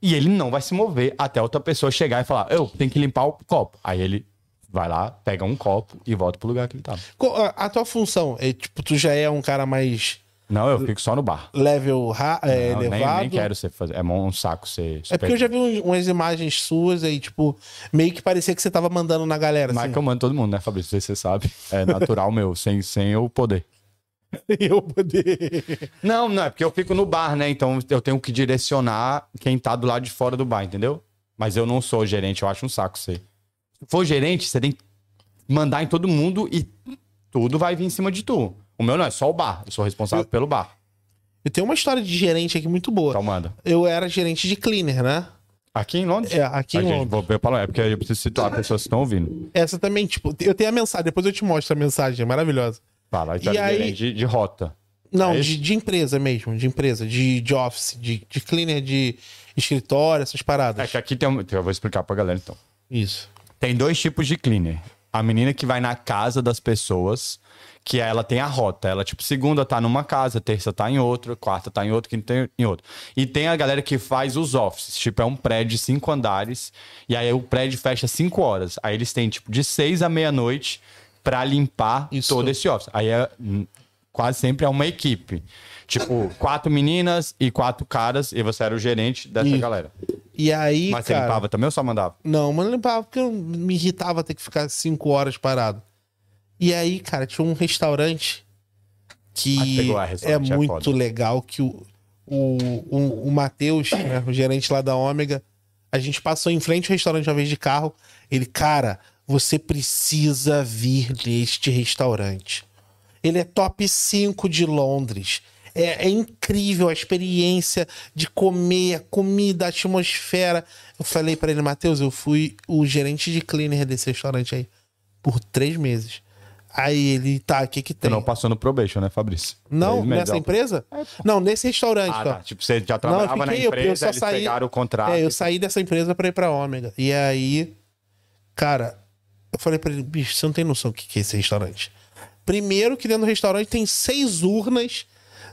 E ele não vai se mover até outra pessoa chegar e falar, eu tenho que limpar o copo. Aí ele vai lá, pega um copo e volta pro lugar que ele tava.
Co- a- A tua função é tipo, tu já é um cara mais
Não, eu fico só no bar.
level ra- é,
Não, nem,
elevado.
nem quero ser fazer. É um saco ser.
É porque eu já vi um- umas imagens suas aí, tipo, meio que parecia que você tava mandando na galera.
Mas
Assim.
que eu mando todo mundo, né, Fabrício? Não sei se Você sabe. É natural meu, sem, sem eu poder.
eu poder.
Não, não, é porque eu fico no bar, né? Então eu tenho que direcionar quem tá do lado de fora do bar, entendeu? Mas eu não sou gerente, eu acho um saco ser. Se for gerente, você tem que mandar em todo mundo e tudo vai vir em cima de tu. O meu não, é só o bar. Eu sou responsável pelo bar.
Eu tenho uma história de gerente aqui muito boa.
Então manda.
Eu era gerente de cleaner, né?
Aqui em Londres?
É, aqui
A
em
gente,
Londres.
Vou ver pra Londres, é porque eu preciso situar as pessoas que estão ouvindo.
Essa também, tipo, eu tenho a mensagem, depois eu te mostro a mensagem, é maravilhosa.
Fala,
E aí-
gerente de, de rota.
Não,
É
de, de empresa mesmo, de empresa, de, de office, de, de cleaner, de escritório, essas
É
paradas.
que aqui tem um... Eu vou explicar pra galera então.
Isso.
Tem dois tipos de cleaner. A menina que vai na casa das pessoas, que ela tem a rota. Ela, tipo, segunda tá numa casa, terça tá em outra, quarta tá em outra, quinta tá em outra. E tem a galera que faz os offices. Tipo, é um prédio de cinco andares. E aí o prédio fecha cinco horas. Aí eles têm, tipo, de seis à meia-noite pra limpar
Isso.
todo esse office. Aí é, hum, quase sempre é uma equipe. Tipo, quatro meninas e quatro caras. E você era o gerente dessa
Isso.
galera.
E aí,
Mas você
cara...
limpava também ou só mandava?
Não, mas não limpava porque eu me irritava ter que ficar cinco horas parado. E aí, cara, tinha um restaurante
Ah,
que
pegou a
é
restaurante, é
muito
foda.
legal que o, o, o, o Matheus, né, o gerente lá da Ômega, a gente passou em frente ao restaurante uma vez de carro. Ele, cara, você precisa vir neste restaurante. Ele é top 5 de Londres. É, é incrível a experiência de comer, a comida, a atmosfera. Eu falei pra ele, Matheus, eu fui o gerente de cleaner desse restaurante aí por três meses. Aí ele, tá, o que que
Você
tem?
não passou no probation, né, Fabrício?
Não,
Três meses,
nessa
ó.
empresa? Não, nesse restaurante,
É, Ah,
tá.
tá. Tipo, você já
Não, eu
trabalhava
fiquei,
na
eu-
empresa,
eu só
eles
saí-
pegaram o contrato.
É, eu saí dessa empresa pra ir pra Ômega. E aí, cara, eu falei pra ele, bicho, você não tem noção do que que é esse restaurante. Primeiro que dentro do restaurante tem seis urnas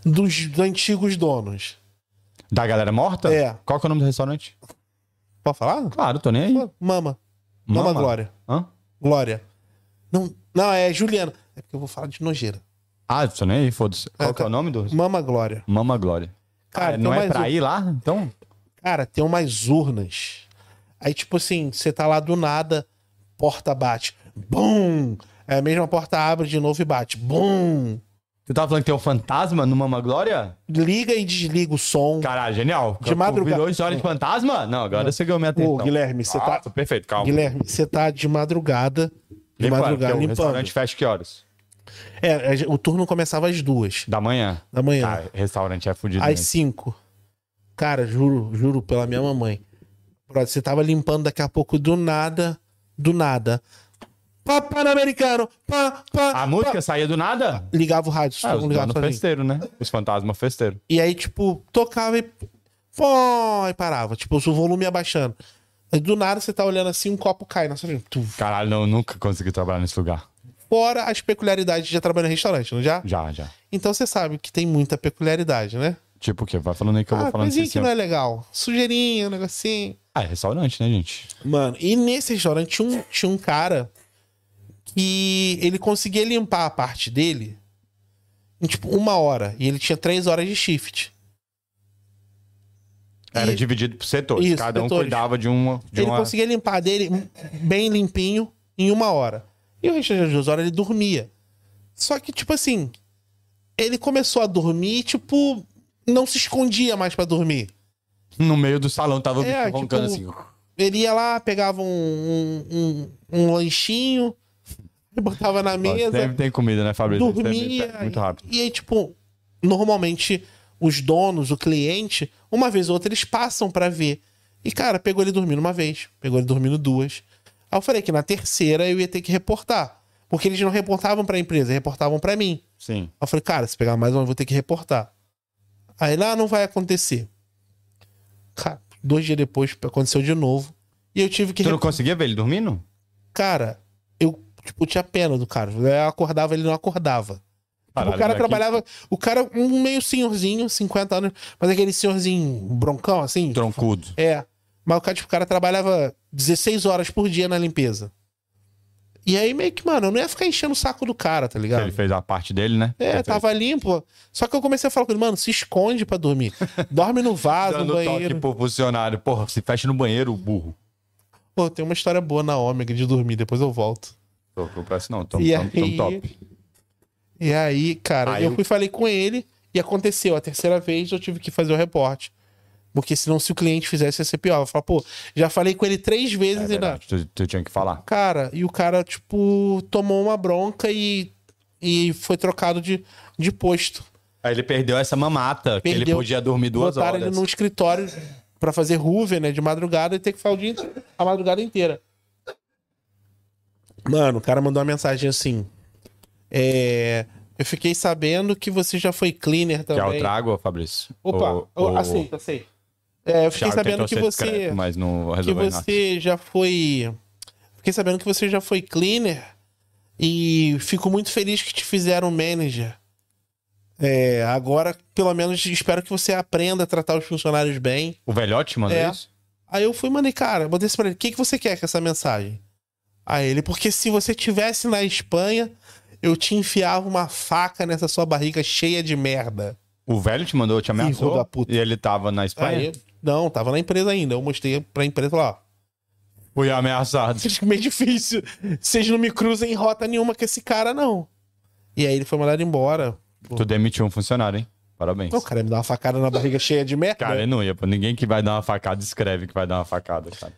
dos, dos antigos donos.
Da galera morta?
É.
Qual que é o nome do restaurante?
Pode falar?
Claro, tô nem aí.
Mama. Mama, Glória.
Hã?
Glória. Não, não, é Juliana. É porque eu vou falar de nojeira.
Ah, tô nem aí, foda-se. Qual
É,
que é
tá.
o nome do...
Mama Glória.
Mama Glória.
Cara,
Ah, não
tem
é
mais
pra
um.
ir lá, então?
Cara, tem umas urnas. Aí, tipo assim, você tá lá do nada, porta bate. Bum! É a mesma porta abre de novo e bate. Bum!
Tu tava falando que tem um fantasma no Mama Glória?
Liga e desliga o som.
Caralho, genial.
De madrugada.
Virou história de fantasma? Não, agora você ganhou minha atenção.
Ô, Guilherme, você
ah,
tá.
tá... perfeito, calma.
Guilherme, você tá de madrugada. De
Limpando,
madrugada,
porque O
limpando.
restaurante fecha que horas?
É, a gen- o turno começava às duas
Da manhã.
da manhã.
Ah, restaurante é fudido.
às
né?
5. Cara, juro, juro pela minha mamãe. Brother, Você tava limpando daqui a pouco do nada, do nada. pá, pan-americano, pá, pá.
A
pá.
música saía do nada?
Ligava o rádio,
Ah,
todo
os
mundo ligava
donos
sozinho.
festeiro, né? Os fantasmas festeiro.
E aí, tipo, tocava e. Pô, e parava. Tipo, o volume ia baixando. Aí, do nada você tá olhando assim, um copo cai na sua frente. Tu.
Caralho, não, nunca consegui trabalhar nesse lugar.
Fora as peculiaridades de já trabalhar em restaurante, não já?
Já, já.
Então você sabe que tem muita peculiaridade, né?
Tipo o quê? Vai falando aí que eu
ah,
vou falando
coisinha
assim.
que não é legal. Sujeirinha, um negocinho.
Ah, é restaurante, né, gente?
Mano, e nesse restaurante tinha um, tinha um cara que ele conseguia limpar a parte dele em tipo uma hora. E ele tinha três horas de shift.
Era
E-
dividido por setores.
Isso,
Cada um
setores.
cuidava de uma. De
ele
uma...
conseguia limpar a dele bem limpinho em uma hora. E o restante das duas horas ele dormia. Só que, tipo assim, ele começou a dormir, tipo, não se escondia mais pra dormir.
No meio do salão tava o bicho
É,
roncando
tipo-
assim.
Ele ia lá, pegava um, um, um, um lanchinho, botava na
Nossa,
mesa.
Sempre tem comida, né, Fabrício? Sempre
dormia.
tem- Muito rápido.
E, e aí, tipo, normalmente os donos, o cliente, uma vez ou outra eles passam pra ver. E, cara, pegou ele dormindo uma vez, pegou ele dormindo duas. Aí eu falei que na terceira eu ia ter que reportar. Porque eles não reportavam pra empresa, reportavam pra mim.
Sim.
Aí eu falei, cara, se pegar mais uma, eu vou ter que reportar. Aí lá não vai acontecer. Cara, dois dias depois aconteceu de novo. E eu tive que
Tu não
reportar.
conseguia ver ele dormindo?
Cara, eu, tipo, tinha pena do cara. Eu acordava, ele não acordava. Tipo,
Caralho,
o cara
moleque.
trabalhava. O cara, um meio senhorzinho, 50 anos, mas aquele senhorzinho broncão, assim.
Troncudo.
É. Mas o cara, tipo, o cara trabalhava 16 horas por dia na limpeza. E aí, meio que, mano, eu não ia ficar enchendo o saco do cara, tá ligado?
Ele fez a parte dele, né?
É,
Ele
tava limpo. Só que eu comecei a falar com ele, mano, se esconde pra dormir. Dorme no
fez-
vaso,
Dando
no banheiro.
toque pro funcionário. Porra, se fecha no banheiro, burro.
Pô, tem uma história boa na ômega de dormir, depois eu volto.
Tô, tô pra isso não. Tão,
E
tão- tão
aí-
top.
E aí, cara,
Aí
eu
eu-
fui e falei com ele e aconteceu. A terceira vez eu tive que fazer o reporte. Porque senão, se o cliente fizesse, ia ser pior. Eu falava, pô, já falei com ele três
É
vezes e ainda.
verdade, tu, tu tinha que falar.
Cara, e o cara, tipo, tomou uma bronca e, e foi trocado de, de posto.
Aí ele perdeu essa mamata, que ele
Perdeu.
podia dormir duas
Botaram
horas.
ele num escritório pra fazer Hoover, né, de madrugada e ter que ficar o dia, inte- a madrugada inteira. Mano, o cara mandou uma mensagem assim. É. Eu fiquei sabendo que você já foi cleaner também.
Quer é o trago, Fabrício?
Opa,
Ou- ou-
aceita, aceita. É, eu
o
fiquei
Thiago
sabendo
tentou
que
ser
você.
discreto, mas não
que
resolveu nada.
você já foi. Fiquei sabendo que você já foi cleaner. E fico muito feliz que te fizeram manager. É, agora, pelo menos, espero que você aprenda a tratar os funcionários bem.
O velhote mandou
É.
isso?
Aí eu fui e mandei, cara, mandei isso pra ele. O que, que você quer com essa mensagem? Aí ele, porque se você tivesse na Espanha, eu te enfiava uma faca nessa sua barriga cheia de merda.
O velho te mandou, te
filho da
ameaçou?
puta.
E ele tava na Espanha?
Aí, não, tava na empresa ainda. Eu mostrei pra empresa lá, ó.
Fui ameaçado.
Acho que é meio difícil. Vocês não me cruzem em rota nenhuma com esse cara, não. E aí ele foi mandado embora.
tu demitiu um funcionário, hein? Parabéns.
Pô, o Tipo- cara né? me dá uma facada na barriga cheia de merda.
Cara, é- eu não ia. pô. Ninguém que vai dar uma facada escreve que vai dar uma facada, cara.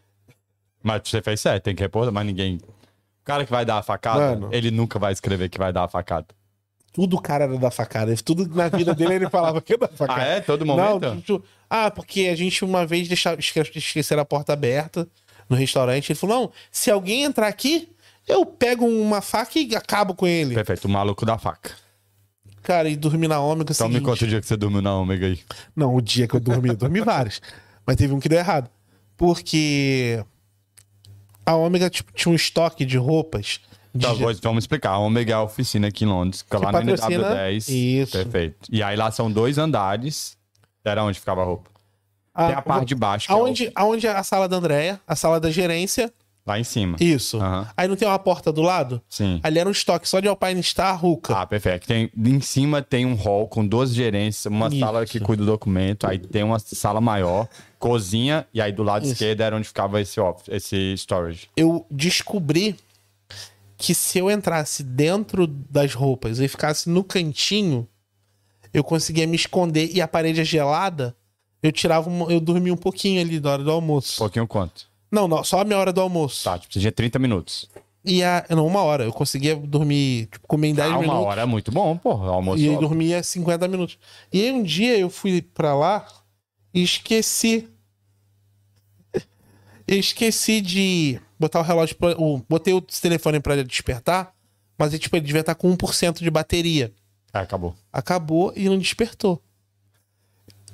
Mas você fez certo, tem que reportar, mas ninguém. O cara que vai dar a facada,
Mano.
ele nunca vai escrever que vai dar a facada.
Tudo o cara era da facada. Tudo na vida dele ele falava que era da facada.
Ah, é? Todo
Não,
momento?
tu- ah, porque a gente uma vez deixava, esque- esqueceram a porta aberta no restaurante. Ele falou: não, se alguém entrar aqui, eu pego uma faca e acabo com ele.
Perfeito, o maluco da faca.
Cara, e dormi na ômega.
Então me
seguinte.
conta o dia que você dormiu na ômega aí.
Não, o dia que eu dormi, eu dormi vários. Mas teve um que deu errado. Porque a Ômega tipo, tinha um estoque de roupas. De
Tá, vou- vamos explicar. A Omega é a oficina aqui em Londres, fica
Que
lá na
patrocina-
NW10.
Isso.
Perfeito. E aí lá são dois andares. Era onde ficava a roupa.
a,
Tem a parte de baixo, que é o-
Ah, aonde, aonde é a sala da Andréia, a sala da gerência.
lá em cima.
Isso.
Aham.
Aí não tem uma porta do lado?
Sim.
Ali era um estoque só de Alpine Star, Ruka.
Ah, perfeito. Tem, em cima tem um hall com duas gerências, uma
Isso.
sala que cuida do documento, aí tem uma sala maior, cozinha, e aí do lado
Isso.
esquerdo era onde ficava esse, office, esse storage.
Eu descobri que se eu entrasse dentro das roupas e ficasse no cantinho, eu conseguia me esconder e a parede é gelada. Eu tirava, um, eu dormia um pouquinho ali da hora do almoço.
Pouquinho quanto?
Não, não, só a minha hora do almoço.
Tá, tipo, você tinha 30 minutos.
E a. Não, uma hora. Eu conseguia dormir, tipo, comer em 10
Ah, uma
minutos.
hora é muito bom, porra. Almoço.
E aí
ó.
dormia 50 minutos. E aí um dia eu fui pra lá e esqueci. Esqueci de botar o relógio. Pra, o, botei o telefone pra despertar, mas tipo, ele devia estar com 1% de bateria.
Ah, acabou.
Acabou e não despertou.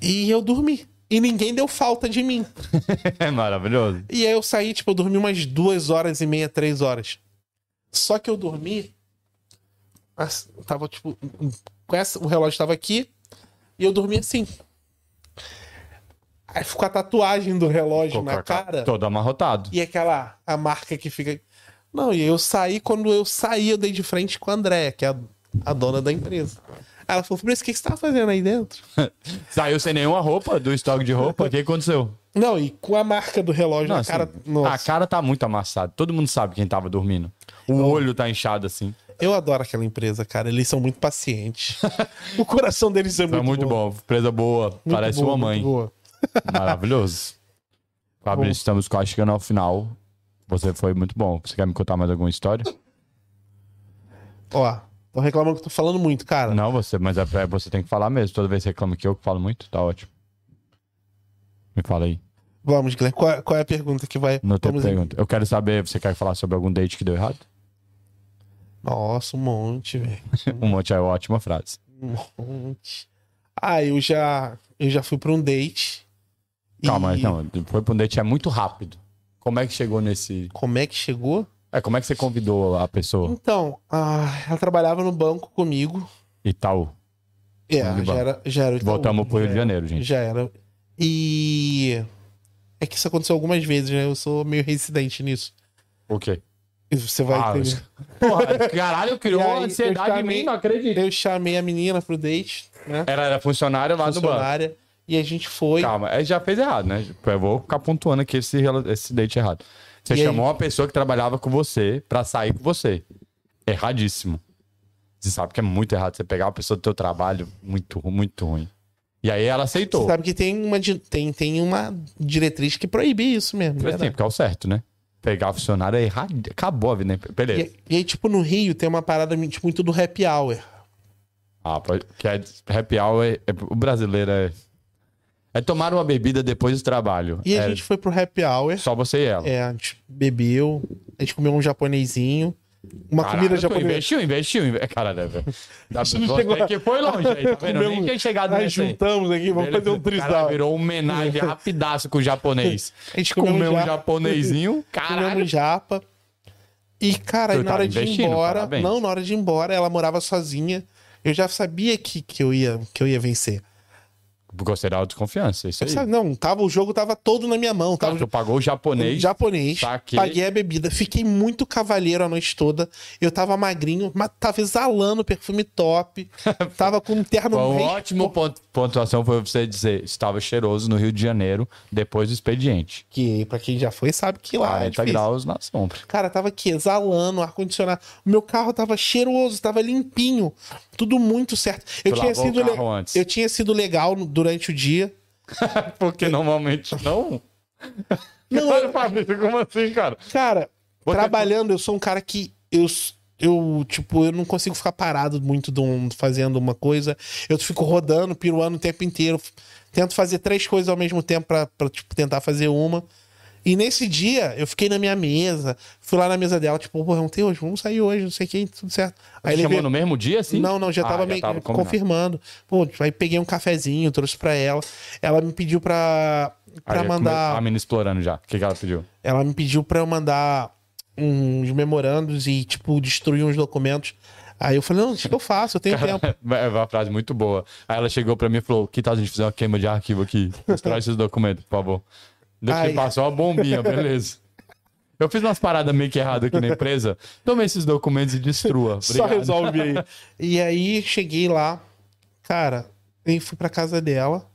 E eu dormi. E ninguém deu falta de mim.
É maravilhoso.
E aí eu saí, tipo, eu dormi umas duas horas e meia, três horas. Só que eu dormi. assim, Tava, tipo. com essa- o relógio tava aqui. E eu dormi assim. Aí ficou a tatuagem do relógio na
Coca-
cara.
Todo amarrotado.
E aquela. A marca que fica. Não, e eu saí. Quando eu saí, eu dei de frente com a Andréia, que é a, a dona da empresa. Aí Ela falou: Fabrício, o que que você tá fazendo aí dentro?
Saiu sem nenhuma roupa do estoque de roupa. O que aconteceu?
Não, e com a marca do relógio
Não,
na cara.
assim,
Nossa.
a cara tá muito amassada. Todo mundo sabe quem tava dormindo. O olho tá inchado assim.
Eu adoro aquela empresa, cara. Eles são muito pacientes. o coração deles é
Tá
muito,
muito
bom.
bom. Presa boa.
Muito
Parece
bom,
uma
muito
mãe.
boa.
Maravilhoso. Fabrício, estamos quase chegando ao final. Você foi muito bom. Você quer me contar mais alguma história?
Ó, tô reclamando que eu tô falando muito, cara.
Não, você, mas é, é- você tem que falar mesmo. Toda vez que reclama que eu que falo muito, tá ótimo. Me fala aí.
Vamos, Guilherme. Qual, é- qual é a pergunta que vai.
Não tem
Vamos em-
pergunta. Eu quero saber, você quer falar sobre algum date que deu errado?
Nossa, um monte, velho.
Um monte é uma ótima frase.
Um monte. Ah, eu já. Eu já fui pra um date. e-
Calma, não. Foi pra um date é muito rápido. Como é que chegou nesse.
Como é que chegou?
É, como é que você convidou a pessoa
Então, ah, ela trabalhava no banco comigo.
e tal?
É,
Banco de
já
banco.
era, já era Itaú.
Voltamos pro Rio de Janeiro, gente.
Já era. E. É que isso aconteceu algumas vezes, né? Eu sou meio residente nisso.
O quê?
E Você vai
Ah,
entender.
Porra, caralho, criou
E aí,
uma ansiedade
eu
em mim,
chamei-
não acredito.
Eu chamei a menina pro date, né?
Ela era funcionária lá É, do banco.
Funcionária. E a gente foi.
Calma, aí já fez errado, né? Eu vou ficar pontuando aqui esse, rela- esse date errado. Você
E aí?
chamou uma pessoa que trabalhava com você pra sair com você. Erradíssimo. Você sabe que é muito errado você pegar uma pessoa do teu trabalho, muito, ru- muito ruim. E aí ela aceitou.
Você sabe que tem uma, di- tem, tem uma diretriz que proíbe isso mesmo.
Falei assim,
verdade.
porque é o certo, né? Pegar funcionário é errado. Acabou a vida. né? Beleza.
E, e aí, tipo, no Rio tem uma parada tipo, muito do happy hour.
Ah, pode- que é happy hour. é- é- o brasileiro é. É tomar uma bebida depois do trabalho.
E a
é
gente foi pro happy hour.
só você e ela.
É, a gente bebeu, a gente comeu um japonesinho, uma
Caralho,
comida
tu
japonesa.
Investiu, investiu, inve- Caralho, velho. Tá,
não chegou
você
a-
que foi longe aí, tá vendo? Nem
Comemos-
tinha chegado
Aí
nessa aí.
juntamos um- aqui, vamos fazer um
Beleza, cara,
trisal.
virou uma homenagem rapidaço com o japonês.
A gente comeu
Comeu um
já-
japonesinho.
Comendo
Caralho.
japa. E, cara,
Tu
aí na
tava
hora de ir
investindo,
embora.
parabéns.
Não, na hora de ir embora, ela morava sozinha. Eu já sabia que, que, eu, ia, que eu ia vencer.
Gostei da autoconfiança, isso
Eu
aí.
sabe, não, tá tava, o jogo tava todo na minha mão. Tava
Tu pagou o japonês.
japonês.
Saquei.
Paguei a bebida. Fiquei muito cavalheiro a noite toda. Eu tava magrinho, mas tava exalando perfume top. tava com um terno
Foi um
bem-
ótimo ponto, pontuação foi você dizer. Estava cheiroso no Rio de Janeiro, depois do expediente.
Que, pra quem já foi, sabe que lá
40
é difícil.
graus na sombra.
Cara, tava aqui exalando, ar-condicionado. O meu carro tava cheiroso, tava limpinho. Tudo muito certo. Eu,
Tu
tinha
lavou o
sido, le-
carro antes.
eu tinha sido legal no- durante o dia.
Porque normalmente não.
Não,
Olha, Fabrício, como assim, cara?
Cara,
Você-
trabalhando, eu sou um cara que. Eu, s- eu, tipo, eu não consigo ficar parado muito de um- fazendo uma coisa. Eu fico rodando, piruando o tempo inteiro. F- Tento fazer três coisas ao mesmo tempo pra, pra, tipo, tentar fazer uma. E nesse dia, eu fiquei na minha mesa. Fui lá na mesa dela, tipo, pô, não tem hoje, vamos sair hoje, não sei o que, tudo certo. Aí
Chamou
levei-
no mesmo dia, assim?
Não, não, já
Ah,
tava meio
combinado.
confirmando. Pô, aí peguei um cafezinho, trouxe pra ela. Ela me pediu pra,
Aí
pra
come-
mandar.
A menina explorando já. O que, que ela pediu?
Ela me pediu pra eu mandar uns memorandos e, tipo, destruir uns documentos. Aí eu falei, não, deixa que eu faço, eu tenho tempo.
É uma frase muito boa. Aí ela chegou pra mim e falou: Que tal a gente fazer uma queima de arquivo aqui? Destrói esses documentos, por favor. Depois
Ai.
que passou uma bombinha, beleza. Eu fiz umas paradas meio que erradas aqui na empresa. Tome esses documentos e destrua.
Só
Obrigado.
resolve aí. E aí cheguei lá, cara, e fui pra casa dela.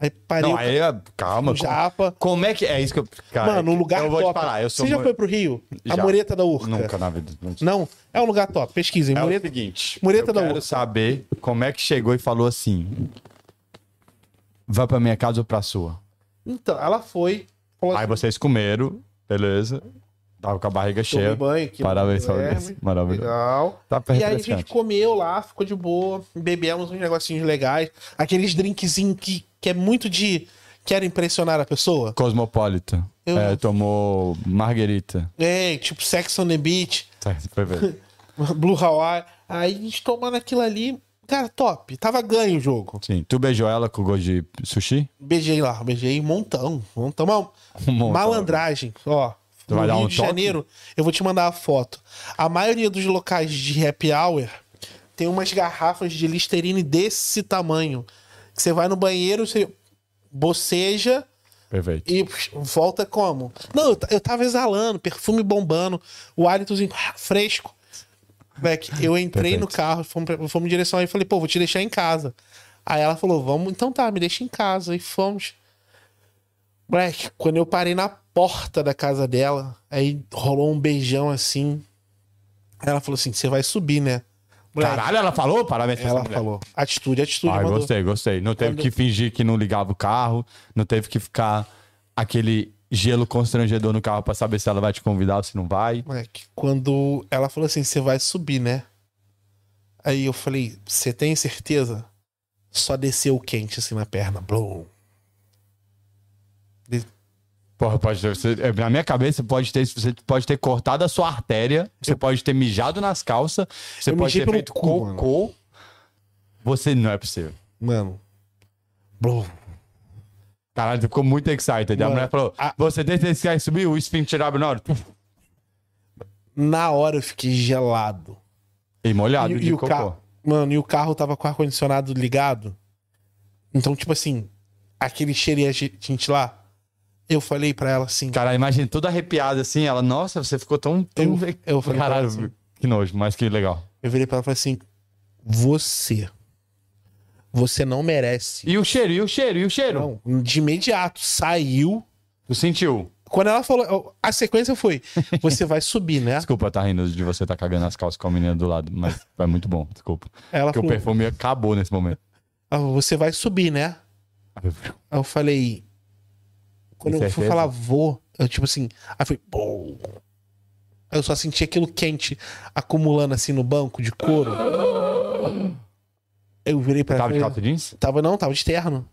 Aí parei
Não,
o
aí, é, calma.
o japa.
Como é que. É isso que eu. Cara,
Mano, um lugar
Eu vou
top.
te falar, eu sou.
Você já
mu-
foi pro Rio? A
Já.
Mureta da Urca.
Nunca na vida. Não
Não? É um lugar top. Pesquisem.
É o
Mureta...
seguinte,
Mureta
eu
da
quero
Urca.
saber como é que chegou e falou assim: vai pra minha casa ou pra sua?
Então, ela foi. Falou
Aí
assim,
vocês comeram, beleza? Tava com a barriga cheia.
tomei um banho aqui. no
Parabéns,
Guilherme.
Fabrício. Maravilhoso.
Legal.
Tá
E aí a gente
refrescante.
comeu lá, ficou de boa, bebemos uns negocinhos legais, aqueles drinkzinhos que, que é muito de quero impressionar a pessoa.
Cosmopolita.
Eu-
É, tomou marguerita.
É, tipo Sex on the Beach,
Tá, Foi ver.
Blue Hawaii. Aí a gente tomando aquilo ali, cara, top. Tava ganho o jogo.
Sim. Tu beijou ela com gosto de sushi?
Beijei lá, beijei um montão, um montão. Bom,
Um montão.
Malandragem, ó.
Tu vai
no
dar
Rio
um
de
toque?
Janeiro, eu vou te mandar a foto. A maioria dos locais de happy hour tem umas garrafas de Listerine desse tamanho. Que você vai no banheiro, você boceja
Perfeito.
e psh, volta como? Não, eu, ta- eu tava exalando, perfume bombando, o hálitozinho ah, fresco. Moleque, eu entrei no
Perfeito.
carro, fomos, pra- fomos em direção aí, falei, pô, vou te deixar em casa. Aí ela falou, vamos, então tá, me deixa em casa. E fomos. Moleque, quando eu parei na porta da casa dela, aí rolou um beijão assim. Ela falou assim: você vai subir, né? Moleque,
Caralho, ela falou? Parabéns pra
ela
essa mulher.
falou. Atitude, atitude.
Ah, eu
mandou.
gostei, gostei. Não teve
Mandou.
que fingir que não ligava o carro, não teve que ficar aquele gelo constrangedor no carro pra saber se ela vai te convidar ou se não vai.
Moleque, quando ela falou assim, você vai subir, né? Aí eu falei, você tem certeza? Só desceu quente assim na perna. Blum. De-
Porra, pode ter, você- é, na minha cabeça pode ter, você pode ter cortado a sua artéria, você pode ter mijado nas calças, você
Eu
pode
mijei
ter
pelo
feito
cu,
cocô. Você não é possível.
Mano. Blum.
Caralho, você ficou muito excited. a
Mano,
mulher falou:
a-
Você tem esse cara subir, o esfíncter abre na hora. Puf,
Na hora eu fiquei gelado.
E molhado
E,
de
e o
cocô.
carro. Mano, e o carro tava com o ar-condicionado ligado. Então, tipo assim, aquele cheiro ia ge- gente lá. Eu falei pra ela assim.
Cara, imagina, toda arrepiada assim, ela, nossa, você ficou tão. tão...
Eu- eu falei pra ela
Caralho,
assim.
que nojo, mas que legal.
Eu virei pra ela e falei assim: Você. Você não merece.
E o cheiro, e o cheiro, e o cheiro?
Não, de imediato. Saiu.
Tu sentiu?
Quando ela falou. eu- A sequência foi: você vai subir, né?
Desculpa eu tá rindo de você tá cagando as calças com a menina do lado, mas é muito bom, desculpa.
Ela
Porque o
falou:
perfume acabou nesse momento.
"Ah, você vai subir, né? Aí eu falei. Quando
Tem
eu fui
certeza?
falar vou, eu tipo assim. Aí foi. "Bom". Eu só senti aquilo quente acumulando assim no banco de couro. Eu virei pra
Tava de
ela.
calça jeans?
Tava não, tava de terno.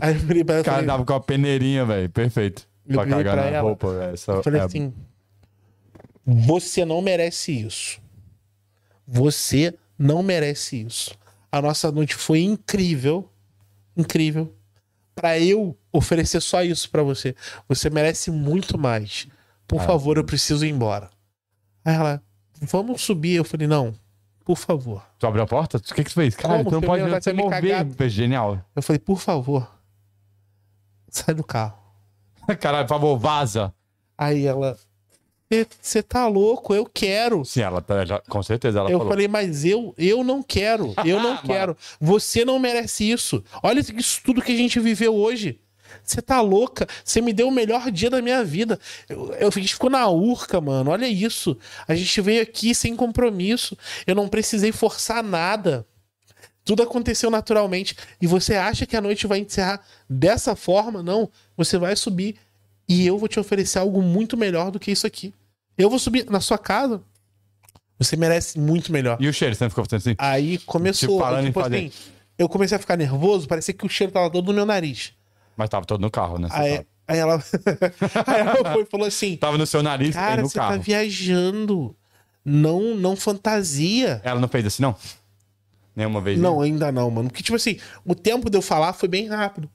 Aí eu virei pra ela.
O cara
e falei-
tava com a peneirinha, velho, perfeito.
Eu
Pra
virei
cagar
pra
na
ela.
roupa, velho. Essa
Eu falei
é-
assim: você não merece isso. Você não merece isso. A nossa noite foi incrível. Incrível. Pra eu oferecer só isso pra você. Você merece muito mais. Por favor, eu preciso ir embora. Aí ela, vamos subir. Eu falei, não, por favor.
Tu abriu a porta? O que que tu fez? Caralho,
Como?
tu não
Porque
pode
eu já
não se
tinha me
mover.
cagado.
velho, Genial.
Eu falei, por favor, sai do carro.
Caralho, por favor, vaza.
Aí ela, você tá louco, eu quero.
Sim, ela tá, ela- com certeza ela
eu
falou.
falei, mas eu, eu não quero, eu não quero. Você não merece isso. Olha isso tudo que a gente viveu hoje. Você tá louca? Você me deu o melhor dia da minha vida. Eu, eu, a gente ficou na urca, mano. Olha isso. A gente veio aqui sem compromisso. Eu não precisei forçar nada. Tudo aconteceu naturalmente. E você acha que a noite vai encerrar dessa forma? Não. Você vai subir e eu vou te oferecer algo muito melhor do que isso aqui. Eu vou subir na sua casa. Você merece muito melhor.
E o cheiro, você não ficou fazendo assim?
Aí começou.
Tipo, falando
eu,
em
tipo,
fazer-
assim, eu comecei a ficar nervoso, parecia que o cheiro tava todo no meu nariz.
Mas tava todo no carro, né? você
Aí,
sabe.
aí ela. aí ela foi e falou assim:
Tava no seu nariz e
Cara,
no
você tá
carro.
viajando. Não, não fantasia.
Ela não fez assim, não? Nenhuma vez.
Não, ainda não, mano. Porque, tipo assim, o tempo de eu falar foi bem rápido.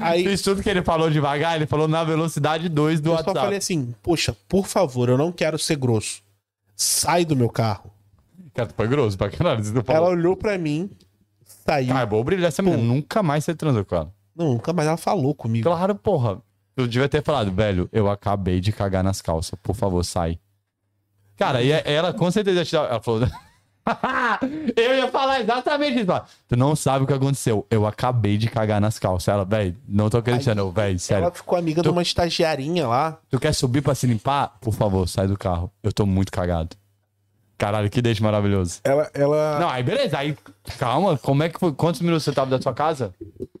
Aí
Fiz tudo que ele falou devagar, ele falou na velocidade 2 do
eu só
WhatsApp.
falei assim: Poxa, por favor, eu não quero ser grosso. Sai do meu carro.
Cara, tu foi grosso pra caralho. Você não
Ela
falou.
olhou pra mim, saiu.
Acabou o brilho dessa menina. Nunca mais você transou com ela.
Não, nunca mais ela falou comigo.
Claro, porra. Tu devia ter falado, velho, eu acabei de cagar nas calças. Por favor, sai. Cara, e é, ela com certeza te dá. Ela falou. eu ia falar exatamente isso. mano. Tu não sabe o que aconteceu. Eu acabei de cagar nas calças. Ela, velho, não tô acreditando, velho, sério.
Ela ficou amiga de uma estagiarinha lá.
Tu quer subir pra se limpar? Por favor, sai do carro. Eu tô muito cagado. Caralho, que deixa maravilhoso.
Ela. ela...
Não, aí beleza. Aí, calma. Como é que foi? Quantos minutos você tava da sua casa?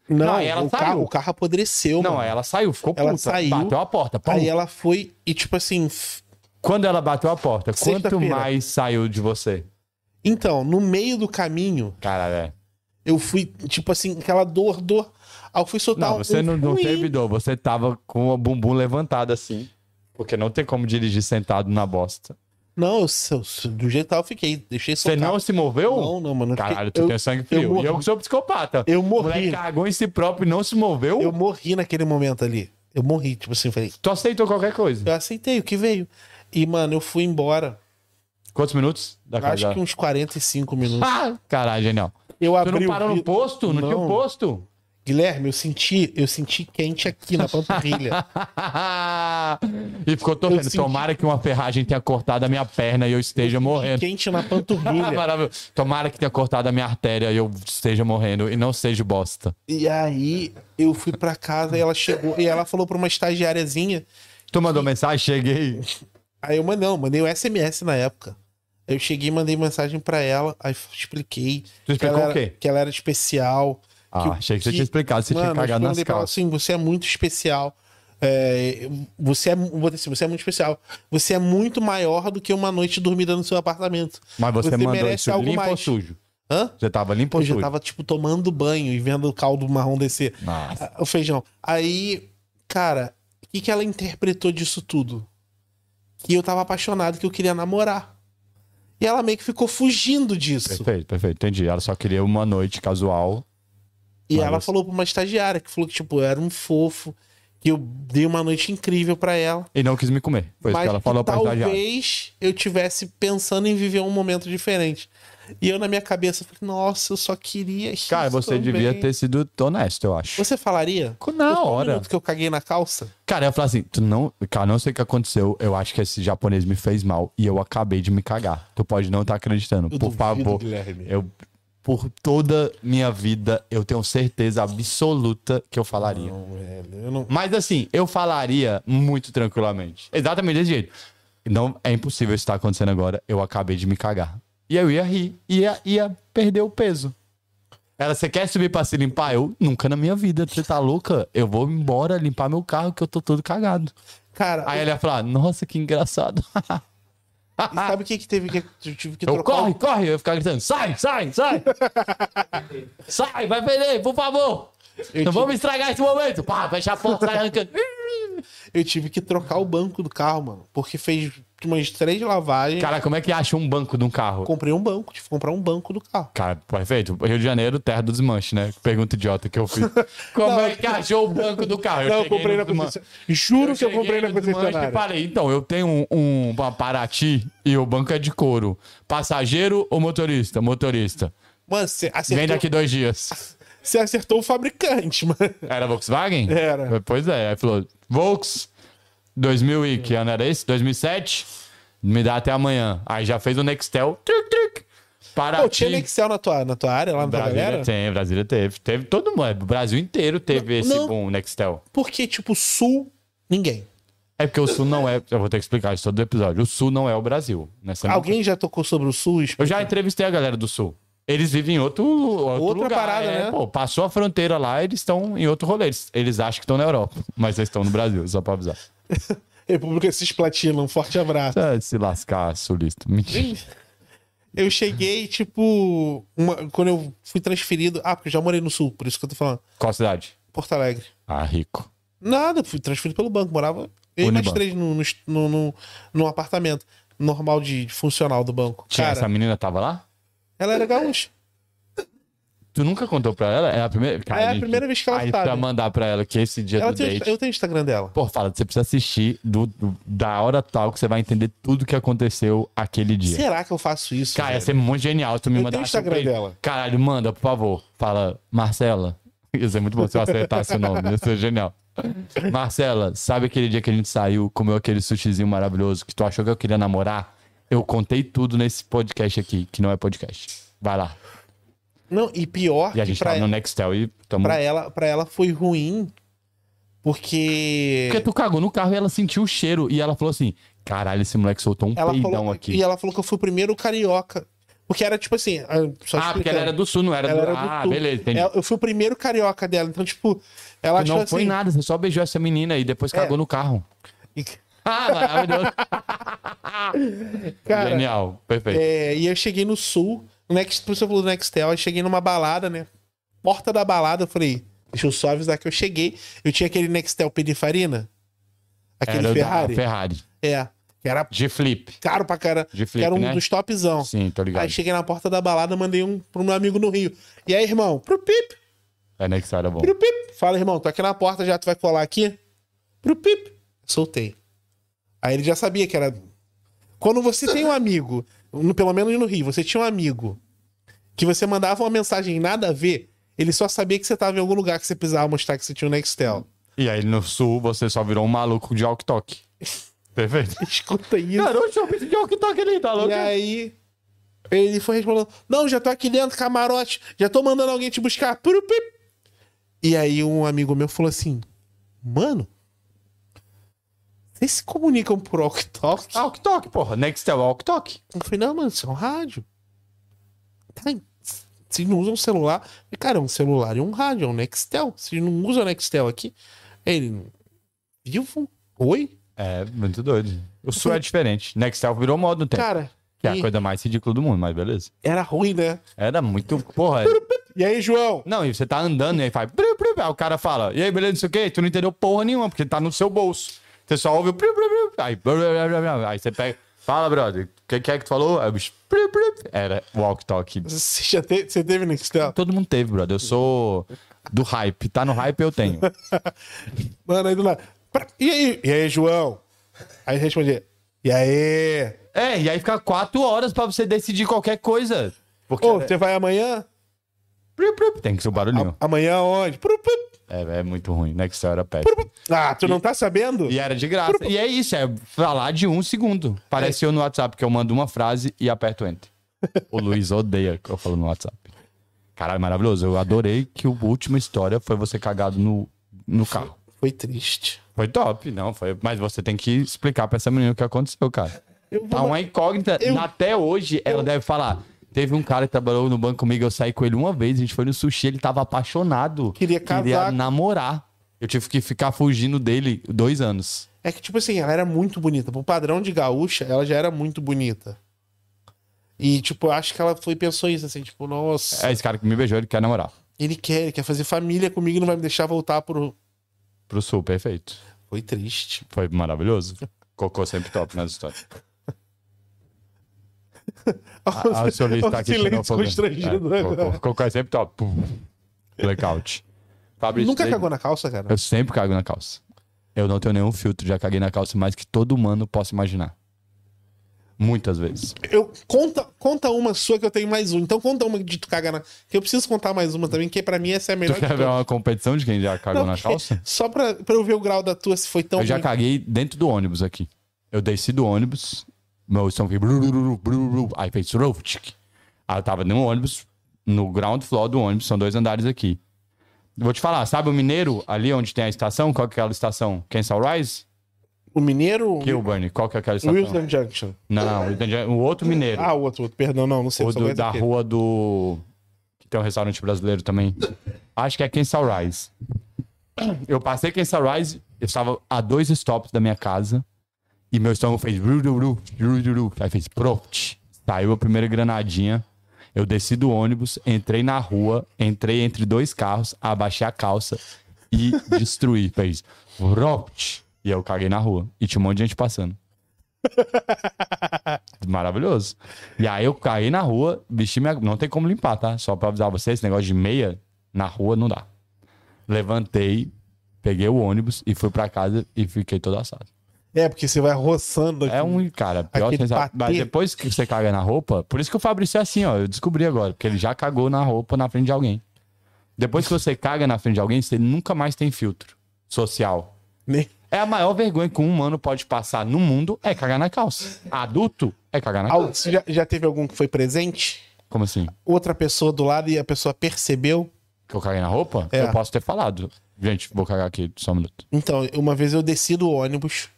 Não,
Não, aí ela
o,
saiu.
Carro, o carro apodreceu,
Não, é.
mano.
aí ela saiu, ficou puta.
Ela saiu.
Bateu a porta. pum.
Aí ela foi e, tipo assim. f-
Quando ela bateu a porta, quanto
Sexta-feira.
mais saiu de você?
Então, no meio do caminho,
Caralho, é.
eu fui, tipo assim, aquela dor, dor. Aí eu fui soltar
Não,
um-
você não, não
um i.
teve dor, você tava com o bumbum levantado assim. Porque não tem como dirigir sentado na bosta.
Não, eu, eu- do jeito que tava, eu fiquei. Deixei
Você
soltar.
não se moveu?
Não, não, mano. eu fiquei-
Caralho, tu
eu,
tem sangue
eu
frio.
morri.
e eu que sou psicopata.
Eu
O moleque
morri.
cagou em si próprio e não se moveu.
Eu morri naquele momento ali. Eu morri, tipo assim, eu falei.
Tu aceitou qualquer coisa.
Eu aceitei o que veio. E, mano, eu fui embora.
Quantos minutos da
Acho
casa?
que uns 45 minutos.
Ah, caralho, genial.
Eu
Tu não
abri
parou
o
no
vidro.
posto? Não, tinha um
Não.
posto?
Guilherme, eu senti, eu senti quente aqui na panturrilha.
e ficou
Eu
torcendo.
senti-
Tomara que uma ferragem tenha cortado a minha perna e eu esteja morrendo.
quente na
Ah,
panturrilha.
maravilhoso. Tomara que tenha cortado a minha artéria e eu esteja morrendo e não seja bosta.
E aí eu fui pra casa e ela chegou e ela falou pra uma estagiáriazinha.
Tu mandou mensagem? Cheguei.
Aí eu mandei, não, mandei um SMS na época. Eu cheguei e mandei mensagem pra ela, aí expliquei.
Tu explicou
que ela
o quê?
Era, que ela era especial.
Ah,
o-
achei que você tinha explicado, você tinha
Mano, eu
cagado nas
mandei pra ela
calças.
assim, você é muito especial. É, você é, mu- vou dizer assim, você é muito especial. Você é muito maior do que uma noite dormida no seu apartamento.
Mas você, mandou
merece
isso
algo
limpo ou
mais.
sujo?
Hã?
Você tava limpo ou
eu já
sujo?
tava, tipo, tomando banho e vendo o caldo marrom descer.
Nossa.
Ah, O feijão. Aí, cara, o que, que ela interpretou disso tudo? Que eu tava apaixonado, que eu queria namorar. E ela meio que ficou fugindo disso.
Perfeito, perfeito. Entendi. Ela só queria uma noite casual.
E
Mas
ela
você-
falou pra uma estagiária que falou que, tipo, eu era um fofo, que eu dei uma noite incrível pra ela.
E não quis me comer. Foi isso
mas
que ela falou pra estagiária.
talvez eu tivesse pensando em viver um momento diferente. E eu, na minha cabeça, falei, nossa, eu só queria. isso
Cara, você
também."
devia ter sido honesto, eu acho.
Você falaria?
Na
Foi só um
hora.
minuto que eu caguei na calça?
Cara, eu ia falar assim, tu não, cara, não sei o que aconteceu, eu acho que esse japonês me fez mal e eu acabei de me cagar. Tu pode não estar acreditando, por
duvido,
favor.
Guilherme.
Eu por toda minha vida, eu tenho certeza absoluta que eu falaria.
Não, velho. Eu não,
Mas assim, eu falaria muito tranquilamente. Exatamente desse jeito. Não, é impossível isso estar acontecendo agora. Eu acabei de me cagar. E eu ia rir. Ia, ia perder o peso. Ela, você quer subir pra se limpar? Eu, nunca na minha vida. Você tá louca? Eu vou embora limpar meu carro que eu tô todo cagado.
Cara,
Aí ela ia falar, nossa, que engraçado.
e sabe o que que teve que eu tive que
Eu,
trocar?
corre, corre. Eu ia ficar gritando, sai, sai, sai. sai, vai perder, por favor.
Eu
Não
tive-
vamos estragar esse momento. Pá, fecha a porta, sai arrancando.
Eu tive que trocar o banco do carro, mano, porque fez umas três lavagens.
Cara, como é que acha um banco de um carro?
Comprei um banco, tive que comprar um banco do carro.
Cara, perfeito. Rio de Janeiro, terra do desmanche, né? Pergunta idiota que eu fiz. Como
Não,
é que achou o banco do carro?
não, eu
cheguei
comprei
no
na
desman-
concessionária. Juro que eu
cheguei
comprei na
no desmanche E
concessionária.
falei, então, eu tenho um, um uma Paraty e o banco é de couro. Passageiro ou motorista? Motorista.
Mano, você
Vem
acertou,
daqui dois dias.
você acertou o fabricante, mano.
Era Volkswagen?
Era.
Pois é. Aí falou, Volks, 2000 e que ano era esse? 2007? Me dá até amanhã. Aí já fez o Nextel. Tric, tric. Paraty.
Pô, tinha Excel na tua, na tua área, lá na tua
Tá Brasília
galera?
tem, Brasília teve. Teve todo mundo. O Brasil inteiro teve esse
não.
boom Nextel.
Porque, tipo, sul, ninguém.
É porque o Sul não é. Eu vou ter que explicar isso todo episódio. O Sul não é o Brasil. Nessa
Alguém já tocou sobre o sul?
Eu já entrevistei a galera do Sul. Eles vivem em outro, outro
Outra
lugar.
parada,
é.
né?
Pô, passou a fronteira lá, eles estão em outro rolê. Eles, eles acham que estão na Europa, mas eles estão no Brasil, só pra avisar.
República Cisplatina, um forte abraço.
Ah, Se lascar, sulista. Mentira.
Eu cheguei, tipo, uma- quando eu fui transferido. Ah, porque eu já morei no sul, por isso que eu tô falando.
Qual cidade?
Porto Alegre.
Ah, rico.
Nada, fui transferido pelo banco. Morava eu e mais
Unibanco.
três no, no, no, no- num apartamento normal de de funcional do banco.
Tinha,
Cara,
essa menina tava lá?
ela era gaúcha.
Tu nunca contou pra ela? É a primeira,
É a
gente,
primeira vez que ela
aí
sabe.
pra mandar pra ela que esse dia
Ela
do
tem,
date...
eu tenho o Instagram dela.
Pô, fala, você precisa assistir do, do- da hora tal que você vai entender tudo que aconteceu aquele dia.
Será que eu faço isso?
Cara, ia
velho?
ser muito genial se tu me
Eu
mandar.
tenho o Instagram dela.
Caralho, manda, por favor. Fala, Marcela. Ia ser muito bom se eu acertasse o nome, ia ser genial. Marcela, sabe aquele dia que a gente saiu, comeu aquele sushizinho maravilhoso que tu achou que eu queria namorar? Eu contei tudo nesse podcast aqui, que não é podcast. Vai lá.
Não, e pior,
é E a
que
gente
pra,
tava no Nextel e tamo...
pra ela, pra ela foi ruim, porque.
Porque tu cagou no carro e ela sentiu o cheiro. E ela falou assim: caralho, esse moleque soltou um
ela
peidão
falou,
aqui.
E ela falou que eu fui o primeiro carioca. Porque era tipo assim. ah, Só
Ah, porque ela era
explicando.
do sul, não era
Ela
do...
era do
Ah,
Sul. É,
beleza, entendi.
Ela- Eu fui o primeiro carioca dela. Então, tipo, ela
Tu
achou
não
assim. É.
foi nada, você só beijou essa menina e depois cagou no carro. Ah, maravilhoso.
Cara,
Genial, perfeito.
É, e eu cheguei no sul, no Next, por isso eu falei do Nextel, eu cheguei numa balada, né? Porta da balada, eu falei, Deixa eu só avisar que eu cheguei. Eu tinha aquele Nextel Pininfarina. Aquele
o da
Ferrari.
Ferrari.
É. Que era
De flip.
caro pra cara.
De
que
flip,
era um
né?
dos topzão.
Sim, tô ligado.
Aí cheguei na porta da balada, mandei um pro meu amigo no Rio. E aí, irmão? Pro pip,
É, né, que isso era bom.
pro pip. Fala, irmão, tô aqui na porta já, tu vai colar aqui? Pro pip. Soltei. Aí ele já sabia que era. Quando você tem um amigo, no- pelo menos no Rio, você tinha um amigo que você mandava uma mensagem nada a ver, ele só sabia que você tava em algum lugar que você precisava mostrar que você tinha um Nextel.
E aí no sul você só virou um maluco de walk-talk. Perfeito.
Escuta isso.
Cara, hoje eu preciso de walk-talk ali, tá louco?
E aí, ele foi respondendo: Não, já tô aqui dentro, camarote, já tô mandando alguém te buscar. Puru, pip. E aí, um amigo meu falou assim: Mano, vocês se comunicam por walk-talk?
É Walk-talk, porra. Nextel walk-talk.
Eu falei: Não, mano, isso é um rádio. Tá, vocês não usam celular? Eu falei, Cara, é um celular e um rádio, é um Nextel. Vocês não usam Nextel aqui? Ele, vivo? Oi?
É, muito doido. O sul é diferente. Nextel virou moda no tempo.
Cara,
que é a
e
coisa mais ridícula do mundo, mas beleza.
era ruim, né?
Era muito, porra.
E aí, João?
Não, e você tá andando e aí faz. bru, bru, bru. Aí o cara fala, e aí, beleza, não sei o quê, tu não entendeu porra nenhuma, porque tá no seu bolso. Você só ouve o. bru, bru, bru. Aí, bru, bru, bru, bru. aí você pega. Fala, brother, o que, que é que tu falou? Aí o bicho. bru, bru. Era walk-talk.
Você já te- você teve Nextel?
Todo mundo teve, brother. Eu sou do hype. Tá no hype, eu tenho.
Mano, aí do lado. pra- E aí? E aí, João? Aí eu respondi. E aí?
É, e aí fica quatro horas pra você decidir qualquer coisa. Porque.
Ô, você vai amanhã?
Bru, bru. Tem que ser o barulhinho.
Amanhã onde? Pru, pru,
É, é muito ruim. Nextel era péssimo.
pru, pru. Ah, tu não tá sabendo?
E era de graça. E é isso, é falar de um segundo. Parece eu no WhatsApp, que eu mando uma frase e aperto enter. O Luiz odeia que eu falo no WhatsApp. Caralho, maravilhoso. Eu adorei que a última história foi você cagado no, no carro.
Foi triste.
Foi top, não, foi. Mas você tem que explicar pra essa menina o que aconteceu, cara.
Eu vou
Tá uma incógnita.
Eu-
Até hoje, ela deve falar. Teve um cara que trabalhou no banco comigo, eu saí com ele uma vez, a gente foi no sushi, ele tava apaixonado.
Queria casar.
Queria namorar. Eu tive que ficar fugindo dele dois anos.
É que, tipo assim, ela era muito bonita. Pro padrão de gaúcha, ela já era muito bonita. E, tipo, eu acho que ela foi pensou isso, assim, tipo, nossa,
É esse cara que me beijou, ele quer namorar.
ele quer, ele quer fazer família comigo e não vai me deixar voltar pro.
Pro sul, perfeito.
Foi triste.
Foi maravilhoso. Cocô é sempre top nas histórias. Ah, o seu Luiz tá aqui
Silêncio
xenofobia.
constrangido né,
É,
agora.
cocô, cocô é sempre top. Pum. Blackout. Fabrício,
Nunca
tem-
cagou na calça, cara?
Eu sempre cago na calça. Eu não tenho nenhum filtro, já caguei na calça mais que todo humano possa imaginar. Muitas vezes.
Eu, conta, conta uma sua que eu tenho mais uma. Então conta uma de tu caga na. Que eu preciso contar mais uma também, que pra mim essa é a melhor.
Tu quer
de
ver
todas.
uma competição de quem já cagou na
Porque-
calça?
Só pra, pra eu ver o grau da tua, se foi tão.
Eu já
ruim.
caguei dentro do ônibus aqui. Eu desci do ônibus, meu som fez. brururu, brururu, Aí fez. suruftic. Aí eu tava num ônibus, no ground floor do ônibus, são dois andares aqui. Vou te falar, sabe o Mineiro, ali onde tem a estação? Qual que é aquela estação? Kensal Rise?
O Mineiro.
Que o Bernie? Qual que é aquela estação?
Wilson Junction.
Não, o Wilton- o um outro Mineiro.
Ah, o outro, outro. Perdão, não, não sei.
o
só
do-
vai
da
dizer.
rua do. Que tem um restaurante brasileiro também. Acho que é Kensal Rise. Eu passei Kensal Rise, eu estava a dois stops da minha casa. E meu estômago fez. ru, ru, ru, ru, ru, ru. Aí fez. Propt. Saiu a primeira granadinha. Eu desci do ônibus, entrei na rua, entrei entre dois carros, abaixei a calça e destruí. Fez. Propt. E eu caguei na rua. E tinha um monte de gente passando. Maravilhoso. E aí eu caí na rua, vesti minha. Não tem como limpar, tá? Só pra avisar vocês, esse negócio de meia na rua não dá. Levantei, peguei o ônibus e fui pra casa e fiquei todo assado.
É, porque você vai roçando aqui.
É um, cara, pior
Aquele
sensação.
patê.
Mas depois que você caga na roupa, por isso que o Fabrício é assim, ó. Eu descobri agora, porque ele já cagou na roupa na frente de alguém. Depois que você caga na frente de alguém, você nunca mais tem filtro social.
né?
É a maior vergonha que um humano pode passar no mundo é cagar na calça. Adulto é cagar na
Ah,
calça.
você já, já teve algum que foi presente?
Como assim?
Outra pessoa do lado e a pessoa percebeu?
Que eu caguei na roupa?
É.
Eu posso ter falado. Gente, vou cagar aqui, só um minuto.
Então, uma vez eu desci do ônibus.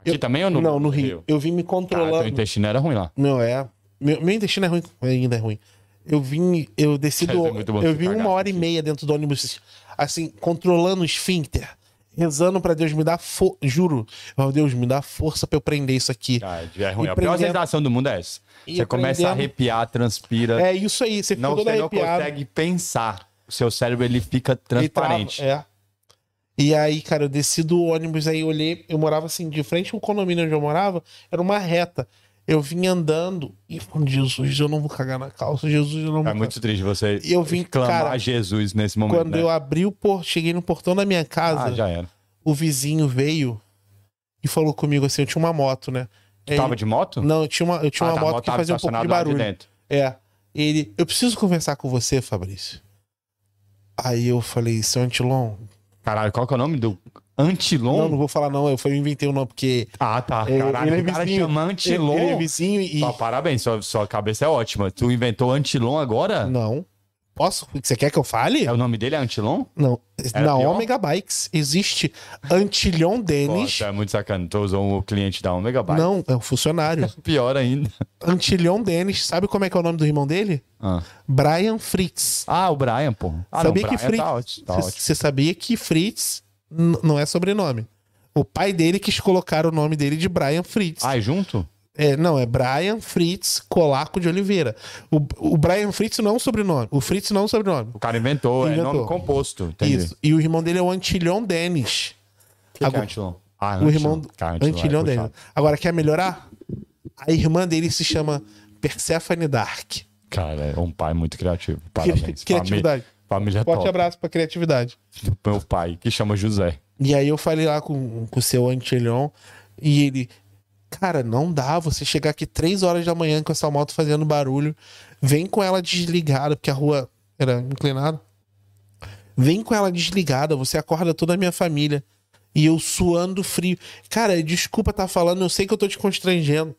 Aqui
Eu-
também ou no Tá, então
Não, no Rio. Eu vim me
Cara, Ah, teu
controlando.
intestino era ruim lá.
Meu, é. Meu, meu intestino é ruim, ainda é ruim. Eu vim, eu desci do.
É muito bom
eu
você
vim
cagar,
uma hora e meia dentro do ônibus, assim, controlando o esfíncter, rezando pra Deus me dar força. Juro, meu Deus, me dá força pra eu prender isso aqui.
Ah, é ruim.
E
A pior
prendendo-
sensação do mundo é essa.
E
Você começa a
prendendo-
arrepiar, transpira.
É isso aí, você ficou
não,
todo
você não
arrepiado.
consegue pensar. o seu cérebro ele fica
Ele tava-
transparente.
é. E aí, cara, eu desci do ônibus, aí eu olhei, eu morava assim, de frente ao condomínio onde eu morava, era uma reta. Eu vim andando e falando, Jesus, eu não vou cagar na calça, Jesus, eu não vou
É muito triste você
E eu vim,
clamar
cara,
a Jesus nesse momento.
Quando
né?
eu abri o portão, cheguei no portão da minha casa,
Ah, já era.
o vizinho veio e falou comigo assim, eu tinha uma moto, né?
Tu tava de moto?
Não, eu tinha uma, eu tinha
Ah,
uma
tá, a
moto
moto
que
tava
fazia um pouco de
estacionada lá de
barulho.
dentro.
É. Ele, eu preciso conversar com você, Fabrício. Aí eu falei, é um seu Antilon.
Caralho, qual que é o nome do Antilon?
Não, não vou falar não, eu falei, eu inventei o nome, porque
Ah, tá.
Ele-
Caralho,
ele é
o cara
vizinho.
chama Antilon.
Ele é vizinho e.
Pô, parabéns, sua, sua cabeça é ótima. Tu inventou Antilon agora?
Não. Posso? Você quer que eu fale?
É o nome dele é Antilon?
Não.
Era
Na
pior?
Omega Bikes existe Antilhon
Pô,
Denis.
tu é muito sacana. Tu usou um cliente da Omega Bike.
Não, é um funcionário.
Pior ainda.
Antilhon Denis. Sabe como é que é o nome do irmão dele?
Ah,
Brian Fritz.
Ah, o Brian, pô. Ah,
sabia
não, o
que
Brian
Fritz.
tá ótimo. Tá ótimo.
Você sabia que Fritz n- não é sobrenome. O pai dele quis colocar o nome dele de Brian Fritz.
Ah, é junto?
É, não, é Brian Fritz Colaco de Oliveira. O, o Brian Fritz não é um sobrenome. O Fritz não é um sobrenome.
O cara inventou, é
Inventou.
nome composto. Entendi.
Isso. E o irmão dele é o Antilhon Denis.
O que, que é
Agora-
Antilon? Ah,
O irmão
Cara,
Antilhão
é
dele.
puxado.
Agora, quer melhorar? A irmã dele se chama Persephone Dark.
Cara, é um pai muito criativo. Parabéns.
Criatividade.
Família, família
Forte
É top.
abraço pra criatividade.
do meu pai, que chama José.
E aí eu falei lá com, com o seu Antilhon e ele. Cara, não dá você chegar aqui três horas da manhã com essa moto fazendo barulho. Vem com ela desligada, porque a rua era inclinada. Vem com ela desligada, você acorda toda a minha família. E eu suando frio. Cara, desculpa tá falando, eu sei que eu tô te constrangendo.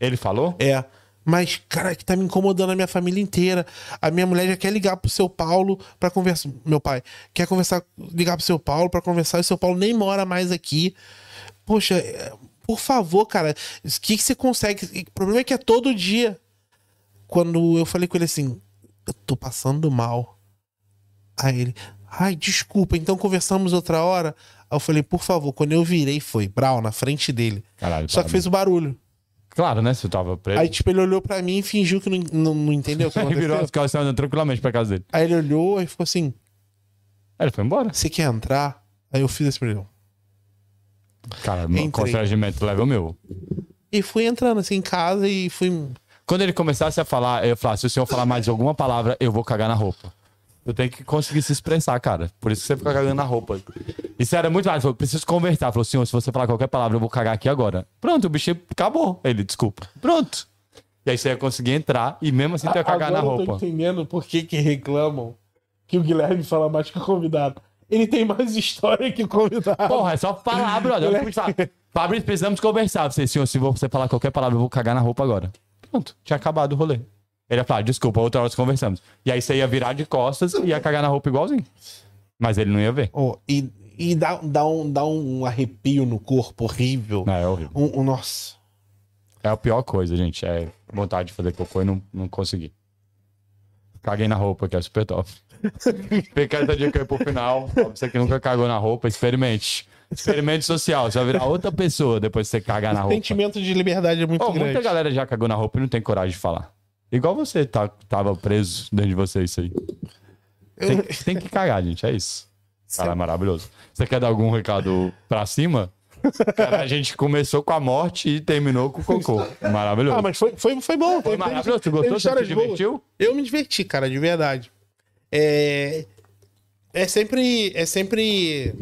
Ele falou?
É. Mas, cara, que tá me incomodando a minha família inteira. A minha mulher já quer ligar pro seu Paulo pra conversar. Meu pai quer conversar, ligar pro seu Paulo pra conversar. E o seu Paulo nem mora mais aqui. Poxa, é, por favor, cara. O que, que você consegue? E O problema é que é todo dia. Quando eu falei com ele assim, eu tô passando mal. Aí ele, ai, desculpa, então conversamos outra hora. Aí eu falei, por favor, quando eu virei, foi Brau na frente dele.
Caralho, tá
Só que fez o barulho.
Claro, né? Se eu tava preso.
Aí, tipo, ele olhou pra mim e fingiu que não, não, não entendeu o que
ele virou
aconteceu.
as calças andando tranquilamente pra casa dele.
Aí ele olhou e ficou assim,
Aí ele foi embora.
você quer entrar? Aí eu fiz esse perdão.
Cara,
Entrei.
meu constrangimento level meu.
E fui entrando, assim, em casa e fui...
Quando ele começasse a falar, eu ia falar: se o senhor falar mais alguma palavra, eu vou cagar na roupa. Eu tenho que conseguir se expressar, cara. Por isso que você fica cagando na roupa. Isso era muito fácil. Eu preciso conversar. Falou, senhor, se você falar qualquer palavra, eu vou cagar aqui agora. Pronto, o bicho acabou. Ele, desculpa. Pronto. E aí você ia conseguir entrar e mesmo assim tu ia cagar na roupa.
entendendo por que que reclamam que o Guilherme fala mais que o convidado. Ele tem mais história que o convidado.
Porra, é só falar, brother. Eu preciso falar. Fabrício, precisamos conversar. Você, senhor, se você falar qualquer palavra, eu vou cagar na roupa agora. Pronto, tinha acabado o rolê. Ele ia falar, desculpa, outra hora nós conversamos. E aí você ia virar de costas e ia cagar na roupa igualzinho. Mas ele não ia ver.
Ó, e e dá, dá, um, dá um arrepio no corpo horrível.
Não, é horrível.
Um, um- nossa.
É a pior coisa, gente. É vontade de fazer cocô e não, não consegui. Caguei na roupa, que é super top. Pecado dia que eu ir pro final. Ó, Você que nunca cagou na roupa, experimente. Experimento social. Você vai virar outra pessoa depois que você cagar na
O
roupa.
sentimento de liberdade é muito
Ó,
grande.
muita galera já cagou na roupa e não tem coragem de falar. Igual você tá, tava preso dentro de você, isso aí. Tem, que- tem que cagar, gente, é isso. Cara, é maravilhoso. Você quer dar algum recado pra cima? Cara, a gente começou com a morte e terminou com o cocô. Maravilhoso.
Ah, mas foi, foi, foi bom.
Foi maravilhoso. Tu gostou? Você se divertiu?
Eu me diverti, cara, de verdade. É, é sempre é sempre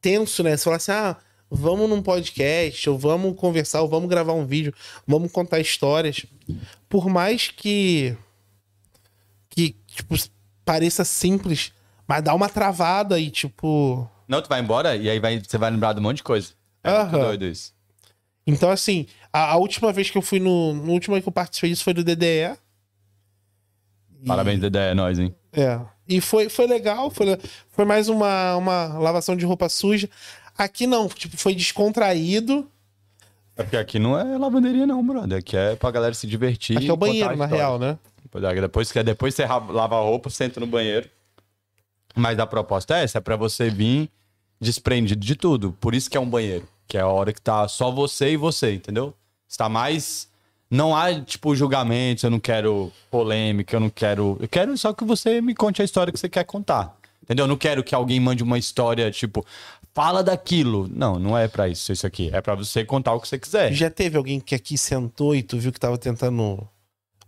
tenso, né? Você fala assim, ah, vamos num podcast, ou vamos conversar, ou vamos gravar um vídeo, vamos contar histórias. Por mais que que tipo pareça simples, mas dá uma travada e tipo,
Não, tu vai embora e aí você vai lembrar de um monte de coisa.
É muito Aham. doido
isso.
então assim, a, a última vez que eu fui no, no último que eu participei disso foi do DDE. E-
Parabéns, Dedé, é nóis, hein?
É. E foi, foi legal, foi, le- foi mais uma, uma lavação de roupa suja. Aqui não, tipo, foi descontraído.
É porque aqui não é lavanderia, não, brother. Aqui é pra galera se divertir.
Aqui é o banheiro, na real, né?
Depois que depois você ra- lava a roupa, senta no banheiro. Mas a proposta é essa, é pra você vir desprendido de tudo. Por isso que é um banheiro, que é a hora que tá só você e você, entendeu? Está mais Não há, tipo, julgamentos, eu não quero polêmica, eu não quero. Eu quero só que você me conte a história que você quer contar. Entendeu? Eu não quero que alguém mande uma história, tipo, fala daquilo. Não, não é pra isso, isso aqui. É pra você contar o que você quiser.
Já teve alguém que aqui sentou e tu viu que tava tentando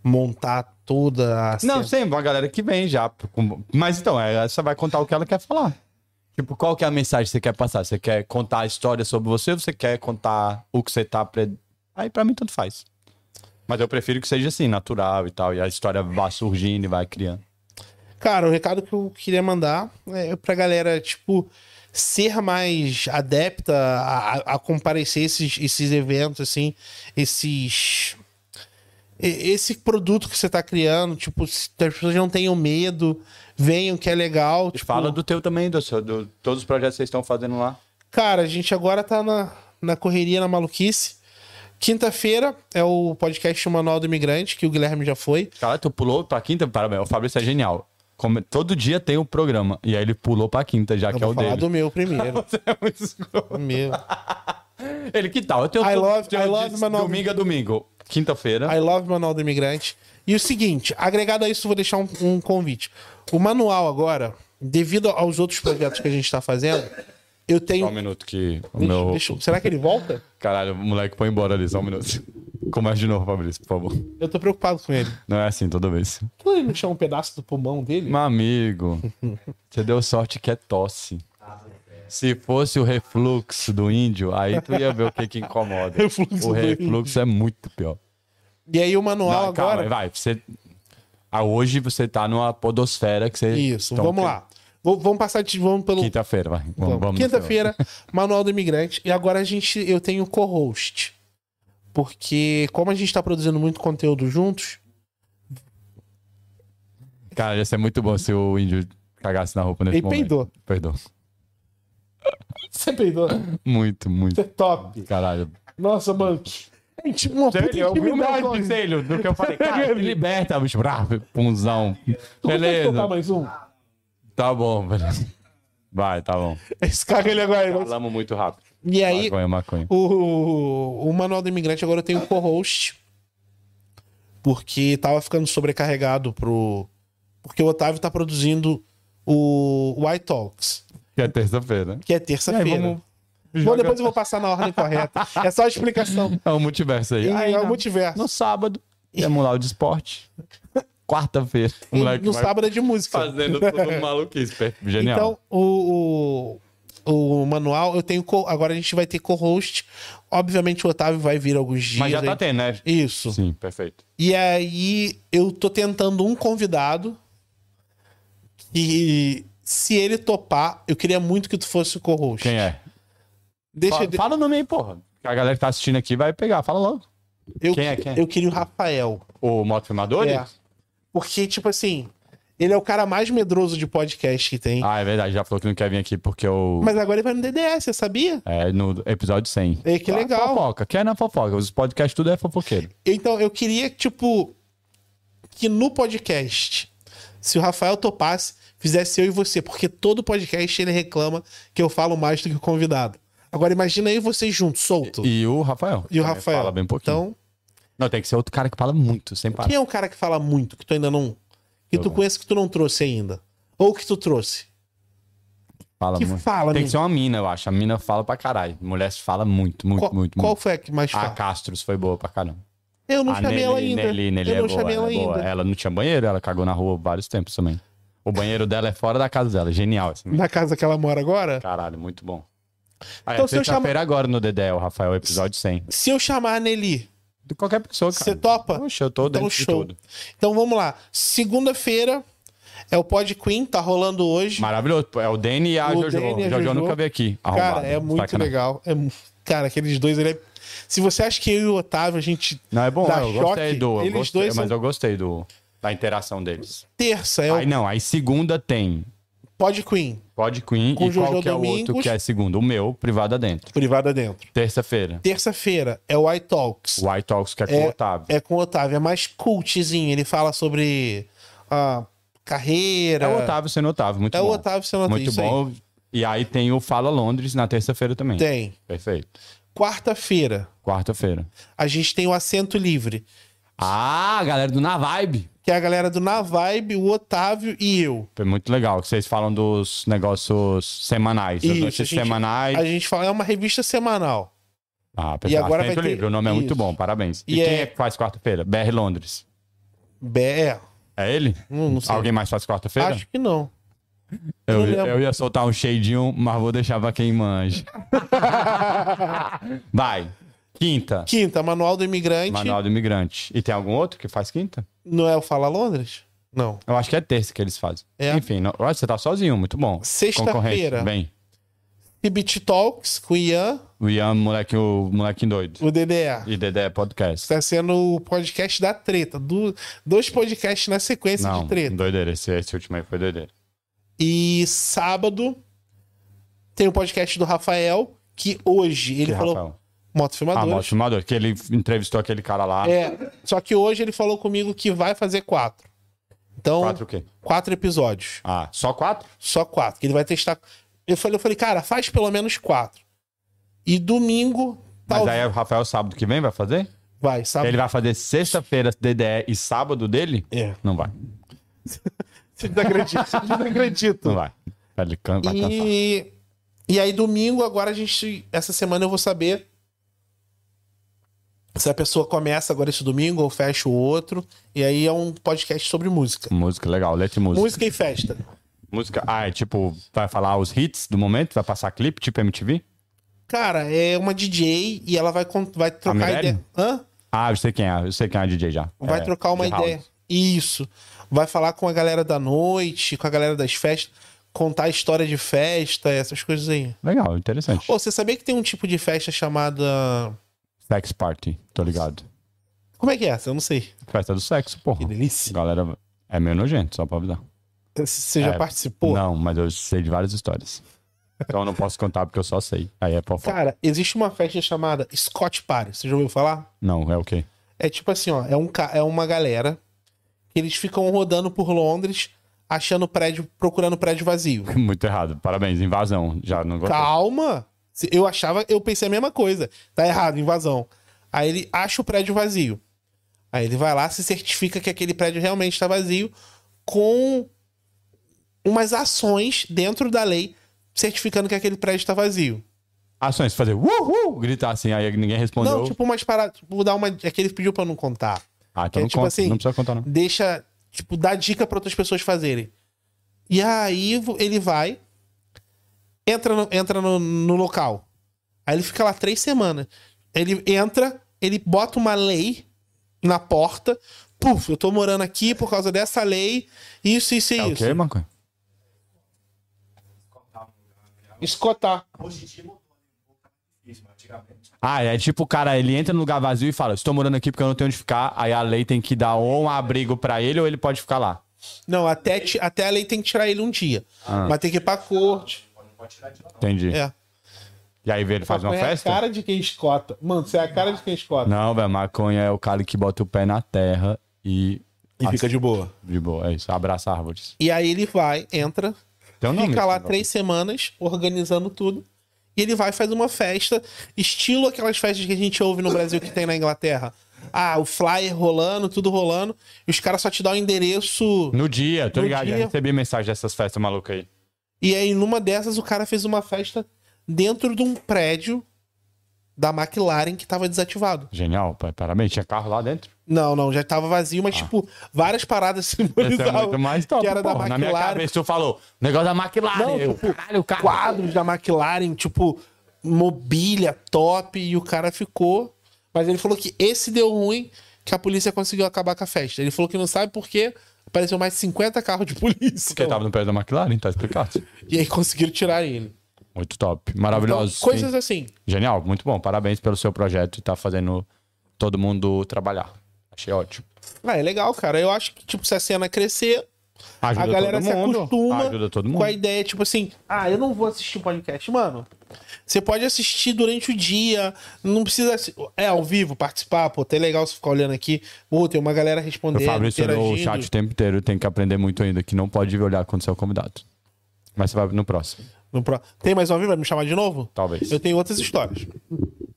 montar toda a
Não,
cena?
sempre uma galera que vem já. com- Mas então, é, você vai contar o que ela quer falar. Tipo, qual que é a mensagem que você quer passar? Você quer contar a história sobre você ou você quer contar o que você tá. Pre... Aí pra mim tanto faz. Mas eu prefiro que seja assim, natural e tal. E a história vá surgindo e vai criando.
Cara, o recado que eu queria mandar é pra galera, tipo, ser mais adepta a, a- a comparecer esses, esses eventos, assim, esses. e- Esse produto que você tá criando, tipo, se- que as pessoas não tenham medo, venham que é legal.
E
Tipo,
fala do teu também, do seu, do- todos os projetos que vocês estão fazendo lá.
Cara, a gente agora tá na, na correria, na maluquice. Quinta-feira é o podcast O Manual do Imigrante, que o Guilherme já foi.
Cara, tu pulou pra quinta? Parabéns, o Fabrício é genial. Como- todo dia tem um programa. E aí ele pulou pra quinta, já
Eu
que é
vou
o
falar
dele.
do meu primeiro.
É muito escroto.
o meu.
Ele, que tal? Eu tenho
I
todo-
love-
tenho
I love
de-
Manoel.
Domingo a domingo. Quinta-feira.
I love Manual do Imigrante. E o seguinte, agregado a isso, vou deixar um, um convite. O manual agora, devido aos outros projetos que a gente está fazendo, eu
Só um
tenho.
minuto que o
Deixa-
meu...
deixa- será que ele volta?
Caralho, o moleque foi embora ali, só um minuto. Começa de novo, Fabrício, por favor.
Eu tô preocupado com ele.
Não é assim toda vez.
Ele não chama um pedaço do pulmão dele?
Meu amigo, você deu sorte que é tosse. Se fosse o refluxo do índio, aí tu ia ver o que que incomoda.
Refluxo
o
do
refluxo é muito pior.
E aí o manual
Não,
agora.
Calma, vai. Você... Ah, hoje você tá numa podosfera que você...
Isso,
Então,
vamos lá. Vou- vamos passar de. Vamos pelo.
Quinta-feira, vai. Vamos-
Vamos.
vamos no
Quinta-feira, Manual do Imigrante. E agora a gente, eu tenho co-host. Porque como a gente tá produzindo muito conteúdo juntos,
Cara, ia ser muito bom se o índio cagasse na roupa nesse
Ele
momento.
peidou.
Perdão.
você peidou.
Muito,
Você é
muito.
top.
Caralho.
Nossa, Mank. É tipo uma puta
Eu vi o meu
intimidade.
um conselho do que eu falei. Cara, se liberta, bicho. Bravo, punzão. Beleza.
mais um?
Tá bom, beleza. Vai, tá bom.
Esse cara ele agora. é ele-
Falamos muito rápido.
E aí,
Maconha, maconha.
o, o Manual do Imigrante agora eu tenho co-host. Porque tava ficando sobrecarregado pro. Porque o Otávio tá produzindo o White Talks,
Que é terça-feira.
que é
Aí
terça-feira.
vamos.
Bom,
jogar-
depois eu vou passar na ordem correta. É só a explicação.
É o multiverso aí.
E
Aí,
é
na-
o multiverso.
No sábado, temos lá o de esporte. Quarta-feira. O
E
moleque
no
vai
sábado é de música.
fazendo tudo maluquice. perfeito. Genial.
Então, o, o, o manual, eu tenho. co- agora a gente vai ter co-host. Obviamente o Otávio vai vir alguns dias.
Mas já tá
aí.
tendo, né?
Isso.
Sim, perfeito.
E aí eu tô tentando um convidado. E se ele topar, eu queria muito que tu fosse o co-host.
Quem é?
Deixa
Fala,
eu-
fala o nome aí, porra. Que A galera que tá assistindo aqui vai pegar. Fala logo.
eu,
quem é, quem é?
Eu queria o Rafael.
O Moto Filmador?
É. Porque, tipo assim, ele é o cara mais medroso de podcast que tem.
Ah, é verdade. Já falou que não quer vir aqui porque o.
Mas agora ele vai no DDS, você sabia?
É, no episódio 100.
Ei, É, que
Ah,
legal.
Fofoca. Quer na fofoca. Os podcasts tudo é fofoqueiro.
Então, eu queria, tipo, que no podcast, se o Rafael topasse, fizesse eu e você, porque todo podcast ele reclama que eu falo mais do que o convidado. Agora, imagina aí vocês juntos, solto. E,
E o Rafael.
o
também
Rafael.
Fala bem pouquinho.
Então,
Não, tem que ser outro cara que fala muito, sem parar.
quem é o cara que fala muito, que tu ainda não. que tu conhece que tu não trouxe ainda? Ou que tu trouxe?
Fala
que
muito.
fala,
tem
amigo?
que ser um uma mina, eu acho. A mina fala pra caralho. Mulher fala muito, muito,
Qual,
muito,
qual
muito.
foi a que mais
A
fala?
Castros foi boa pra caramba.
Eu não
a
chamei ela ainda.
Nelly, Nelly
eu
é
não
boa,
chamei
ela,
ela
é boa.
ainda.
Ela não tinha banheiro, ela cagou na rua vários tempos também. O banheiro dela é fora da casa dela. Genial assim. esse
Na casa que ela mora agora?
Caralho, muito bom. Aí,
Então,
é
se eu
sexta-feira agora no Dedé, o Rafael, episódio 100.
Se eu chamar a Nelly,
De qualquer pessoa, cara.
você topa?
Poxa, eu tô dentro de tudo.
Então vamos lá. Segunda-feira é o Pod Queen, tá rolando hoje.
Maravilhoso. É o Dani e a
O
Jojo.
Dani e a
Jojo
Jojo.
nunca veio aqui.
Cara,
Arrombado.
é muito
Sacanagem.
legal. É mu- Cara, aqueles dois, ele é... Se você acha que eu e o Otávio, a gente.
Não, é bom.
dá
eu gostei
choque,
do... Eu
eles
gostei,
dois
mas
são
eu gostei do... da interação deles.
terça, é o
Aí não, aí segunda tem
Pod Queen,
Pod Queen
Com
e qual
Jojo
que é o outro
Domingos.
que é segundo? O meu, privada dentro.
privada dentro.
Terça-feira.
Terça-feira é o iTalks.
White Talks, que é com
É,
o Otávio.
é com o Otávio, é mais cultzinho. Ele fala sobre a carreira.
É o Otávio sendo Otávio, muito
É
bom.
o Otávio Senotinho,
Muito
isso aí.
bom. E aí tem o Fala Londres na terça-feira também.
Tem.
Perfeito.
quarta-feira,
Quarta-feira.
a gente tem o Assento Livre,
Ah, galera do Na Vibe.
que é a galera do Na Vibe, o Otávio e eu.
Foi muito legal que vocês falam dos negócios semanais, das
a
notícias
gente-
semanais.
A gente fala, é uma revista semanal.
Ah, pessoal,
agora
Assento
vai ter-
Livre, o nome é muito
Isso.
bom, parabéns. E,
E
quem
é-
é que faz quarta-feira? BR Londres.
Bé,
É ele?
Não, não sei.
Alguém mais faz quarta-feira?
acho que não.
Eu,
não lembro.
eu ia soltar um shadinho, mas vou deixar pra quem manja. Vai. Quinta,
Quinta, Manual do Imigrante.
Manual do Imigrante. E tem algum outro que faz quinta?
Não é o Fala Londres? Não.
Eu acho que é terça que eles fazem.
É.
Enfim, não- Olha, você tá sozinho, muito bom.
Sexta-feira.
Concorrente, Bem,
Cibit Talks com o Ian,
o Ian, é um moleque, o molequinho doido.
o DDE.
E Dedé é Podcast.
Está Tá sendo o podcast da treta. do- dois podcasts na sequência
Não,
de treta.
doideira. Esse, esse último aí foi doideira.
E sábado tem o podcast do Rafael, que hoje ele
Que
falou.
Rafael? Ah,
Motofilmador.
Moto Filmador, que ele entrevistou aquele cara lá.
É, só que hoje ele falou comigo que vai fazer quatro. Então,
Quatro o
quatro,
quê?
episódios.
Ah, só quatro?
Só quatro. Que ele vai testar. Eu falei, eu falei, cara, faz pelo menos quatro. E domingo,
Mas
talvez.
aí o Rafael sábado que vem vai fazer?
Vai, sabe?
Ele vai fazer sexta-feira DDE e sábado dele?
É.
Não vai.
Você não acredita, você não acredita.
Não vai. Ele can- vai cansar.
E, e aí, domingo, agora a gente. Essa semana eu vou saber se a pessoa começa agora esse domingo ou fecha o outro. E aí é um podcast sobre música.
Música, legal. Letra e música.
Música e festa.
Música. Ah, é tipo, vai falar os hits do momento? Vai passar clipe, tipo MTV?
Cara, é uma DJ e ela vai, con- vai trocar
Mirelle?
ideia. Hã?
Ah, eu sei quem é. Eu sei quem é a DJ já.
Vai
É,
trocar uma
de
ideia.
house.
Isso. Vai falar com a galera da noite, com a galera das festas, contar a história de festa, essas coisas aí.
Legal, interessante.
Pô, você sabia que tem um tipo de festa chamada.
Sex Party, tô ligado.
Como é que é essa? Eu não sei.
Festa do sexo, porra.
Que delícia.
Galera, é meio nojento, só pra avisar.
Você já
É,
participou?
Não, mas eu sei de várias histórias. Então eu não posso contar porque eu só sei. Aí é fofoca.
Cara, existe uma festa chamada Scott Party. Você já ouviu falar?
Não, é o quê?
É tipo assim, ó. É, um, ca- é uma galera que eles ficam rodando por Londres, achando prédio, procurando prédio vazio.
Muito errado. Parabéns, invasão. Já não gostei.
Tá. Calma! Se- Eu achava, eu pensei a mesma coisa. Tá errado, invasão. Aí ele acha o prédio vazio. Aí ele vai lá, se certifica que aquele prédio realmente está vazio, com umas ações dentro da lei certificando que aquele prédio está vazio.
Ações, fazer uhul, gritar assim, aí ninguém respondeu.
Não, tipo umas paradas. Tipo, dar uma. É que ele pediu pra eu não contar.
ah,
que
então
é
não
tipo
conta.
assim,
Não precisa contar, não.
Deixa. Tipo, dá dica pra outras pessoas fazerem. E aí vo- ele vai. Entra no, entra no, no local. Aí ele fica lá três semanas. Ele entra, ele bota uma lei na porta. Puf, eu tô morando aqui por causa dessa lei. Isso, isso e
É o
isso.
quê, Marco?
Escotar.
Ah, é tipo o cara, ele entra no lugar vazio e fala: Estou morando aqui porque eu não tenho onde ficar. Aí a lei tem que dar ou um abrigo pra ele ou ele pode ficar lá.
Não, até, ti- até a lei tem que tirar ele um dia.
Ah.
Mas tem que ir pra corte.
Entendi.
É.
E aí ele faz uma
Maconha
festa?
É a cara de quem escota. Mano, você é a cara de quem escota.
Não, velho, maconha é o cara que bota o pé na terra e.
E fica de boa.
De boa, é isso. Abraça árvores.
E aí ele vai, entra,
Tem um nome
fica
esse
lá
negócio.
três semanas organizando tudo. E ele vai e faz uma festa, estilo aquelas festas que a gente ouve no Brasil que tem na Inglaterra. Ah, o flyer rolando, tudo rolando. E os caras só te dão o endereço.
No dia, tô
No
ligado. Já
dia.
recebi mensagem dessas festas malucas aí.
E aí, numa dessas, o cara fez uma festa dentro de um prédio da McLaren que tava desativado.
Genial, pai. Parabéns. Tinha carro lá dentro.
Não, não, já tava vazio, mas, tipo, várias paradas
Isso é
simbolizavam
muito mais top.
que era da
porra. Na
McLaren.
minha cabeça, tu falou: negócio da McLaren.
Não,
eu,
tipo,
caralho, o carro.
quadros da McLaren, tipo, mobília top, e o cara ficou. Mas ele falou que esse deu ruim, que a polícia conseguiu acabar com a festa. Ele falou que não sabe por quê, apareceu mais de 50 carros de polícia.
Porque tava no pé da McLaren, tá explicado.
E aí conseguiram tirar ele.
Muito top.
Então,
Maravilhoso.
coisas assim.
Genial, muito bom. Parabéns pelo seu projeto e tá fazendo todo mundo trabalhar. Achei ótimo.
Ah, é legal, cara. Eu acho que, tipo, se a cena crescer,
Ajuda
a galera
todo
se
mundo.
acostuma
Ajuda todo mundo.
com a ideia, tipo assim, ah, eu não vou assistir o podcast, mano. Você pode assistir durante o dia, não precisa assi- é ao vivo participar, pô, até legal você ficar olhando aqui. Pô, tem uma galera
Eu
respondendo,
falo isso no
interagindo.
chat o tempo inteiro, tem que aprender muito ainda, que não pode olhar quando você é o convidado. Mas você vai no próximo.
No pro- Tem mais um vivo pra me chamar de novo?
Talvez.
Eu tenho outras histórias.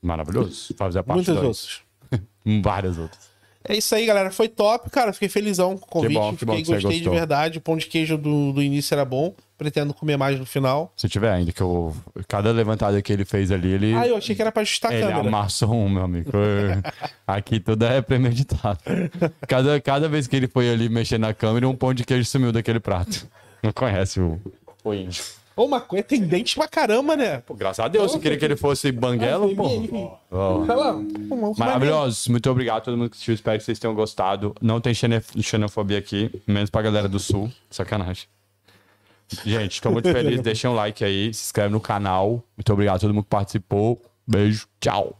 Maravilhoso. Fazer parte
muitas
dois.
outras.
Várias outras.
É isso aí, galera. Foi top, cara. Fiquei felizão com o convite.
bom, que
Fiquei,
bom que você
gostei de
gostou.
verdade. O pão de queijo do, do início era bom. Pretendo comer mais no final.
Se tiver ainda, que eu. Cada levantada que ele fez ali, ele.
Ah, eu achei que era pra ajustar a
Ele
câmera.
amassou um, meu amigo. Aqui tudo é premeditado. Cada, cada vez que ele foi ali mexer na câmera, um pão de queijo sumiu daquele prato. Não conhece o, o índio.
Ô, maconha tem dente pra caramba, né?
Pô, graças a Deus, eu queria que ele fosse banguelo, pô. Ó.
Tá lá. Pô, maluco maneiro.
Maravilhosos, muito obrigado a todo mundo que assistiu. Espero que vocês tenham gostado. Não tem xene- xenofobia aqui, menos pra galera do sul. Sacanagem. Gente, tô muito feliz. Deixem um like aí, se inscreve no canal. Muito obrigado a todo mundo que participou. Beijo, tchau.